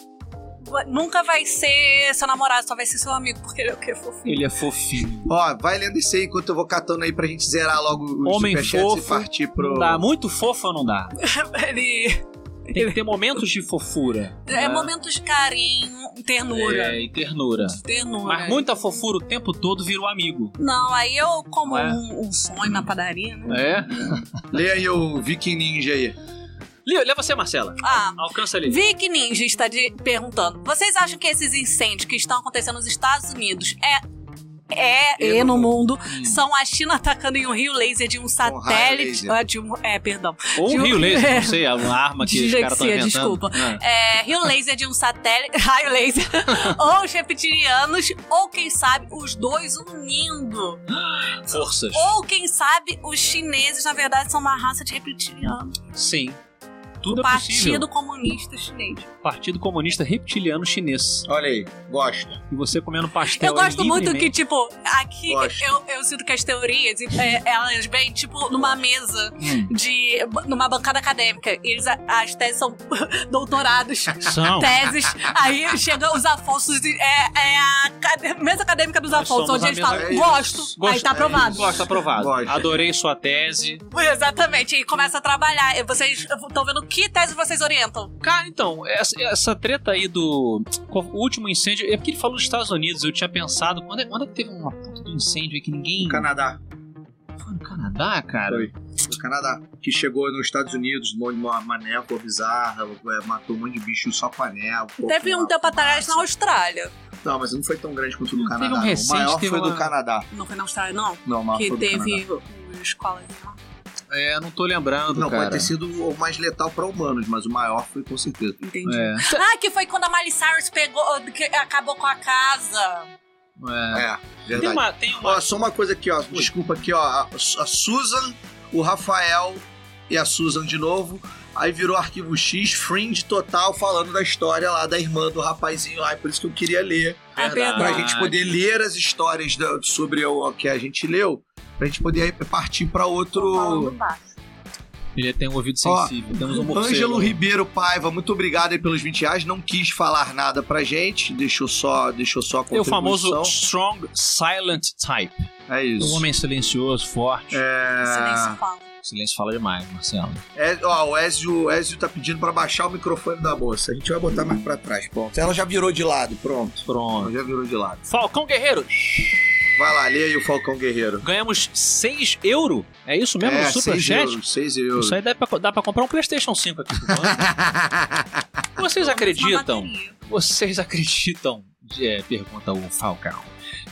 nunca vai ser seu namorado, só vai ser seu amigo, porque ele é o quê? Fofinho.
Ele é fofinho.
Ó, vai lendo isso aí enquanto eu vou catando aí pra gente zerar logo os
Homem
superchats
fofo.
e partir pro.
Não dá. Muito fofo ou não dá?
Ele
Tem que ter momentos de fofura. Né?
é, momentos de carinho, ternura.
É, e ternura.
Ternura.
Mas muita fofura o tempo todo virou amigo.
Não, aí eu como
Ué?
um, um sonho na padaria, né?
É?
Lê aí o Viking Ninja aí.
Lê, lê você, Marcela.
Ah,
Alcança ali.
Vic Ninja está de- perguntando: vocês acham que esses incêndios que estão acontecendo nos Estados Unidos é. É,
E
e
no
no mundo,
Hum.
são a China atacando em um rio laser de um
raio
satélite.
laser.
ah, de um, é, perdão.
Ou
de
um
um-
rio laser, não sei, uma arma que os caras estão
Dislexia,
inventando.
desculpa.
É.
É, rio laser de um satélite. Raio laser. ou os reptilianos, ou quem sabe, os dois unindo.
Forças.
Ou quem sabe, os chineses, na verdade, são uma raça de reptilianos.
Sim. Tudo
o
é possível.
Partido Comunista Chinês.
Partido Comunista Reptiliano Chinês.
Olha aí, gosto.
E você comendo pastel.
Eu gosto
aí
muito que,
livremente.
tipo, aqui
Gosto.
eu, eu sinto que as teorias, é, elas vêm, tipo, numa mesa
Hum.
de. numa bancada acadêmica. E eles, a- as teses são doutorados.
São.
Teses, aí chegam os Afonsos, e- é, é a acade- mesa acadêmica dos
Nós
Afonsos,
somos
onde eles
a
falam,
mesa- é
gosto,
isso.
aí
Gosto,
tá
é
aprovado.
Gosto, aprovado.
Gosto.
Adorei sua tese.
Exatamente, e começa a trabalhar. E vocês estão vendo que tese vocês orientam.
Cara, então, essa, essa treta aí do o último incêndio. É porque ele falou dos Estados Unidos. Eu tinha pensado. Quando é, quando é que teve uma puta do incêndio aí que ninguém.
No Canadá.
Foi no Canadá, cara?
Foi. No Canadá. Que chegou nos Estados Unidos, de uma manévoa bizarra, é, matou um monte de bicho só com a névoa.
Teve um tempo atrás na Austrália.
Não, mas não foi tão grande quanto o
Não,
do Canadá.
teve um
não.
recente,
o maior
teve
foi
uma-
do Canadá.
Não foi na Austrália, não?
Não, o maior
que
foi do Canadá.
teve escolas.
É, não tô lembrando,
Não,
cara.
pode ter sido o mais letal pra humanos, mas o maior foi com certeza.
Entendi.
É,
Ah, que foi quando a Miley Cyrus pegou, que acabou com a casa.
é.
É,
Tem
verdade.
uma. Tem uma...
Ó, só uma coisa aqui, ó. Desculpa aqui, ó. A, a Susan, o Rafael e a Susan de novo. Aí virou arquivo X, fringe total, falando da história lá da irmã do rapazinho lá. É por isso que eu queria ler.
Ah,
É verdade.
Pra gente poder ler as histórias da- sobre o, o que a gente leu. Pra gente poder aí partir pra outro.
Ele tem um ouvido
Ó,
sensível. Temos um morcego.
Ângelo Ribeiro Paiva, muito obrigado aí pelos 20 reais. Não quis falar nada pra gente, deixou só, deixou só
É
a
o
contribuição.
famoso Strong Silent Type.
É isso.
Um homem silencioso, forte.
Ah.
É...
Silêncio fala.
Silêncio fala demais, Marcelo.
É, ó, o Ezio, o Ezio tá pedindo pra baixar o microfone da moça. A gente vai botar mais pra trás, pronto. Ela já virou de lado, pronto. Ela
Pronto.
já virou de lado.
Falcão Guerreiro,
Vai lá, lê aí o Falcão Guerreiro.
ganhamos 6 euros. É isso mesmo?
é,
no Superchat?
6 euros.
Isso aí dá pra, dá pra comprar um PlayStation 5 aqui. pro ano. Vocês acreditam? Vocês acreditam? É, pergunta o Falcão.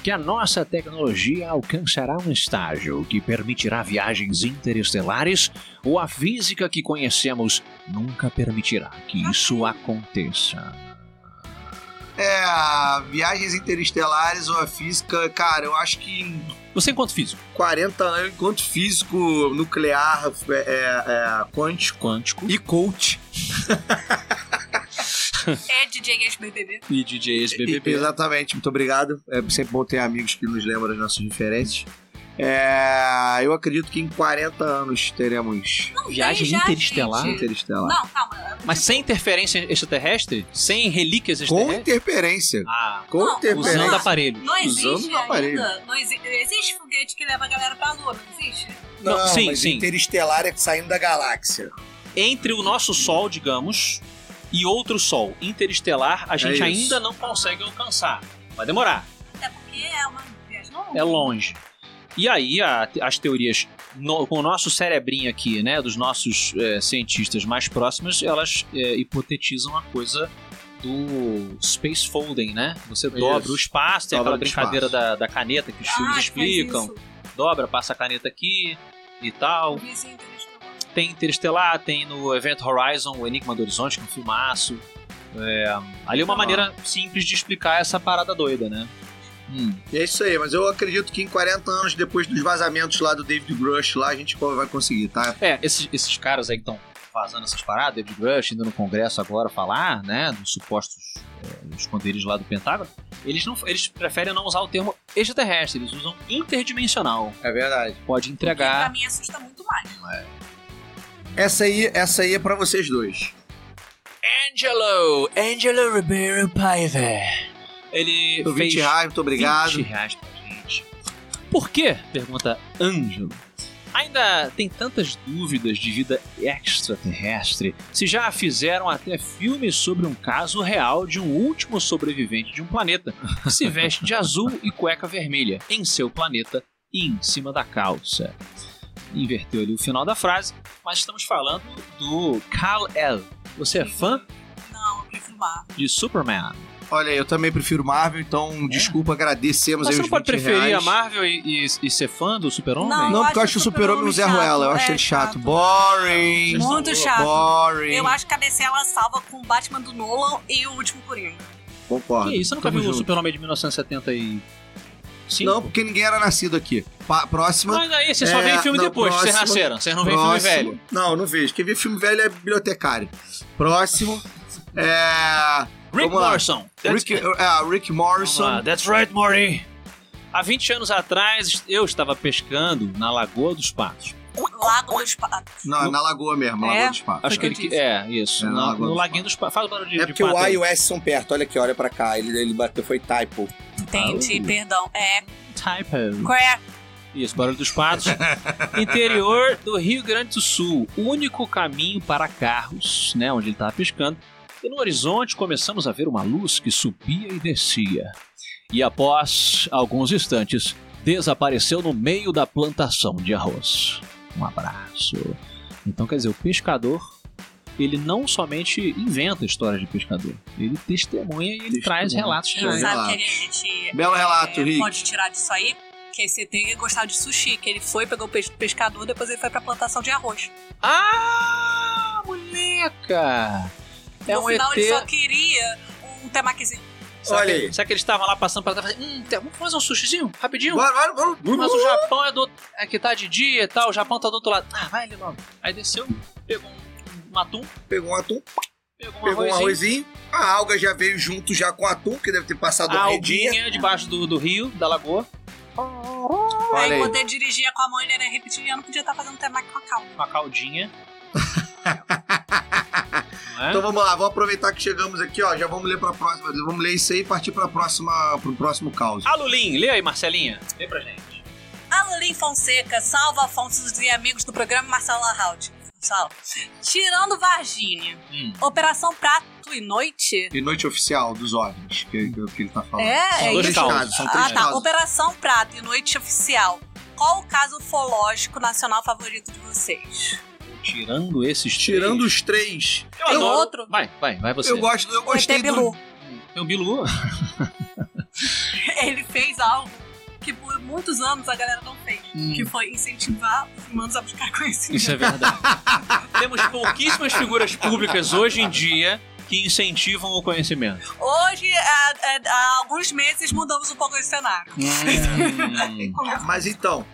Que a nossa tecnologia alcançará um estágio que permitirá viagens interestelares ou a física que conhecemos nunca permitirá que isso aconteça?
é, a viagens interestelares ou a física, cara, eu acho que em
Você, enquanto físico
40 anos, enquanto físico nuclear, é, é, é, quântico
quântico
e coach.
É DJ ex-BBB.
e DJ ex-BBB,
Exatamente, muito obrigado. É sempre bom ter amigos que nos lembram das nossas referências. É, eu acredito que em 40 anos teremos
viagem
já,
interestelar.
gente.
Interestelar.
Não, calma.
Mas sem interferência extraterrestre? Sem relíquias
Com
extraterrestres?
interferência.
Ah,
Com
Não,
interferência.
usando aparelho.
Não existe
Usando o aparelho.
ainda. Não exi existe foguete que leva a galera pra lua, não existe?
Não, sim, sim.
interestelar é saindo da galáxia.
Entre o nosso Sol, digamos, e outro Sol interestelar, a gente
É isso.
ainda não consegue alcançar. Vai demorar,
Até porque é uma viagem longa.
é longe. E aí, a- as teorias no- com o nosso cerebrinho aqui, né, dos nossos é, cientistas mais próximos, elas é, hipotetizam a coisa do space folding, né? Você
Isso.
dobra o espaço, tem aquela
Dobra o
brincadeira
espaço.
da, da caneta que os
Ai,
filmes
Ah, faz
explicam.
isso.
dobra, passa a caneta aqui e tal.
Viagem interestelar.
Tem Interestelar, tem no Event Horizon, o Enigma do Horizonte, que é um filmaço. É, ali é uma
Ah.
maneira simples de explicar essa parada doida, né? Hum.
E é isso aí, mas eu acredito que em 40 anos, depois dos vazamentos lá do David Grush, lá a gente vai conseguir, tá?
É, esses, esses caras aí que estão vazando essas paradas, David Grush indo no Congresso agora falar, né, dos supostos é, esconderijos lá do Pentágono, eles, não, eles preferem não usar o termo extraterrestre, eles usam interdimensional.
É verdade.
Pode
Que pra
entregar.
mim assusta muito mais.
Essa aí, essa aí é pra vocês dois.
Angelo, Angelo Ribeiro Paiva. Ele
Por 20
fez
reais, muito obrigado.
20 reais pra gente. Por quê? Pergunta Ângelo. Ainda tem tantas dúvidas de vida extraterrestre se já fizeram até filmes sobre um caso real de um último sobrevivente de um planeta que se veste de azul e cueca vermelha em seu planeta e em cima da calça. Inverteu ali o final da frase, mas estamos falando do Kal-El. Você é fã
Não, eu prefiro mar.
de Superman?
Olha, eu também prefiro Marvel, então desculpa, agradecemos
É. Mas
aí
você não
os
pode
20
preferir
reais.
a Marvel e, e- e ser fã do Super-Homem?
Não,
Não,
Eu
porque eu
acho
acho o
o
Super-Homem
Super-Homem
o Zé
chato,
Ruela. Eu
é
acho ele chato.
chato.
Boring.
Muito chato.
Boring.
Eu acho que a DC ela salva com o Batman do Nolan e o último Coringa.
Concordo.
Que isso? Você nunca um
Tamo
viu o
junto.
Super-Homem de 1975? assim.
Não, porque ninguém era nascido aqui. Pa- próxima.
Mas aí você só
É,
vê filme
não,
depois, que vocês
próximo-
nasceram. Vocês Ah, não veem
Próximo.
filme velho.
Não, não vejo. Quem vê filme velho é bibliotecário. Próximo. É.
Rick
Vamos lá.
Morrison.
Rick, é,
Vamos
Rick
lá.
Morrison.
That's right, Morty. Há 20 anos atrás, eu estava pescando na Lagoa dos Patos.
Lago dos Patos.
Não, é na Lagoa mesmo,
É?
Lagoa dos Patos.
Acho que ele...
que eu
que-
disse.
É, isso.
É, na
no-
Lagoa
no
dos
Laguinho dos Patos. Faz o barulho de,
É
de
porque o
pato
A
aí.
e o S são perto. Olha aqui, olha pra cá. Ele, ele bateu, foi typo.
Entendi,
Ah, o-
perdão. É.
Typo.
Qual é?
Isso, barulho dos patos. Interior do Rio Grande do Sul, único caminho para carros, né, onde ele estava pescando. E no horizonte começamos a ver uma luz que subia e descia. E após alguns instantes, desapareceu no meio da plantação de arroz. Um abraço. Então, quer dizer, o pescador, ele não somente inventa histórias de pescador, ele testemunha e ele traz relatos
Bom
reais.
relato.
Sabe o que a gente
Belo relato,
é,
Rick.
pode tirar disso aí? Que você tem que gostar de sushi, que ele foi, pegou o peixe do pescador, depois ele foi pra plantação de arroz.
Ah, moleca! É
no
um
final
ET...
ele só queria um temaquizinho.
Será
Olha
que-
aí.
Será que eles estavam lá passando pra trás e falaram, hum, tem- vamos fazer um sushizinho, rapidinho?
Bora, bora, bora.
Mas o Japão é, do, é que tá de dia e tal, o Japão tá do outro lado. Ah, vai ali logo. Aí desceu, pegou um, um atum,
Pegou um atum,
pegou um
pegou um
arrozinho,
arrozinho. A alga já veio junto já com o atum, que deve ter passado
a
uma redinha.
alguinha debaixo do, do rio, da lagoa,
aí,
Olha aí.
quando ele dirigia com a mão, ele era reptiliano, podia estar fazendo temaki com a calma.
uma caldinha. Não é?
Então vamos lá, vamos aproveitar que chegamos aqui, ó. Já vamos ler pra próxima. Vamos ler isso aí e partir pra próxima, pro próximo caos.
Alulin, lê aí, Marcelinha. Lê pra gente.
Alain Fonseca salva Afonso e amigos do programa Marcelo Arraud. Salve. Tirando Varginha.
Hum.
Operação Prato e Noite?
E noite oficial dos OVNIs, que, que, que ele tá falando.
É,
São
é
dois
isso.
casos.
São três
Ah, tá.
casos.
Operação Prato e Noite Oficial. Qual o caso ufológico nacional favorito de vocês?
Tirando esses
Tirando
três,
os três,
eu
Tem
adoro-
outro?
Vai, vai, vai você.
eu gosto, eu
O ET
gostei do.
Bilu.
Tem o Bilu.
Ele fez algo que por muitos anos a galera não fez.
Hum.
Que foi incentivar os humanos a buscar conhecimento.
Isso é verdade. Temos pouquíssimas figuras públicas hoje em dia que incentivam o conhecimento.
Hoje, há, há- há alguns meses, mudamos um pouco esse cenário.
Hum. Mas então,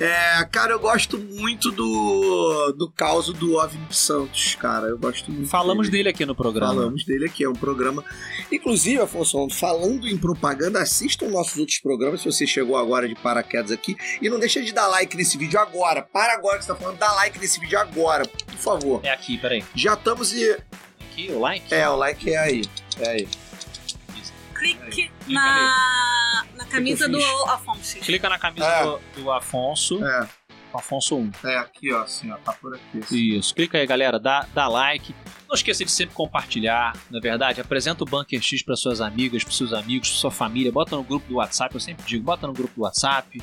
é, cara, eu gosto muito do do caos do OVNI de Santos, cara. Eu gosto muito.
Falamos
dele.
dele aqui no programa.
Falamos dele aqui, é um programa. Inclusive, Afonso, falando em propaganda, assistam nossos outros programas. Se você chegou agora de paraquedas aqui, e não deixa de dar like nesse vídeo agora. Para agora que você tá falando, dá like nesse vídeo agora, por favor.
É aqui, peraí.
Já estamos e.
Aqui, o like.
É, o like é aí. É aí.
Clique na, na camisa
O que
do
que eu
Afonso.
Clica na camisa
É.
do, do Afonso.
É,
Afonso 1.
é aqui, ó, assim, ó, tá por aqui.
Isso. Clica aí, galera. Dá, dá like. Não esqueça de sempre compartilhar, na verdade. Apresenta o Bunker X para suas amigas, para seus amigos, pra sua família. Bota no grupo do WhatsApp. Eu sempre digo, bota no grupo do WhatsApp.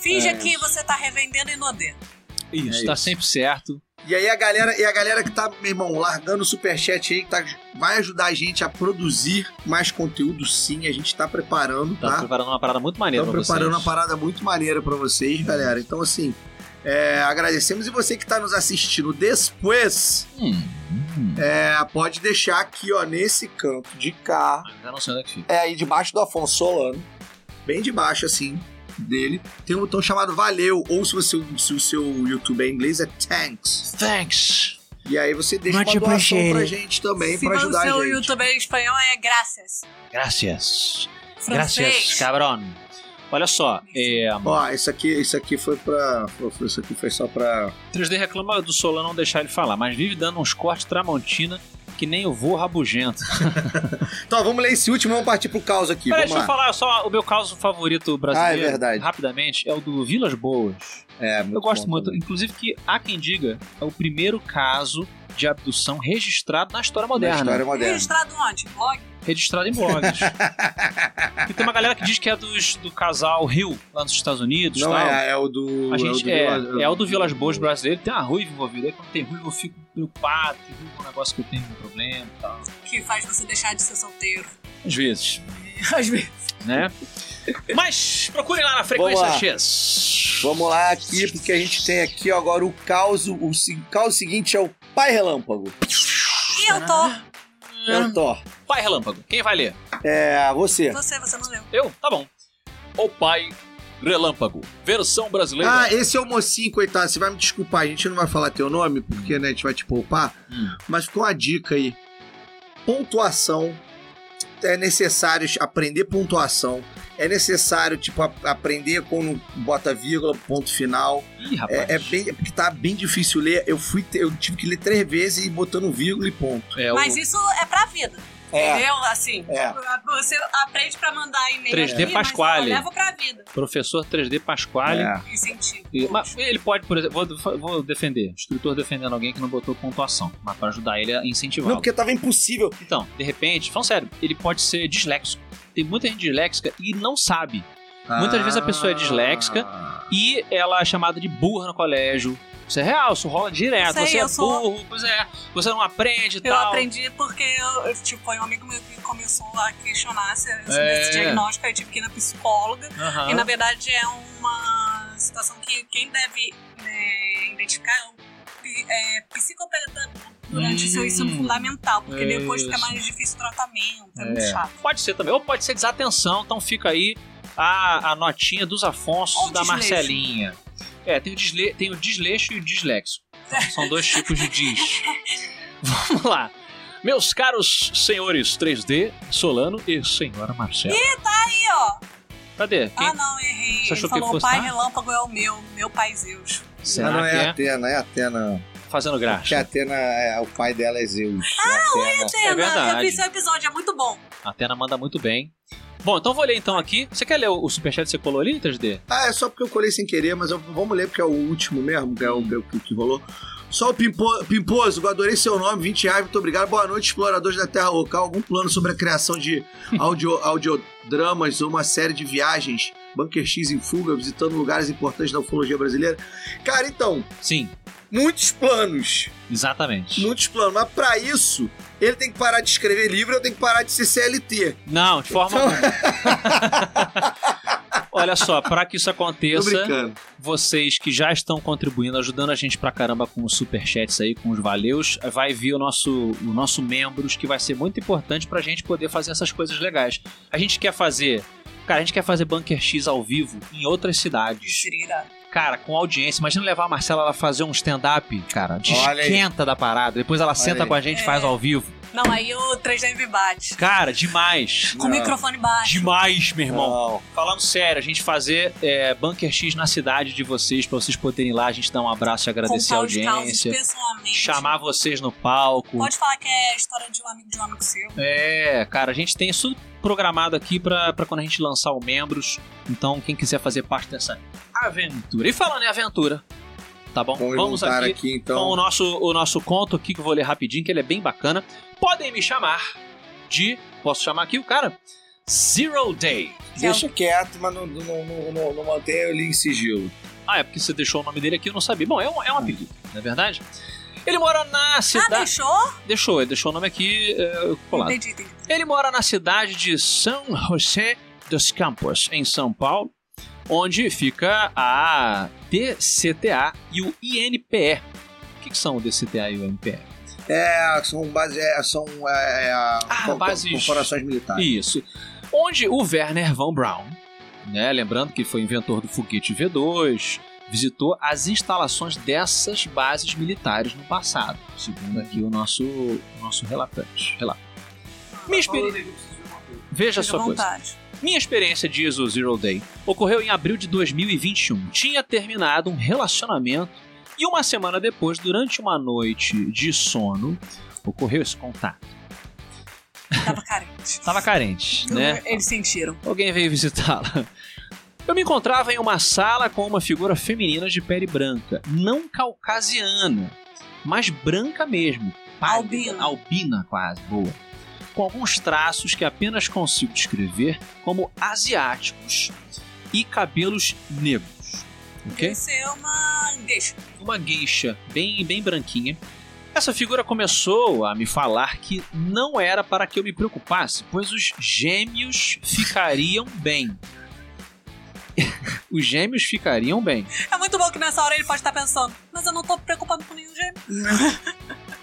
Finge
É.
que você tá revendendo Inodê.
Isso,
É
tá sempre certo.
E aí a galera, e a galera que tá, meu irmão, largando o superchat aí, que tá, vai ajudar a gente a produzir mais conteúdo sim, a gente tá preparando,
Tá
tá?
preparando uma parada muito maneira
Estamos
pra
preparando uma
vocês.
parada muito maneira pra vocês, galera. Então, assim, é, agradecemos. E você que tá nos assistindo depois,
Hum, hum.
é, pode deixar aqui, ó, nesse canto de cá.
Ainda não sei onde é que fica.
É aí debaixo do Afonso Solano. Bem debaixo, assim, dele. Tem um botão chamado Valeu. Ou se, você, se o seu YouTube é em inglês, é Thanks.
Thanks.
E aí você deixa
Much
uma doação
appreciated.
pra gente também,
Se
pra
o
ajudar a
seu
gente.
YouTube é em espanhol, é graças.
Gracias. Gracias,
Francês.
cabrón. Olha só, é,
Ó, isso aqui, isso aqui foi pra. Isso aqui foi só pra.
3D reclama do Solano não deixar ele falar, mas vive dando uns cortes tramontina Que nem o vô rabugento.
Então, vamos ler esse último, vamos partir pro caos aqui.
Peraí,
Vamos
deixa eu
lá.
falar só o meu caso favorito brasileiro.
Ah, é verdade.
Rapidamente, é o do Vilas Boas.
É, muito
Eu gosto
bom
muito.
também.
Inclusive que, há quem diga, é o primeiro caso de abdução registrado na história
Da
moderna.
É história moderna.
Registrado onde? Blog?
Registrado em blogs. e tem uma galera que diz que é dos, do casal Hill, lá nos Estados Unidos.
Não
tal.
é, é o do.
A gente,
é,
é,
o do
é o do Vilas Boas brasileiro, tem uma ruiva envolvida. Aí quando tem ruiva eu fico preocupado, que ruiva é um negócio que eu tenho um problema e tal.
Que faz você deixar de ser solteiro.
Às vezes,
Às vezes.
né? Mas procurem lá na Frequência
Vamos lá.
X.
Vamos lá aqui, porque a gente tem aqui ó, agora o caos. O se- caos seguinte é o Pai Relâmpago.
E eu tô.
É o Thor.
Pai Relâmpago, quem vai ler?
É, você.
Você, você não leu.
Eu? Tá bom. O Pai Relâmpago, versão brasileira.
Ah, esse é o mocinho, coitado. Você vai me desculpar, a gente não vai falar teu nome, porque né, a gente vai te poupar.
Hum.
Mas ficou uma dica aí. Pontuação. É necessário aprender pontuação. É necessário, tipo, a- aprender quando bota vírgula, ponto final.
Ih, rapaz.
É, é bem, é porque tá bem difícil ler. Eu fui, te- eu tive que ler três vezes e botando vírgula e ponto.
É o
Mas isso é pra vida. Entendeu? Assim.
É.
Você aprende pra mandar e-mail.
3D
aqui,
Pasquale.
Mas eu levo pra vida.
professor 3D Pasquale.
É.
Incentivo.
E- mas ele pode, por exemplo, vou, vou defender. O escritor defendendo alguém que não botou pontuação, mas pra ajudar ele a incentivá-lo.
Não, porque tava impossível.
Então, de repente, falando sério, ele pode ser disléxico. Tem muita gente disléxica e não sabe. Muitas vezes a pessoa é disléxica
Ah.
e ela é chamada de burra no colégio. Isso é real, isso rola direto.
Isso aí,
você é
eu sou-
burro, pois é, você não aprende e
Eu
tal.
aprendi porque, eu, eu, tipo, um amigo meu que começou a questionar esse, esse-
É.
esse diagnóstico, aí eu tive que ir na psicóloga.
Aham.
E, na verdade, é uma situação que quem deve né, identificar é o pi- é, psicopedagogo durante o seu
Hum.
ensino fundamental, porque depois fica
Isso.
mais difícil o tratamento, é, muito
É.
chato.
Pode ser também, ou pode ser desatenção, então fica aí a, a notinha dos Afonso
Ou
e da
desleixo.
Marcelinha. É, tem o, disle, tem o desleixo e o dislexo. Então, são dois tipos de dis. Vamos lá. Meus caros senhores 3D, Solano e senhora Marcela.
Aí, ó.
Cadê? Quem?
Ah, não, errei.
Você
Ele
achou que
falou:
fosse
pai
tá?
relâmpago é o meu, meu pai Zeus.
Será
não, não
que
é,
é?
Atena, é Atena.
Fazendo
Que
graça.
Atena, é, o pai dela é Zeus. Ah, é Atena.
É
eu
verdade.
vi seu episódio, é muito bom.
A Atena manda muito bem. Bom, então vou ler então aqui. Você quer ler o, o superchat que você colou ali, 3D?
Ah, é só porque eu colei sem querer, mas eu- vamos ler porque é o último mesmo, que é o que, que- que rolou. Só o Pimpo- Pimposo, eu adorei seu nome, 20 reais, muito obrigado. Boa noite, exploradores da Terra Local. Algum plano sobre a criação de audio, audiodramas ou uma série de viagens? Bunker X em fuga, visitando lugares importantes da ufologia brasileira? Cara, então,
Sim,
muitos planos,
exatamente.
muitos planos, mas pra isso, ele tem que parar de escrever livro, eu tenho que parar de ser CLT.
Não, de forma
Então-
alguma. Olha só, para que isso é?
Tô
aconteça,
brincando.
vocês que já estão contribuindo, ajudando a gente pra caramba com os superchats aí, com os valeus, vai vir o nosso, o nosso membros, que vai ser muito importante pra gente poder fazer essas coisas legais. A gente quer fazer. Cara, a gente quer fazer Bunker X ao vivo em outras cidades.
Serira.
Cara, com audiência. Imagina levar a Marcela ela fazer um stand-up, cara, de
Olha aí.
esquenta da parada. Depois ela senta
aí.
com a gente e faz ao vivo.
Não, aí o 3D me bate.
Cara, demais.
Com o microfone baixo.
Demais, meu irmão.
Não.
Falando sério, a gente fazer é, Bunker X na cidade de vocês, pra vocês poderem ir lá, a gente dar um abraço e agradecer a
contar os causos
audiência.
pessoalmente.
Chamar vocês no palco.
Pode falar que é a história de um amigo de um amigo seu.
É, cara, a gente tem isso programado aqui pra, pra quando a gente lançar o membros. Então, quem quiser fazer parte dessa aventura. E falando em aventura, tá bom?
Vamos,
Vamos
voltar
aqui
aqui, então.
com o nosso, o nosso conto aqui, que eu vou ler rapidinho, que ele é bem bacana. Podem me chamar de. Posso chamar aqui o cara? Zero Day.
Deixa quieto, mas não, não, não, não, não mantenha ele em sigilo.
Ah, é porque você deixou o nome dele aqui, eu não sabia. Bom, é um, é um apelido, não é verdade? Ele mora na
Ah,
cidade.
deixou?
deixou, ele deixou o nome aqui é, colado.
Entendi, entendi.
Ele mora na cidade de São José dos Campos, em São Paulo, onde fica a DCTA e o INPE. O que, que são o DCTA e o INPE?
É, são base, é, são é, é, co- co-
Ah, bases-
corporações militares.
Isso. Onde o Werner von Braun, né, lembrando que foi inventor do foguete V2, visitou as instalações dessas bases militares no passado, segundo aqui o nosso, o nosso relatante. Relato. Minha experiência. Veja
Fica à
só coisa.
vontade.
Minha experiência, diz o Zero Day, ocorreu em abril de 2021. Tinha terminado um relacionamento e uma semana depois, durante uma noite de sono, Ocorreu esse contato.
Tava carente.
Tava carente, né?
Eles sentiram.
Alguém veio visitá-la. Eu me encontrava em uma sala com uma figura feminina de pele branca, não caucasiana, mas branca mesmo.
Albina.
Albina, quase, boa. Com alguns traços que apenas consigo descrever como asiáticos e cabelos negros. Ok?
Isso é uma. Deixa.
uma gueixa bem, bem branquinha. Essa figura começou a me falar que não era para que eu me preocupasse, pois os gêmeos ficariam bem. os gêmeos ficariam bem.
É muito bom que nessa hora ele pode estar pensando, mas eu não tô preocupado com nenhum gêmeo.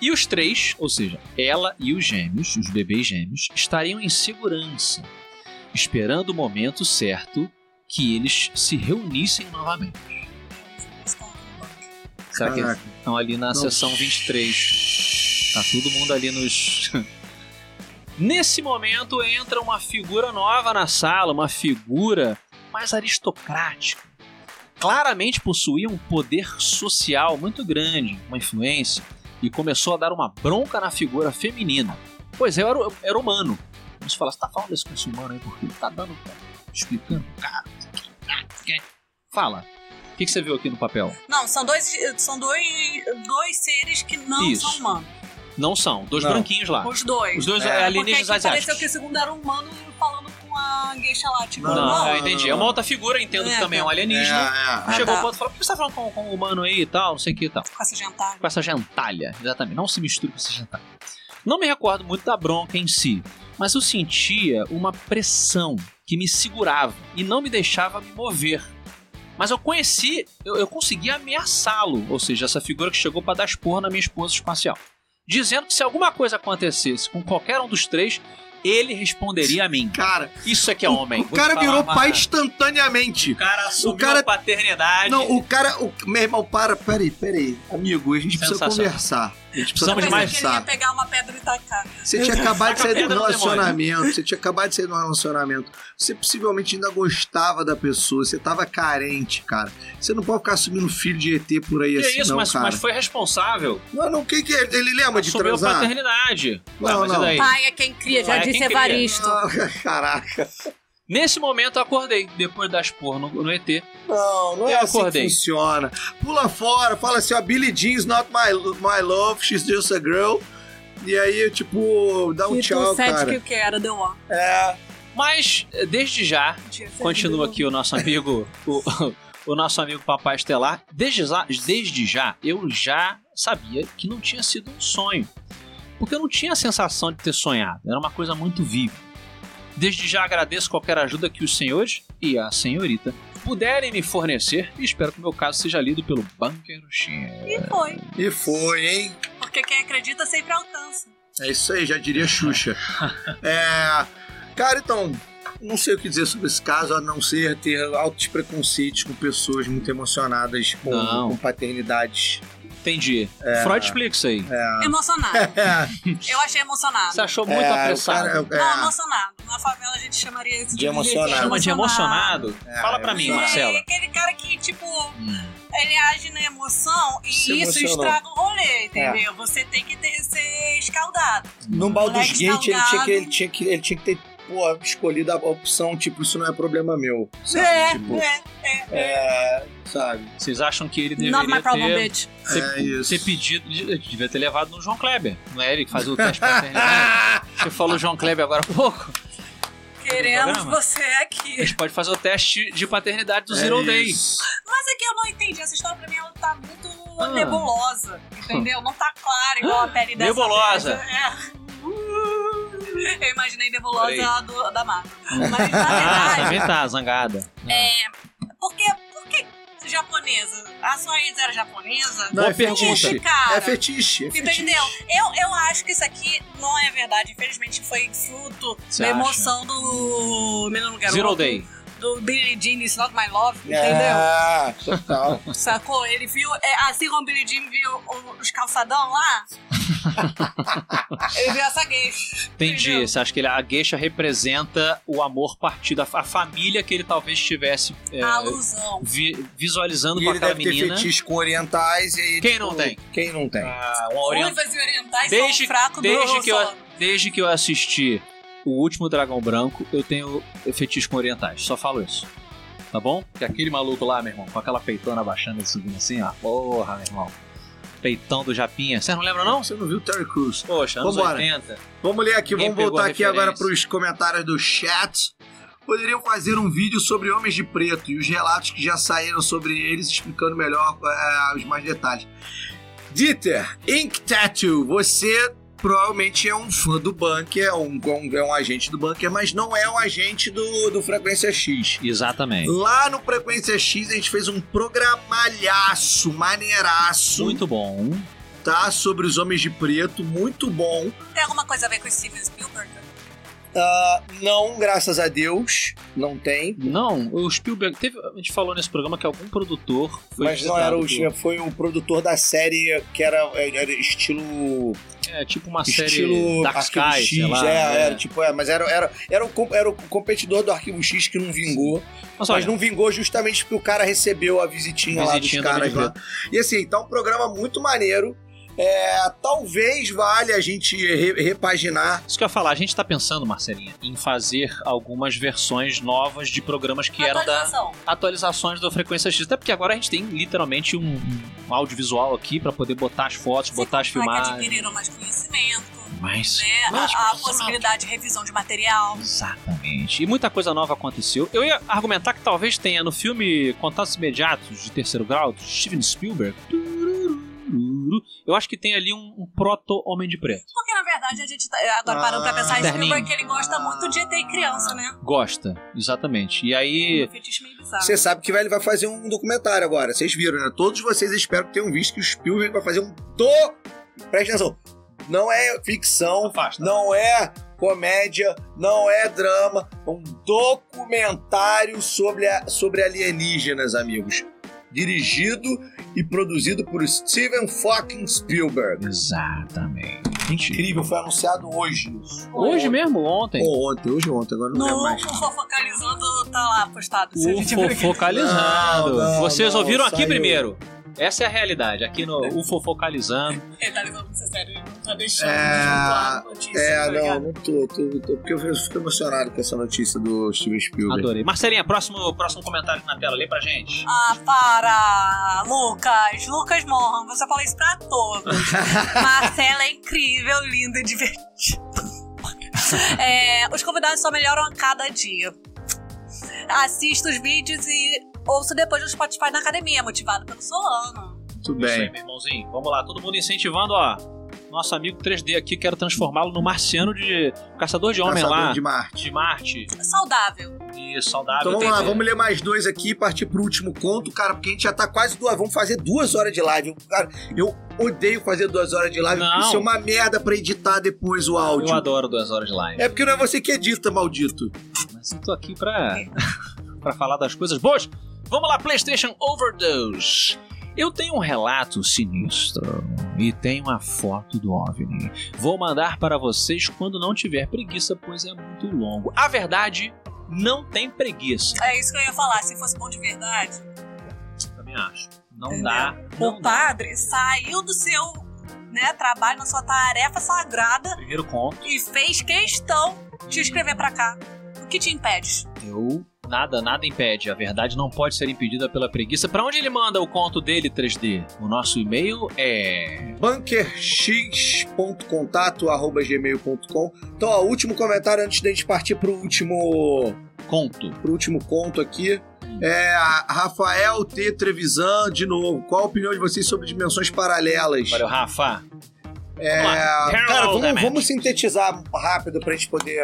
E os três, ou seja, ela e os gêmeos, os bebês gêmeos, estariam em segurança, esperando o momento certo que eles se reunissem novamente. Será que é eles
Caraca.
estão Então, ali na sessão 23? Tá todo mundo ali nos. Nesse momento entra uma figura nova na sala, uma figura mais aristocrática. Claramente possuía um poder social muito grande, uma influência, e começou a dar uma bronca na figura feminina. Pois é, eu era, eu era humano. Vamos falar, você tá falando isso com esse humano aí, porque ele tá dando. tá explicando, cara. não sei o que, ah, não sei o que. Fala. O que que você viu aqui no papel?
Não, são dois. São dois, dois seres que não
Isso.
são humanos.
Não são, dois
Não.
branquinhos lá.
Os dois.
Ah, Os dois
É.
é,
Porque
alienígenas
aqui pareceu
asiáticos.
que o segundo era humano falando com a geisha lá, tipo,
Não,
não,
eu entendi. É uma outra figura, entendo
É,
que também é um
É,
alienígena.
é.
Chegou
Ah, tá.
o ponto e falou: por que você tá falando com, com o humano aí e tal, não sei o que e tal.
com essa jantar.
Com essa gentalha, exatamente. Não se misture com essa gentalha. Não me recordo muito da bronca em si, mas eu sentia uma pressão que me segurava e não me deixava me mover. Mas eu conheci, eu, eu consegui ameaçá-lo, ou seja, essa figura que chegou para dar esporra na minha esposa espacial. Dizendo que se alguma coisa acontecesse com qualquer um dos três, ele responderia a mim.
Cara,
Isso é que é
o-
homem.
o
Vou te
cara
falar
virou
uma-
pai instantaneamente.
O cara assumiu
cara-
a paternidade.
Não, o cara. O, meu irmão, para, peraí, peraí. Amigo, a gente precisa
Sensacional.
conversar. A gente precisa
Precisamos de mais-
Pensei que ele ia
conversar.
pegar uma pedra e tacar.
Você tinha acabado de
Saca a
sair de um
pedra do
relacionamento. Você tinha acabado de sair de um relacionamento. Você possivelmente ainda gostava da pessoa. Você tava carente, cara. Você não pode ficar assumindo filho de ET por aí
Que
assim,
isso,
não,
mas,
cara.
mas foi responsável.
Não, não, o que que é? Ele lembra de
Assumiu a
transar?
paternidade. Ué,
Não,
mas e
não.
daí?
Pai é quem cria, já
Pai é
disse
quem cria.
Evaristo.
Ah, caraca.
Nesse momento eu acordei, depois das porra no, no ET.
Não, não é
Eu
assim
acordei.
que funciona. Pula fora, fala assim, ó, Billie Jean's not my, my love, she's just a girl. E aí, tipo, dá um
E tu
tchau,
sente
cara. É,
Que o que era, deu ó.
Mas, eh, desde já, continua aqui o nosso amigo, o, o nosso amigo Papai Estelar. Desde já, desde já, eu já sabia que não tinha sido um sonho. Porque eu não tinha a sensação de ter sonhado. Era uma coisa muito viva. Desde já agradeço qualquer ajuda que os senhores e a senhorita puderem me fornecer e espero que o meu caso seja lido pelo Bunker X.
E foi.
E foi, hein?
Porque quem acredita sempre alcança.
É isso aí, já diria Xuxa. é, cara, então, não sei o que dizer sobre esse caso, a não ser ter altos preconceitos com pessoas muito emocionadas com,
Não.
com paternidades.
Entendi. Freud explica isso aí.
Emocionado.
Ah. É,
Eu achei emocionado.
Você achou muito apressado.
o cara-
Não,
é,
emocionado. Na favela a gente chamaria isso
De emocionado.
Chama de emocionado? Fala pra mim,
É,
Marcela.
aquele cara que, tipo, ele age na emoção e
Se
isso
emocionou.
estraga o
É.
rolê, entendeu? Você tem que ter, ser escaldado.
Num Baldur's
Moleque
Gate ele tinha,
salgado.
que, ele, tinha que, ele tinha que ter pô, escolhido a opção, tipo, isso não é problema meu. Sabe?
É,
tipo, é,
é.
sabe?
Vocês acham que ele
Not my
deveria
problem,
ter, um
bitch.
É
ter,
isso.
ter pedido, de- devia ter levado no João Kleber. Não é ele que faz o teste pra
Ah,
paternidade? Você falou João Kleber agora há pouco.
Queremos
programa?
você
A
aqui.
gente pode fazer o teste de paternidade do
É
Zero Day.
É isso.
Mas é que eu não entendi. Essa história pra mim ela tá muito
Ah.
nebulosa, entendeu? Não tá clara igual a pele dessa.
Nebulosa.
vez. É. Eu imaginei nebulosa
Peraí.
a do, da Marvel. Mas na
Ah,
verdade,
também tá zangada.
porque, por que japonesa? A sua ex era japonesa?
Não,
Boa
é
pergunta.
fetiche.
Esse cara.
É fetiche. É fetiche.
Entendeu? Eu, eu acho que isso aqui não é verdade. Infelizmente foi fruto
Você
da
acha?
emoção do menino garoto.
Zero Day.
Do Billie Jean, It's Not My Love, entendeu?
É, total.
Sacou? Ele viu, é, assim como o Billie Jean viu o- os calçadão lá, Eu vi essa gay.
Entendi.
Entendeu?
Você acha que ele- a gueixa representa o amor partido, a, a família que ele talvez estivesse é,
A alusão.
vi- visualizando
E
com
ele
aquela
deve ter
menina.
fetiche com orientais e aí,
Quem
tipo,
não tem?
Quem não tem?
Ah, uma orient-
Ruivas e orientais
Desde-
são fraco
desde
do
que eu-
Solano.
Desde que eu assisti o último Dragão Branco, eu tenho fetiche com orientais. Só falo isso. Tá bom? Porque aquele maluco lá, meu irmão, com aquela peitona baixando e subindo assim, ó. Porra, meu irmão. Peitão do Japinha. Você não lembra, não?
Você não viu o Terry Crews?
Poxa, anos
Vambora.
80.
Vamos ler aqui,
Quem
vamos
pegou
voltar
a
aqui agora
referência?
para os comentários do chat. Poderiam fazer um vídeo sobre homens de preto e os relatos que já saíram sobre eles, explicando melhor eh, os mais detalhes. Dieter, Ink Tattoo, você provavelmente é um fã do Bunker, é um, um- é um agente do Bunker, mas não é um agente do, do Frequência X.
Exatamente.
Lá no Frequência X a gente fez um programalhaço, maneiraço,
Muito bom.
tá? Sobre os homens de preto, muito bom.
Tem alguma coisa a ver com o Steven Spielberg?
Ah,
Não, graças a Deus, não tem.
Não, o Spielberg. Teve, a gente falou nesse programa que algum produtor foi.
Mas não era o
visitado
foi o produtor da série que era, era estilo.
por- É tipo uma série
estilo
Dark
Arquivo
Sky,
X,
sei lá.
é,
é.
era tipo, é, mas era, era, era, o, com- era o competidor do Arquivo X que não vingou. Mas
Mas olha,
não vingou justamente porque o cara recebeu a visitinha,
é. Visitinha do
lá dos caras
Homem
lá.
de
E assim, tá um programa muito maneiro. É, talvez valha a gente re- repaginar.
isso que eu ia falar, a gente tá pensando, Marcelinha, em fazer algumas versões novas de programas que eram da
Atualização.
atualizações da Frequência X. Até porque agora a gente tem literalmente um, um audiovisual aqui pra poder botar as fotos, botar as
Você vai que
filmagens.
adquiriram mais conhecimento,
Mas.
né?
Mas,
a a
mas,
possibilidade de revisão de material.
Exatamente. E muita coisa nova aconteceu. Eu ia argumentar que talvez tenha no filme Contatos Imediatos de Terceiro Grau, de Steven Spielberg. Eu acho que tem ali um, um proto-homem de preto.
Porque, na verdade, a gente tá, agora parando pra pensar em
terninho.
Spielberg, que ele gosta muito de ter criança, né?
Gosta, exatamente. E aí.
Um fetiche meio bizarro.
Você sabe que vai- ele vai fazer um documentário agora. Vocês viram, né? Todos vocês espero que tenham visto que o Spielberg vai fazer um do. Presta atenção. Não é ficção, não é comédia, não é drama. É um documentário sobre, a- sobre alienígenas, amigos. Dirigido e produzido por Steven fucking Spielberg.
Exatamente.
Incrível, foi anunciado hoje isso.
Hoje mesmo, ontem.
Ou ontem, hoje ou ontem, agora não lembro
No
mais.
Fofocalizando tá lá postado. se a
O
gente
fo-
ver.
focalizando.
Não, não,
Vocês
não,
ouviram aqui
saiu.
primeiro. Essa é a realidade. Aqui no UFO Focalizando.
Ele tá levando isso a sério, ele não tá deixando
É,
de falar notícia,
É,
tá
não,
ligado?
não tô, tô, tô. Porque eu fico emocionado com essa notícia do Steven Spielberg.
Adorei. Marcelinha, próximo, próximo comentário na tela. Lê pra gente.
Ah, para! Lucas, Lucas Mohan, você fala isso pra todos. Marcela é incrível, linda e divertida. É, os convidados só melhoram a cada dia. Assisto os vídeos e ouço depois no Spotify na academia, motivado pelo Solano.
Muito
Isso
bem.
aí, meu irmãozinho. Vamos lá, todo mundo incentivando, ó. Nosso amigo 3D aqui, quero transformá-lo no marciano de. Caçador de homem
Caçador
lá.
de
De...
Marte.
Marte.
É Saudável.
E saudável.
Então vamos lá,
3D.
vamos ler mais dois aqui e partir pro último conto, cara, porque a gente já tá quase duas. Vamos fazer duas horas de live. Eu- Cara, eu odeio fazer duas horas de live,
Não.
porque isso é uma merda pra editar depois o
Eu
áudio.
adoro duas horas de live.
É porque não é você que edita, maldito.
Mas eu tô aqui pra, pra falar das coisas boas. Vamos lá, PlayStation Overdose. Eu tenho um relato sinistro e tenho uma foto do OVNI. Vou mandar para vocês quando não tiver preguiça, pois é muito longo. A verdade, não tem preguiça.
É isso que eu ia falar, se fosse bom de verdade.
Também acho. Não
Entendeu? tá.
dá. Não
O
dá.
padre saiu do seu né, trabalho, na sua tarefa sagrada
Primeiro conto,
e fez questão de escrever pra cá. O que te impede?
eu. Nada, nada impede. A verdade não pode ser impedida pela preguiça. Pra onde ele manda o conto dele, 3D? O nosso e-mail é.
bunkerx.contato.gmail.com Então, ó, último comentário antes da gente partir pro último.
Conto.
pro último conto aqui. É, a- Rafael T. Trevisan, de novo. Qual a opinião de vocês sobre dimensões paralelas?
Valeu, Rafa.
É,
Vamos lá.
cara,
Harold né,
vamos,
Hammett.
vamos sintetizar rápido pra gente poder.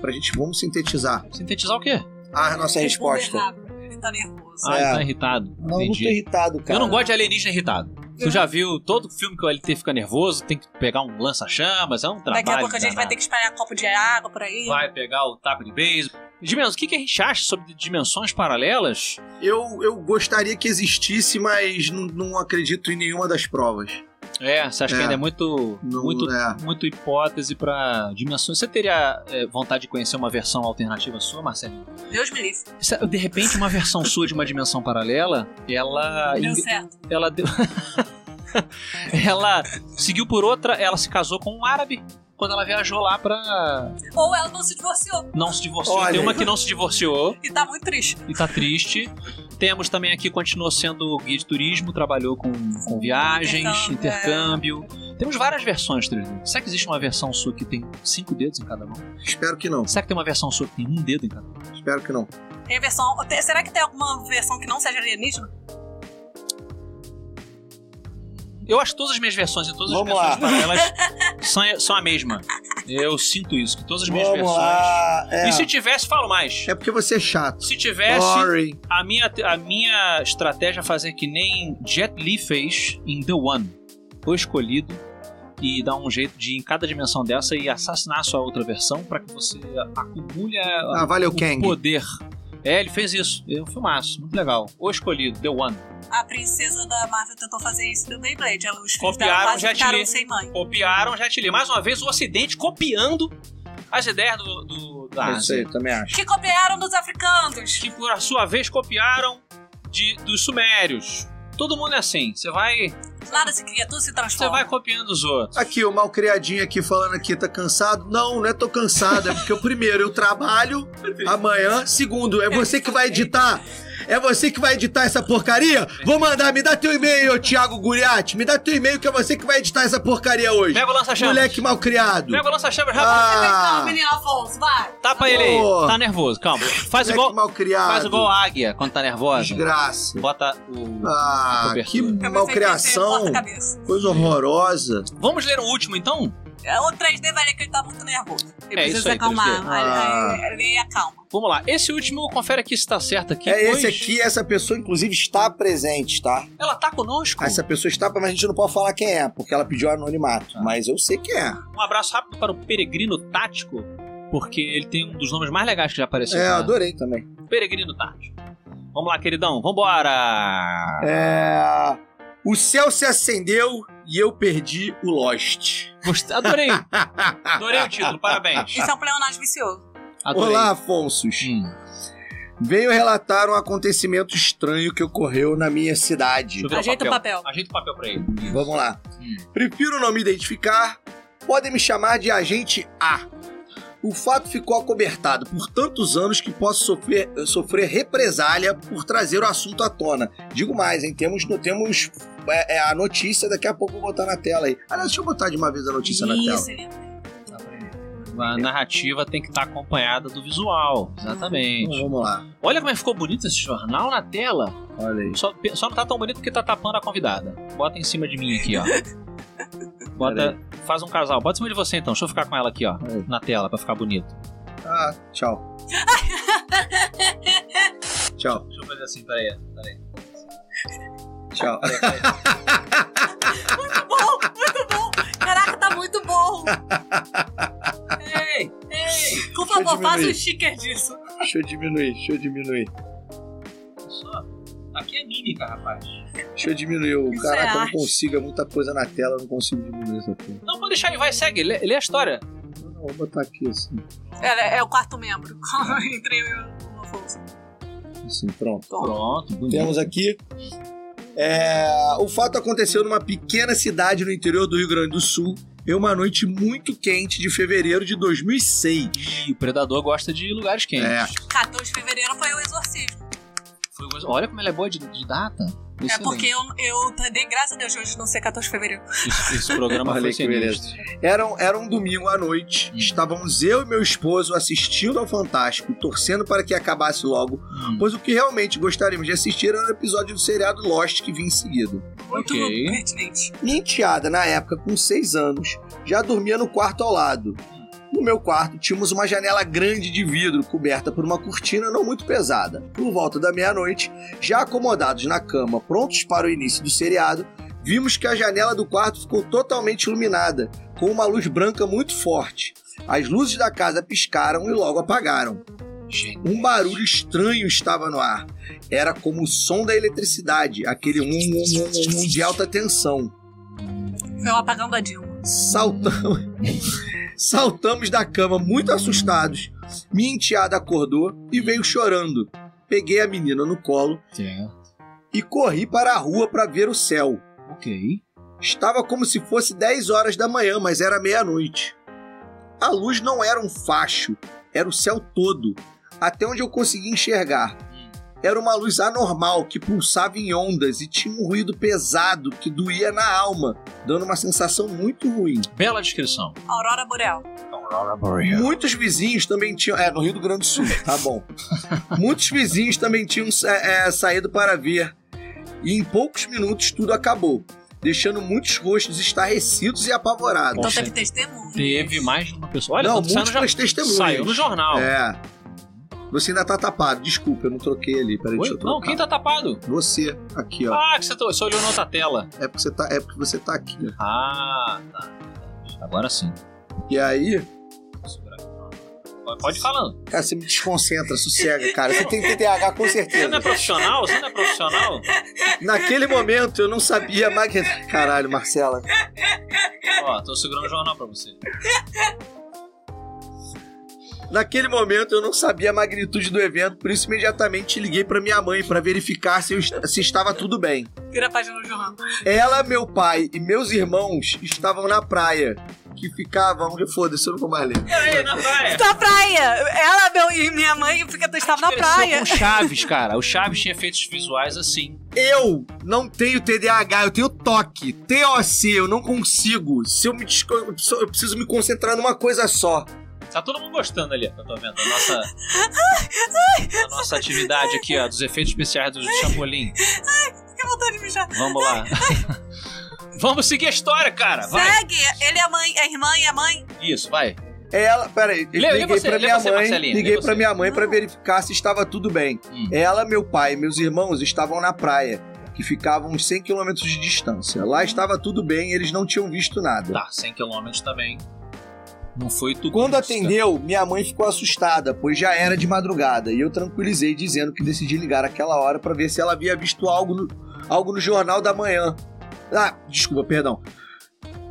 Pra gente, vamos sintetizar
Sintetizar o quê?
a nossa resposta.
Ele tá nervoso.
Ah,
É.
ele tá irritado.
Não, eu não tô
Entendi.
irritado, cara.
eu não gosto de alienígena irritado. Tu já viu todo filme que o LT fica nervoso, tem que pegar um lança-chamas, é um trabalho.
Daqui a pouco a gente vai
danado.
ter que espalhar copo de água por aí.
Vai pegar o taco de beijo. Dimensões, o que, que a gente acha sobre dimensões paralelas?
Eu, eu gostaria que existisse, mas não, não acredito em nenhuma das provas.
É, você acha
É.
que ainda é muito,
Não,
muito,
é.
muito hipótese pra dimensões. Você teria é, vontade de conhecer uma versão alternativa sua, Marcelinho?
Deus me livre.
Se- De repente, uma versão sua de uma dimensão paralela, ela.
Deu
ing-
certo.
Ela deu. ela seguiu por outra, ela se casou com um árabe quando ela viajou lá pra.
Ou é ela não se divorciou
Não se divorciou.
Olha
Tem uma
aí.
que não se divorciou.
e tá muito triste.
e tá triste. Temos também aqui, continuou sendo guia de turismo, trabalhou com, com viagens, intercâmbio. Temos várias versões, Trilho. Será que existe uma versão sua que tem cinco dedos em cada mão?
Espero que não.
Será que tem uma versão sua que tem um dedo em cada mão?
Espero que não.
Tem a versão. tem- Será que tem alguma versão que não seja alienígena?
Eu acho que todas as minhas versões e todas as
Vamos
versões
lá.
paralelas são, são a mesma. Eu sinto isso, que todas as minhas
Vamos
versões.
lá. É.
E se tivesse, falo mais.
É porque você é chato.
Se tivesse,
Sorry.
a minha, a minha estratégia é fazer que nem Jet Li fez em The One. O escolhido e dar um jeito de ir em cada dimensão dessa e assassinar a sua outra versão pra que você acumule a,
Ah, valeu,
o
Kang.
poder. É, ele fez isso. É um filmaço, muito legal. O escolhido, The One.
A princesa da Marvel tentou fazer isso do Beyblade. Ela- Os filhos
Copiaram,
dela quase
já te
ficaram
li.
sem mãe.
Copiaram Jet Li. Mais uma vez, o Ocidente copiando as ideias do, do-
É
da
Eu sei,
Ásia.
É eu também acho.
Que copiaram dos africanos.
Que, por sua vez, copiaram de, dos sumérios. Todo mundo é assim. Você vai,
Nada se cria, tudo se
você
transforma.
vai copiando os outros.
Aqui, o malcriadinho aqui falando aqui, tá cansado? Não, não é tô cansado, é porque eu, primeiro, eu trabalho amanhã. Segundo, é você que vai editar? É você que vai editar essa porcaria? Vou mandar, me dá teu e-mail, Thiago Guriati. Me dá teu e-mail que é você que vai editar essa porcaria hoje.
Pega o lança-chamas.
Moleque malcriado.
Pega o lança-chamas rápido.
Ah,
Não, menino Afonso, vai.
Tapa ele aí.
Pô.
Tá nervoso, calma. Faz
moleque
igual,
malcriado.
faz igual a águia quando tá nervosa.
Desgraça.
Bota o.
Ah,
Cobertura.
que
É
malcriação.
Cabeça.
Coisa horrorosa.
Vamos ler o último então?
É, O 3D vai ler que ele tá muito nervoso. Ele
É
precisa
isso
se
aí,
acalmar. é,
3D.
Ah.
Ele- Ele acalma.
Vamos lá. Esse último, confere aqui se tá certo aqui.
É
pois
esse aqui, essa pessoa inclusive está presente, tá?
Ela tá conosco.
Essa pessoa está, mas a gente não pode falar quem é, porque ela pediu
Ah.
anonimato. Mas eu sei quem é.
Um abraço rápido para o Peregrino Tático, porque ele tem um dos nomes mais legais que já apareceu.
É, eu
tá?
adorei também.
Peregrino Tático. Vamos lá, queridão. Vambora!
É... O céu se acendeu e eu perdi o Lost.
Gostei- Adorei. Adorei o título, parabéns.
Isso é um pleonasmo vicioso.
Adorei.
Olá, Afonsos.
Hum,
Venho relatar um acontecimento estranho que ocorreu na minha cidade.
deixa eu ver
Ajeita o papel.
Então, Ajeita o papel pra ele.
Vamos lá.
Hum.
Prefiro não me identificar. Podem me chamar de agente A. O fato ficou acobertado por tantos anos que posso sofrer, sofrer represália por trazer o assunto à tona. Digo mais, hein? Temos, temos é, é, a notícia, daqui a pouco eu vou botar na tela aí. Aliás, deixa eu botar de uma vez a notícia na tela.
Isso, ele-
A narrativa tem que estar acompanhada do visual.
Então,
Exatamente.
vamos lá.
Olha como é que ficou bonito esse jornal na tela.
Olha aí.
Só, só não tá tão bonito porque tá tapando a convidada. Bota em cima de mim aqui, ó. Bota, faz um casal. Bota em cima de você então. Deixa eu ficar com ela aqui, ó. Na tela, pra ficar bonito.
Ah, tchau. tchau,
Deixa eu fazer assim, peraí.
tchau.
Muito bom, muito bom. Caraca, tá muito bom.
Ei!
Ei, por
Deixa eu
favor, faça
diminuir.
um sticker disso.
Deixa eu diminuir, deixa eu diminuir.
Só. Aqui é mímica, rapaz.
Deixa eu diminuir. o
Isso é
Caraca, eu não
arte.
consigo, é muita coisa na tela, eu não consigo diminuir essa porra.
Não, pode deixar ele, vai, segue. Lê, lê a história.
Não, não, vou botar aqui assim.
É, é o quarto membro. Entre eu e o Afonso.
Assim, pronto.
Pronto, bonito.
Temos aqui. É, o fato aconteceu numa pequena cidade no interior do Rio Grande do Sul, em uma noite muito quente de fevereiro de 2006.
E o predador gosta de lugares quentes.
É.
14 de fevereiro foi o exorcismo.
Foi coisa- olha como ela é boa de, de data.
É
Excelente.
porque eu, eu dei graças a Deus de hoje não ser 14 de fevereiro.
Esse, esse programa
Olha
foi
que
sinistro.
beleza. Era, um- era um domingo à noite,
Hum.
estávamos eu e meu esposo assistindo ao Fantástico, torcendo para que acabasse logo,
Hum.
pois o que realmente gostaríamos de assistir era o episódio do seriado Lost que vinha em seguida.
Muito
Ok.
pertinente.
Minha enteada, na época, com seis anos, já dormia no quarto ao lado. No meu quarto, tínhamos uma janela grande de vidro, coberta por uma cortina não muito pesada. Por volta da meia-noite, já acomodados na cama, prontos para o início do seriado, vimos que a janela do quarto ficou totalmente iluminada, com uma luz branca muito forte. As luzes da casa piscaram e logo apagaram. Um barulho estranho estava no ar. Era como o som da eletricidade, aquele um, um, um, um, um de alta tensão.
Foi o apagão da Dilma.
Saltamos. Saltamos da cama muito assustados. Minha enteada acordou e veio chorando. Peguei a menina no colo
Certo.
e corri para a rua para ver o céu.
Ok.
Estava como se fosse 10 horas da manhã, mas era meia-noite. A luz não era um facho, era o céu todo, até onde eu conseguia enxergar. Era uma luz anormal que pulsava em ondas e tinha um ruído pesado que doía na alma, dando uma sensação muito ruim.
Bela descrição.
Aurora Boreal.
Muitos vizinhos também tinham. É, no Rio do Grande do Sul, tá bom. Muitos vizinhos também tinham é, é, saído para ver. E em poucos minutos tudo acabou, deixando muitos rostos estarrecidos e apavorados.
Então
Nossa.
teve testemunho.
Teve mais de uma pessoa. Olha,
não,
tudo saiu no,
múltiplas
jor-
testemunhas.
saiu no jornal.
É. Você ainda tá tapado. Desculpa, eu não troquei ali. Peraí,
Oi?
deixa eu trocar.
Não, quem tá tapado?
Você, aqui, ó.
Ah, que você, tá- você olhou na outra tela.
É porque você tá, é porque você tá aqui. ó.
Ah, tá. Agora sim.
E aí,
Vou segurar aqui. Pode- Pode ir falando.
cara, você me desconcentra, sossega, cara. Você tem TDAH com
Você não é
certeza.
profissional? Você não é profissional?
Naquele momento eu não sabia magnetar. Caralho, Marcela.
Ó, tô segurando o jornal pra você.
Naquele momento eu não sabia a magnitude do evento, por isso imediatamente liguei pra minha mãe pra verificar se, eu est- se estava tudo bem.
Vira a página do jornal.
Ela, meu pai e meus irmãos estavam na praia, que ficavam. Foda-se, eu não vou mais ler.
Peraí, na praia.
Na praia! Ela, meu, e minha mãe, porque tu estava na praia.
O Chaves, cara. O Chaves tinha efeitos visuais assim.
Eu não tenho TDAH, eu tenho toque. TOC, eu não consigo. Se eu me desco- eu preciso- eu preciso me concentrar numa coisa só.
Tá todo mundo gostando ali, eu tô vendo. A nossa, a nossa atividade aqui, ó, dos efeitos especiais do Chapolin.
Que vontade de mijar.
Vamos lá. Vamos seguir a história, cara. Vai.
Segue! Ele é a mãe, a irmã e a mãe.
Isso, vai.
É Ela, peraí,
Lê- lê
liguei
você,
pra
lê
minha
você,
mãe,
Marcelinha, lê
liguei
você.
pra minha mãe pra verificar se estava tudo bem.
Hum.
Ela, meu pai e meus irmãos estavam na praia, que ficavam uns 100 km de distância. Lá estava tudo bem, eles não tinham visto nada.
Tá, 100 km também. Não foi tu.
Quando atendeu, minha mãe ficou assustada, pois já era de madrugada, e eu tranquilizei dizendo que decidi ligar aquela hora pra ver se ela havia visto algo no, algo no jornal da manhã. Ah, desculpa, perdão.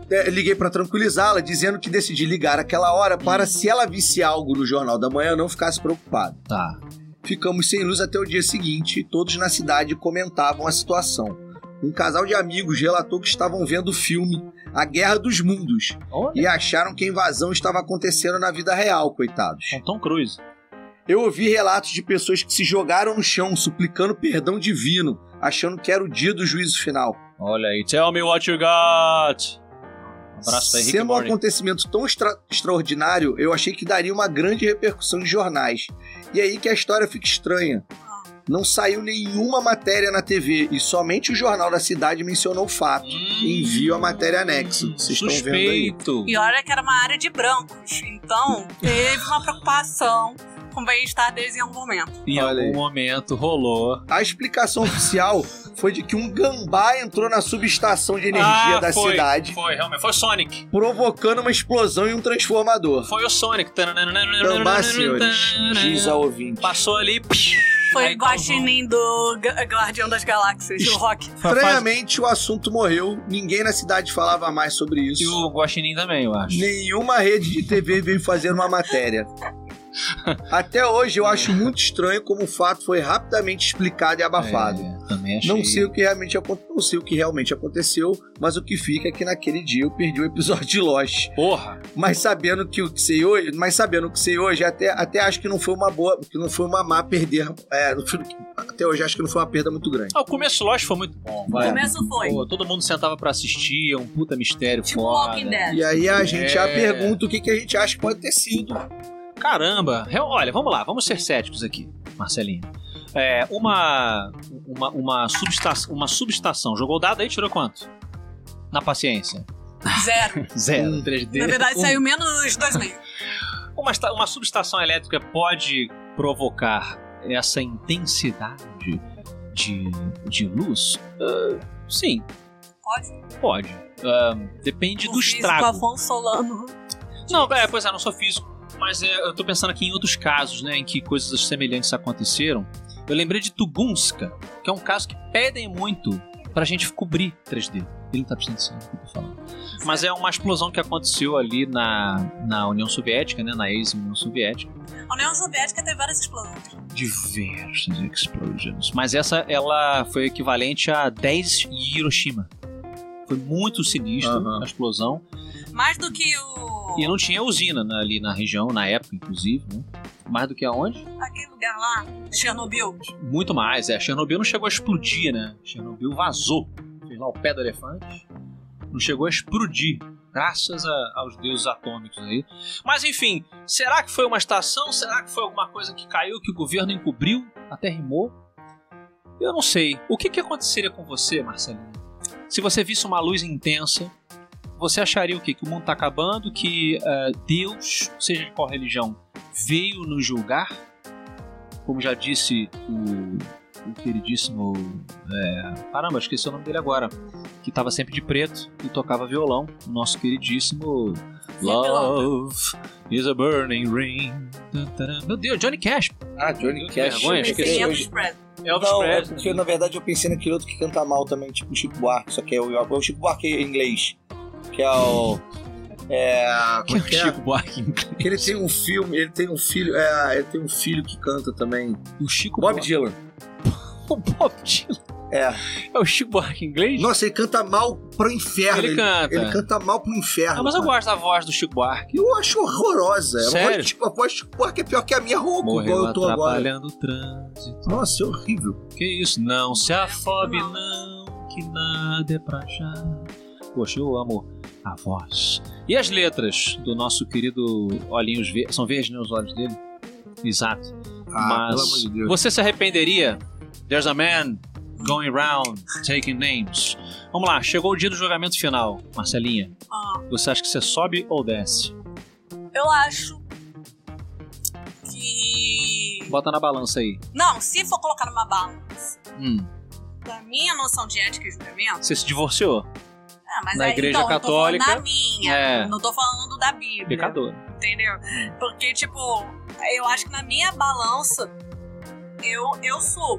É, liguei pra tranquilizá-la, dizendo que decidi ligar aquela hora para se ela visse algo no jornal da manhã, não ficasse preocupada.
Tá.
Ficamos sem luz até o dia seguinte e todos na cidade comentavam a situação. Um casal de amigos relatou que estavam vendo o filme A Guerra dos Mundos,
Olha.
e acharam que a invasão estava acontecendo na vida real, coitados.
Com Tom Cruise.
Eu ouvi relatos de pessoas que se jogaram no chão suplicando perdão divino, achando que era o dia do juízo final.
Olha aí. Tell me what you got. Um abraço pra Henrique
Sendo um acontecimento tão extra- extraordinário, eu achei que daria uma grande repercussão em jornais. E é aí que a história fica estranha. Não saiu nenhuma matéria na TV e somente o jornal da cidade mencionou o fato. Envio a matéria anexo. Vocês estão vendo aí?
Hum. Suspeito.
E olha é que era uma área de brancos. Então, teve uma preocupação com o bem-estar deles em algum momento.
Em
Olha
algum
aí.
momento rolou.
A explicação oficial foi de que um gambá entrou na subestação de energia
Ah,
da
foi,
cidade,
Foi, realmente. Foi Sonic.
provocando uma explosão em um transformador.
Foi o Sonic.
Gambá, senhores, diz ao ouvinte.
Passou ali.
Foi
Aí
o guaxinim do Ga- Guardião das Galáxias, do
Isso.
Rock.
É.
Estranhamente, o assunto morreu. Ninguém na cidade falava mais sobre
E
isso.
o Guaxinim também, eu acho.
Nenhuma rede de TV veio fazer uma matéria. Até hoje, eu acho muito estranho como o fato foi rapidamente explicado e abafado.
É, também achei.
Não sei, o que realmente, acon- não sei o que realmente aconteceu, mas o que fica é que naquele dia eu perdi o episódio de Lost.
Porra.
mas sabendo que o que sei hoje, mas sabendo o que sei hoje, até, até acho que não foi uma boa, que não foi uma má perder, é, não foi- até hoje acho que não foi uma perda muito grande.
Ah, o começo, lógico, foi muito bom.
O
Vai.
começo foi.
Pô, todo mundo sentava pra assistir, é um puta mistério
Tipo
foda.
Walking Dead.
E aí a gente já
É.
pergunta o que, que a gente acha que pode ter sido.
Caramba! Real- Olha, vamos lá, vamos ser céticos aqui, Marcelinho. É, uma, uma, uma, subestação, uma subestação. Jogou o dado aí, tirou quanto? Na paciência.
Zero.
Zero. 3D.
Hum. Na verdade,
Um.
saiu menos dois meses.
Uma, esta- uma subestação elétrica pode provocar essa intensidade de, de luz? Ah, sim. Pode? Pode. Ah, depende do
Com
estrago.
Afonso Solano.
Não, é, pois é, não sou físico. Mas é, eu tô pensando aqui em outros casos, né, em que coisas semelhantes aconteceram. Eu lembrei de Tugunska, que é um caso que pedem muito pra gente cobrir 3D. 30% certo que eu tô falando. Mas é uma explosão que aconteceu ali na, na União Soviética, né? Na ex-União Soviética.
A União Soviética teve várias explosões.
Diversas explosions. Mas essa, ela foi equivalente a 10 em Hiroshima. Foi muito sinistro
Aham.
a explosão.
Mais do que o.
E não tinha usina na- ali na região, na época, inclusive, né? Mais do que aonde?
aquele lugar lá, Chernobyl.
Muito mais, é. Chernobyl não chegou a explodir, né? Chernobyl vazou. Fez lá o pé do elefante. Não chegou a explodir. Graças a- aos deuses atômicos aí. Mas enfim, será que foi uma estação? Será que foi alguma coisa que caiu, que o governo encobriu? Até rimou? Eu não sei. O que, que aconteceria com você, Marcelinho? Se você visse uma luz intensa, você acharia o quê? Que o mundo está acabando? Que ah, Deus, seja de qual religião, veio nos julgar? como já disse o, o queridíssimo. É, caramba, esqueci o nome dele agora. Que tava sempre de preto e tocava violão. O nosso queridíssimo. Love is a burning ring. Tan, taran. Meu Deus, Johnny Cash.
Ah, Johnny Cash.
Vergonha,
Esse
esqueci.
aí é o
hoje.
Spread.
Elvis
não, é
Presley.
porque na verdade eu pensei naquele outro que canta mal também, tipo o Chico Buarque, só que é o, é o Chico Buarque em inglês. Que é o. É.
Que é
como
o
que é?
Chico Buarque.
Que ele tem um filme, ele tem um filho. É, ele tem um filho que canta também.
O Chico
Bob
Buarque.
Dylan.
O Bob Dylan.
É.
É o Chico Buarque em inglês?
Nossa, ele canta mal pro inferno.
Ele canta.
Ele canta mal pro inferno.
Ah, É. mas eu
cara.
gosto da voz do Chico Buarque.
Eu acho horrorosa. É uma
Sério?
voz, tipo, a voz de porca é pior que a minha roupa, igual
Morreu
eu tô agora.
atrapalhando o trânsito.
Nossa, é horrível.
Que isso? Não se afobe, não, que nada é pra já. Poxa, eu amo a voz. E as letras do nosso querido Olhinhos Verdes? São verdes, né? Os olhos dele? Exato.
Ah,
Mas
pelo amor de Deus.
você se arrependeria? There's a man going round taking names. Vamos lá, chegou o dia do julgamento final, Marcelinha.
Ah.
Você acha que você sobe ou desce?
Eu acho que.
Bota na balança aí.
Não, se for colocar numa balança,
Hum,
da minha noção de ética e julgamento,
você se divorciou.
ah, mas
Na
aí,
Igreja
então, Eu tô
Católica,
falando da minha.
é.
Não tô falando da Bíblia.
Pecador. Hum.
Entendeu? Porque, tipo, eu acho que na minha balança, eu, eu sou.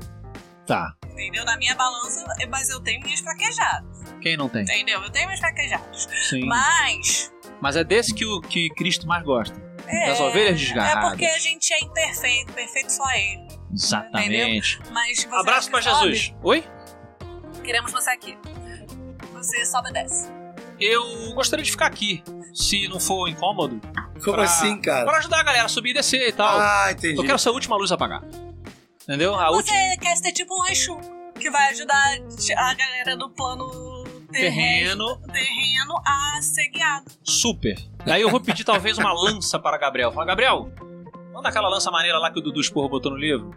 Tá.
Entendeu? Na minha balança, mas eu tenho minhas fraquejadas.
Quem não tem?
Entendeu? Eu tenho minhas fraquejadas.
Sim.
Mas.
Mas é desse que, o, que Cristo mais gosta.
É,
das ovelhas
É
desgarradas.
porque a gente é imperfeito, perfeito só ele.
Exatamente.
Mas você
Abraço pra
que sobe,
Jesus. Oi?
Queremos você aqui. Você sobe e desce.
Eu gostaria de ficar aqui, se não for incômodo,
Como
Pra-
assim, cara?
pra ajudar a galera a subir e descer e tal.
Ah, entendi.
Eu quero essa última luz apagar. Entendeu? A
você
última
quer ser tipo um Exu, que vai ajudar a galera do plano terreno,
terreno
terreno a ser guiado.
super. Daí eu vou pedir talvez uma lança para Gabriel. Fala, Gabriel, manda aquela lança maneira lá que o Dudu Esporro botou no livro.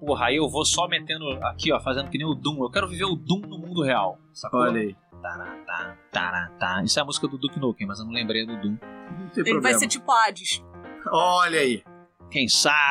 Porra, aí eu vou só metendo aqui, ó, fazendo que nem o Doom. Eu quero viver o Doom no mundo real. Sacou?
Olha aí.
Tará, tá, tará, tá. Isso é a música do Duke Nukem, mas eu não lembrei do Doom.
Não tem
Ele
problema.
vai ser tipo Hades.
Olha aí.
Quem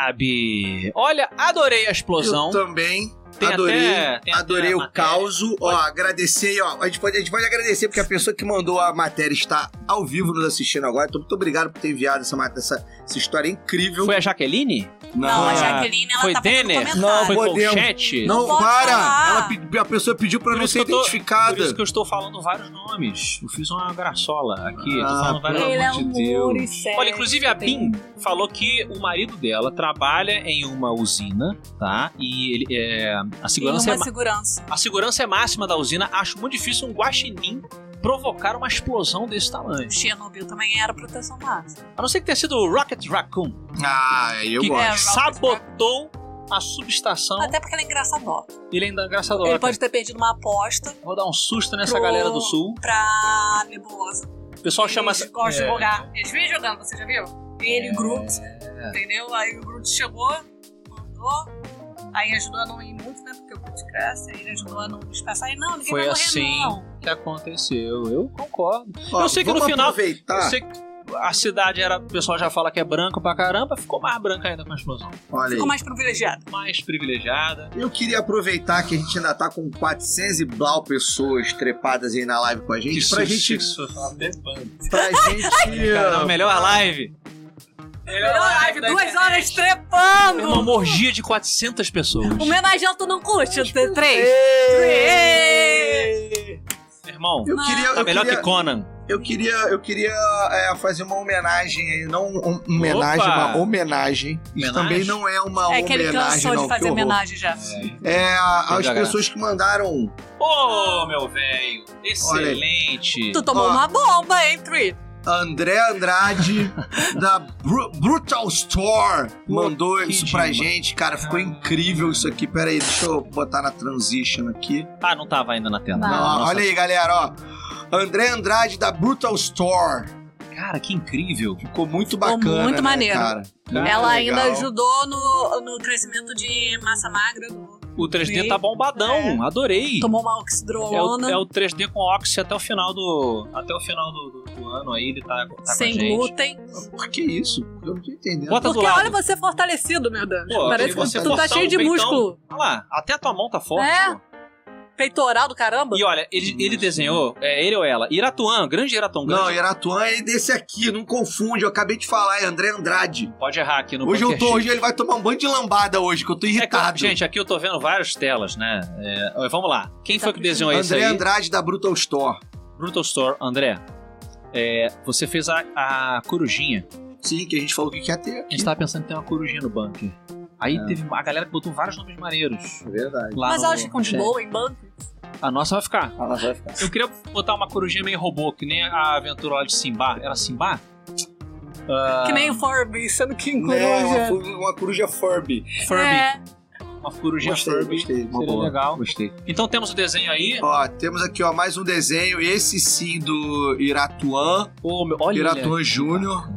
sabe? Olha, adorei a explosão.
Eu também.
Tem
adorei.
até- tem até
adorei
a
o
matéria.
caos. Ó, agradecer, ó. A gente, pode, a gente pode agradecer, porque a pessoa que mandou a matéria está ao vivo nos assistindo agora. Então, muito obrigado por ter enviado essa, matéria, essa, essa história incrível.
Foi a Jaqueline?
Não, a
Ah,
Jaqueline, ela
foi
tá
Denner?
fazendo
Não,
comentário.
Foi
Podemos.
Colchete?
Não,
Pode
para!
falar.
Ela pedi- a pessoa pediu pra
Por
não
isso
ser
que eu tô-
identificada.
Por isso que eu estou falando vários nomes. Eu fiz uma graçola aqui.
Ah,
tô falando vários nomes.
pelo
Ele é
amor
um
de Deus.
muro sério.
Olha, inclusive a Pim falou que o marido dela trabalha em uma usina, tá? E ele, é, a
Tem
segurança é
uma segurança.
A segurança é máxima da usina. Acho muito difícil um guaxinim provocar uma explosão desse tamanho.
Chernobyl também era proteção máxima.
A não ser que tenha sido o Rocket Raccoon,
Ah, eu
que
gosto.
É, Rocket
sabotou a subestação.
Até porque ela é engraçador.
Ele ainda é engraçador.
Ele
cara.
pode ter perdido uma aposta
Vou dar um susto nessa
Pro-
galera do sul.
pra nebulosa.
O pessoal chama...
Eles gostam
é,
de jogar. Eles vêm jogando, você já viu? Ele e o Groot.
é.
Entendeu? Aí o Groot chegou, mandou. Aí ajudou a não ir muito, né? Porque o Groot cresce. Aí ele ajudou a não espaçar. Aí não, ninguém
Foi
vai morrer,
assim
não.
que aconteceu. Eu concordo.
Ó,
eu sei que
vamos
no final-
Aproveitar.
Eu sei que a cidade era... O pessoal já fala que é branco pra caramba. Ficou mais branca ainda com a explosão.
Olha aí.
é
Ficou mais privilegiado.
Mais privilegiada.
Eu queria aproveitar que a gente ainda tá com 400 e blau pessoas trepadas aí na live com a gente. pra gente. É,
sucesso. é Até pano.
Pra gente.
Caramba, melhor live.
Melhor live, duas horas trepando!
Uma morgia de 400 pessoas.
é Homenageando tu não curte, três.
Ei!
irmão.
Eu queria,
Tá
eu
melhor
queria,
que Conan.
eu queria, eu queria é, fazer uma homenagem aí, não um- um homenagem,
Opa!
uma homenagem.
Homenagem?
Também não é uma
É que ele
homenagem,
cansou
não.
de fazer
que horror.
homenagem já.
É às
Entendi, galera.
pessoas que mandaram.
Ô, meu velho. Excelente.
Tu tomou
Ó.
uma bomba, hein, Tri?
André Andrade, da Bru- Brutal Store, mandou
que Ah.
isso pra
demais.
gente. Cara, ficou incrível isso aqui. Pera aí, deixa eu botar na transition aqui.
Ah, não tava ainda na tela.
Não.
Ó,
Nossa,
olha aí, galera, ó. André Andrade, da Brutal Store.
Cara, que incrível.
Ficou muito
Ficou
bacana,
muito
né,
maneiro.
cara?
Ah,
Muito
Ela ainda
legal.
ajudou no, no crescimento de massa magra. do-
O 3D
Sim.
tá bombadão. Adorei.
Tomou uma
É o,
oxidrolona.
é o 3D com Oxy até o final do. Até o final do, do- do ano aí, ele tá, tá com a
sem
gente.
glúten.
Por que isso? Eu não tô entendendo.
Bota do
Porque
lado.
olha você fortalecido, meu Deus.
Tá Pô,
Parece
aquele você
que tu tá
forçar
cheio
o
de
peitão.
músculo.
Olha lá, até a tua mão tá forte.
É.
pô.
Peitoral do caramba.
E olha, ele, ele desenhou, é ele ou ela? Iratuan, grande Iratuan. Grande.
Não, Iratuan é desse aqui, não confunde. Eu acabei de falar, é André Andrade.
Pode errar aqui no
hoje eu
Bunker
tô,
X.
hoje ele vai tomar um banho de lambada hoje, que eu tô
É que eu-
irritado.
gente, aqui eu tô vendo várias telas, né? É, vamos lá. Quem
Tá
foi que desenhou é isso
André
aí?
Andrade da Brutal Store.
Brutal Store, André. é, você fez a, a corujinha.
Sim, que a gente falou que quer ter.
A gente tava pensando em ter uma corujinha no bunker. Aí
É.
teve a galera que botou vários nomes maneiros.
Verdade.
Lá
Mas
no,
elas ficam de
no chat.
boa em banco.
A nossa vai ficar.
Ela vai ficar.
Eu queria botar uma corujinha meio robô, que nem a aventura lá de Simba. Era Simba? Ah, É,
Que nem o Furby, sendo que em
Né,
coruja.
uma, fu- uma coruja Furby.
Furby.
É.
Uma corujinha Furby.
gostei. Uma
seria
boa.
legal.
Gostei.
Então temos o desenho aí.
Ó, temos aqui, ó, mais um desenho. Esse sim do Iratuan.
Ô, meu- olha.
Iratuan Júnior.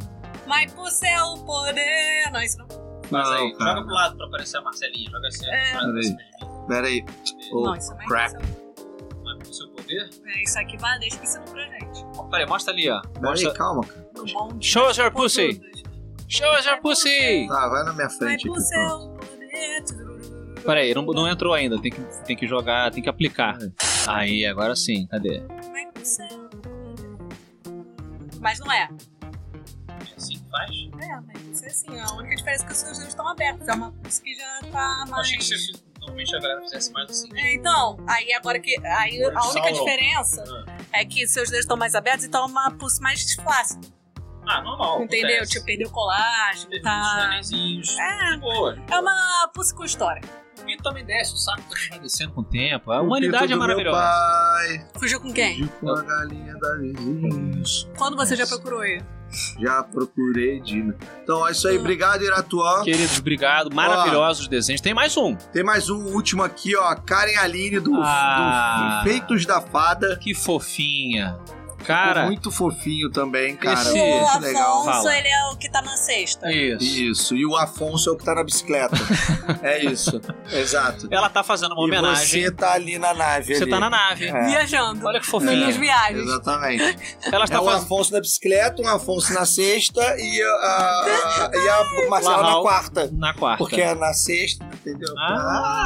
Mas pro céu poder. Não, isso não.
Mas aí,
Não, cara.
joga pro lado pra aparecer a Marcelinha. Joga assim. pra
Peraí.
cima de mim.
Pera aí.
Oh,
Ô,
é. não, isso não é
crap.
isso.
Mas pro seu poder.
É isso aqui, vai, deixa ensinando pra gente.
Peraí, mostra ali, ó.
pera aí,
Mostra.
calma.
Um bom dia.
Show us your
por
pussy!
todos.
Show us your pussy!
Tá, vai na minha
Mas
frente
pro
aqui. pronto.
céu poder. tururu.
então. Peraí, não, não entrou ainda. Tem que, tem que jogar, tem que aplicar.
É.
Aí, agora sim. Cadê?
Mas pro céu poder. Mas não é.
É assim que faz?
É, mas isso é assim. A única diferença é que os seus dedos estão abertos. É uma coisa que já tá mais.
Achei que se normalmente a galera fizesse mais assim.
É, Então, aí agora que. Aí
Olho de
a única
Sauron.
diferença é que seus dedos estão mais abertos, então é uma pulse mais fácil.
Ah, normal.
Entendeu?
acontece.
Tipo, perdeu o colágeno, tá.
É. Boa.
É uma pulse com história.
O Pinto também desce, o saco tá descendo com o tempo. A
O
humanidade
pinto
é
do meu
maravilhosa.
Pai,
Fugiu com quem?
de com a galinha da vizinha.
Quando você já procurou ele?
Já procurei, Dina. Então é isso aí. Obrigado, Iratuan.
Queridos, obrigado. Maravilhosos os desenhos. Tem mais um.
Tem mais um último aqui, ó. Karen Aline do,
Ah.
do Feitos da Fada.
Que fofinha. Cara,
muito fofinho também, cara.
Esse-
o
Muito
Afonso,
legal.
Fala.
ele é o que tá na sexta.
isso.
Isso. E o Afonso é o que tá na bicicleta. é isso. Exato.
Ela tá fazendo uma homenagem.
E você tá ali na nave.
Você
ali.
tá na nave.
É.
Viajando.
Olha que
nas minhas
fofinha.
viagens.
Exatamente.
Ela
É
está
um
fazendo.
Afonso na bicicleta, um Afonso na sexta e a, a- e a Marcela na
Lalau.
quarta.
Na quarta.
Porque é na sexta, entendeu?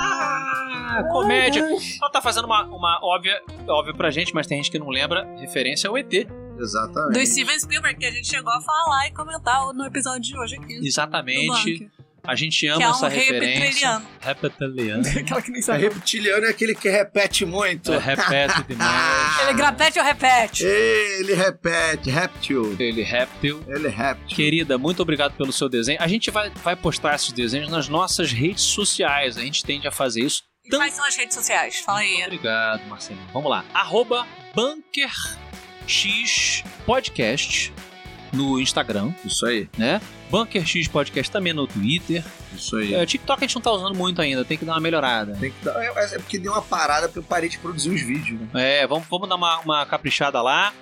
Ah, comédia. Ela tá fazendo uma, uma óbvia, óbvia pra gente, mas tem gente que não lembra. Referência é ao ET.
Exatamente.
Do Steven Spielberg, que a gente chegou a falar e comentar no episódio de hoje aqui.
Exatamente.
do Bunker,
A gente ama
que é um
essa referência.
reptiliano.
Reptiliano.
Aquela que nem
É
sabe.
reptiliano é aquele que repete muito.
É, repete demais.
Ele grapete ou repete?
Ele repete, reptil.
Ele é reptil.
Ele repte.
Querida, muito obrigado pelo seu desenho. A gente vai, vai postar esses desenhos nas nossas redes sociais. A gente tende a fazer isso.
E Quais são as redes sociais? Fala aí.
Obrigado, Marcelinho. Vamos lá. Arroba BunkerX Podcast no Instagram,
Isso aí,
né? Bunker X Podcast também no Twitter.
isso aí.
É, TikTok a gente não tá usando muito ainda, tem que dar uma melhorada.
Tem que dar- é, é porque deu uma parada porque eu parei de produzir os vídeos, né?
É, vamos, vamos dar uma, uma caprichada lá.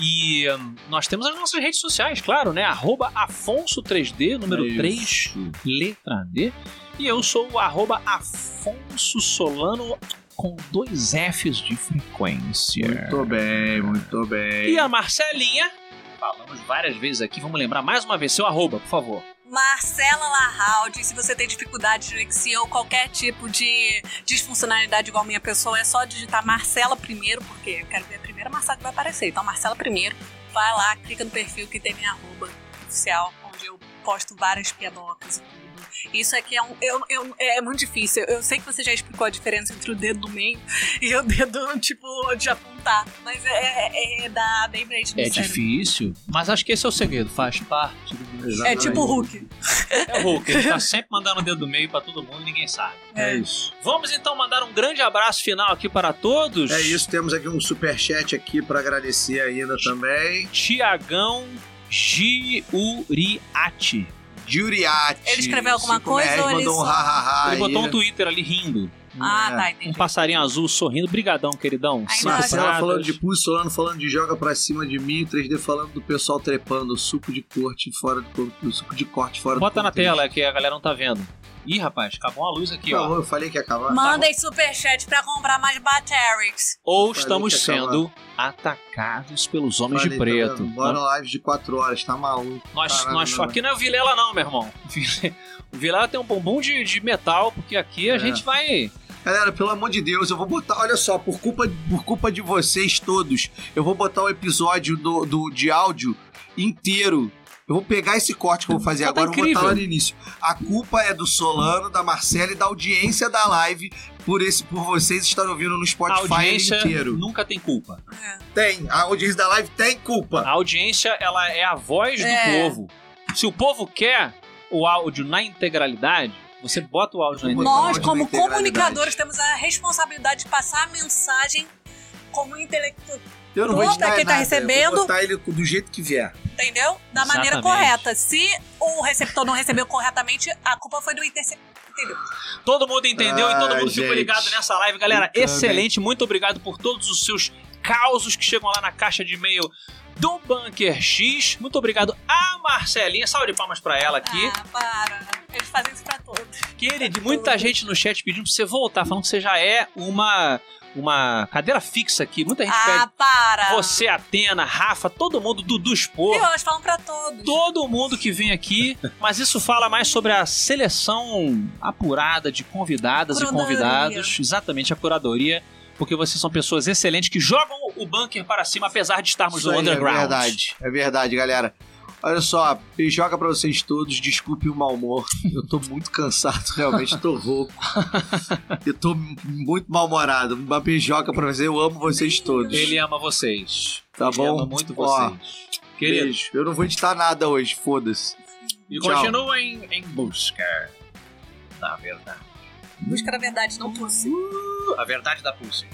E hum, nós temos as nossas redes sociais, claro, né? Arroba Afonso3D, número
É Isso.
3, letra D. E eu sou o arroba Afonso Solano com dois Fs de frequência.
Muito bem, muito
E
bem.
a Marcelinha, falamos várias vezes aqui, vamos lembrar mais uma vez, seu arroba, por favor.
Marcela Larraud, se você tem dificuldade de anorexia ou qualquer tipo de disfuncionalidade igual minha pessoa, é só digitar Marcela primeiro, porque eu quero ver a primeira Marcela que vai aparecer. Então, Marcela primeiro, vai lá, clica no perfil que tem minha arroba oficial, onde eu posto várias piadocas e tudo. Isso aqui é, um, eu- eu- é muito difícil. Eu sei que você já explicou a diferença entre o dedo do meio e o dedo, tipo, de apontar. Mas é, é, é da Beyblade no
É
cérebro.
difícil, mas acho que esse é o segredo, faz parte do
É tipo o Hulk.
É o Hulk, ele tá sempre mandando o dedo do meio pra todo mundo e ninguém sabe.
É
isso.
Vamos então mandar um grande abraço final aqui para todos.
É isso, temos aqui um superchat aqui pra agradecer ainda também.
Tiagão Giuriati.
Diuriate.
Ele escreveu alguma
cinco reais,
coisa ou ele
mandou um
só-
hahaha.
Ele botou um
aí.
Twitter ali rindo.
Ah,
É.
tá,
Um
entendi.
passarinho azul sorrindo. Brigadão, queridão.
Ai,
Cinco
nossa.
Marcela
pratas.
falando de pulso, Solano falando de joga pra cima de mim, 3D falando do pessoal trepando, suco de corte fora do corpo, do suco de corte fora
Bota
do
na
contexto.
tela que a galera não tá vendo. Ih, rapaz, acabou a luz aqui, ó.
Não, eu falei que ia acabar.
Mandem superchat pra comprar mais Baterics.
Ou
Falei
estamos
que acabou.
sendo atacados pelos homens
Falei,
de
tá
preto.
vendo? Bora né? live de 4 horas, tá maluco.
Nós,
Caralho,
nós,
não.
aqui não é o Vilela, não, meu irmão. O Vilela tem um bombom de, de metal, porque aqui a
É.
gente vai.
Galera, pelo amor de Deus, eu vou botar. Olha só, por culpa, por culpa de vocês todos, eu vou botar o episódio do, do- de áudio inteiro. Eu vou pegar esse corte que eu vou fazer
Tá
agora e vou
incrível.
botar lá no início. A culpa é do Solano, da Marcela e da audiência da live por esse por vocês estarem ouvindo no
A
Spotify é
audiência
inteiro.
nunca tem culpa.
Tem, a audiência da live tem culpa.
A audiência, ela é a voz do
É.
povo. Se o povo quer o áudio na integralidade, você bota o áudio na
Vou
integralidade.
botar
Nós,
áudio
como
na integralidade.
comunicadores, temos a responsabilidade de passar a mensagem como um intelectual,
Eu não vou
Culpa
editar
quem tá
nada, Eu
recebendo.
vou botar ele do jeito que vier.
entendeu? Da maneira
Exatamente.
correta. Se o receptor não recebeu corretamente, a culpa foi do interceptor. Entendeu?
Todo mundo entendeu e todo
Ai,
mundo ficou
gente.
ligado nessa live, galera.
Bacana,
excelente, muito obrigado por todos os seus causos que chegam lá na caixa de e-mail do Bunker X. Muito obrigado a Marcelinha. Salve de palmas pra ela aqui.
Ah, para. Eles fazem isso Ah, pra todos.
Querido, muita gente no chat pedindo pra você voltar, falando que você já é uma, uma cadeira fixa aqui. Muita gente
Ah, para.
pede. Você, é Atena, Rafa, todo mundo, Dudu Expor,
E elas falam pra todos.
todo mundo que vem aqui. Mas isso fala mais sobre a seleção apurada de convidadas e
Curadoria.
convidados. Exatamente, a curadoria. Porque vocês são pessoas excelentes que jogam o bunker para cima, apesar de estarmos
Isso
no
aí,
underground.
É verdade, é verdade, galera. Olha só, beijoca pra vocês todos, desculpe o mau humor. Eu tô muito cansado, realmente, tô rouco. Eu tô muito mal-humorado. Uma beijoca pra vocês, eu amo vocês todos.
Ele ama vocês.
tá
Ele
bom?
ama muito
Ó,
vocês. Querido,
beijo. Eu não vou editar nada hoje, foda-se.
e
tchau.
continuem em busca da verdade.
Busca da verdade, não possível.
A verdade da pulsa.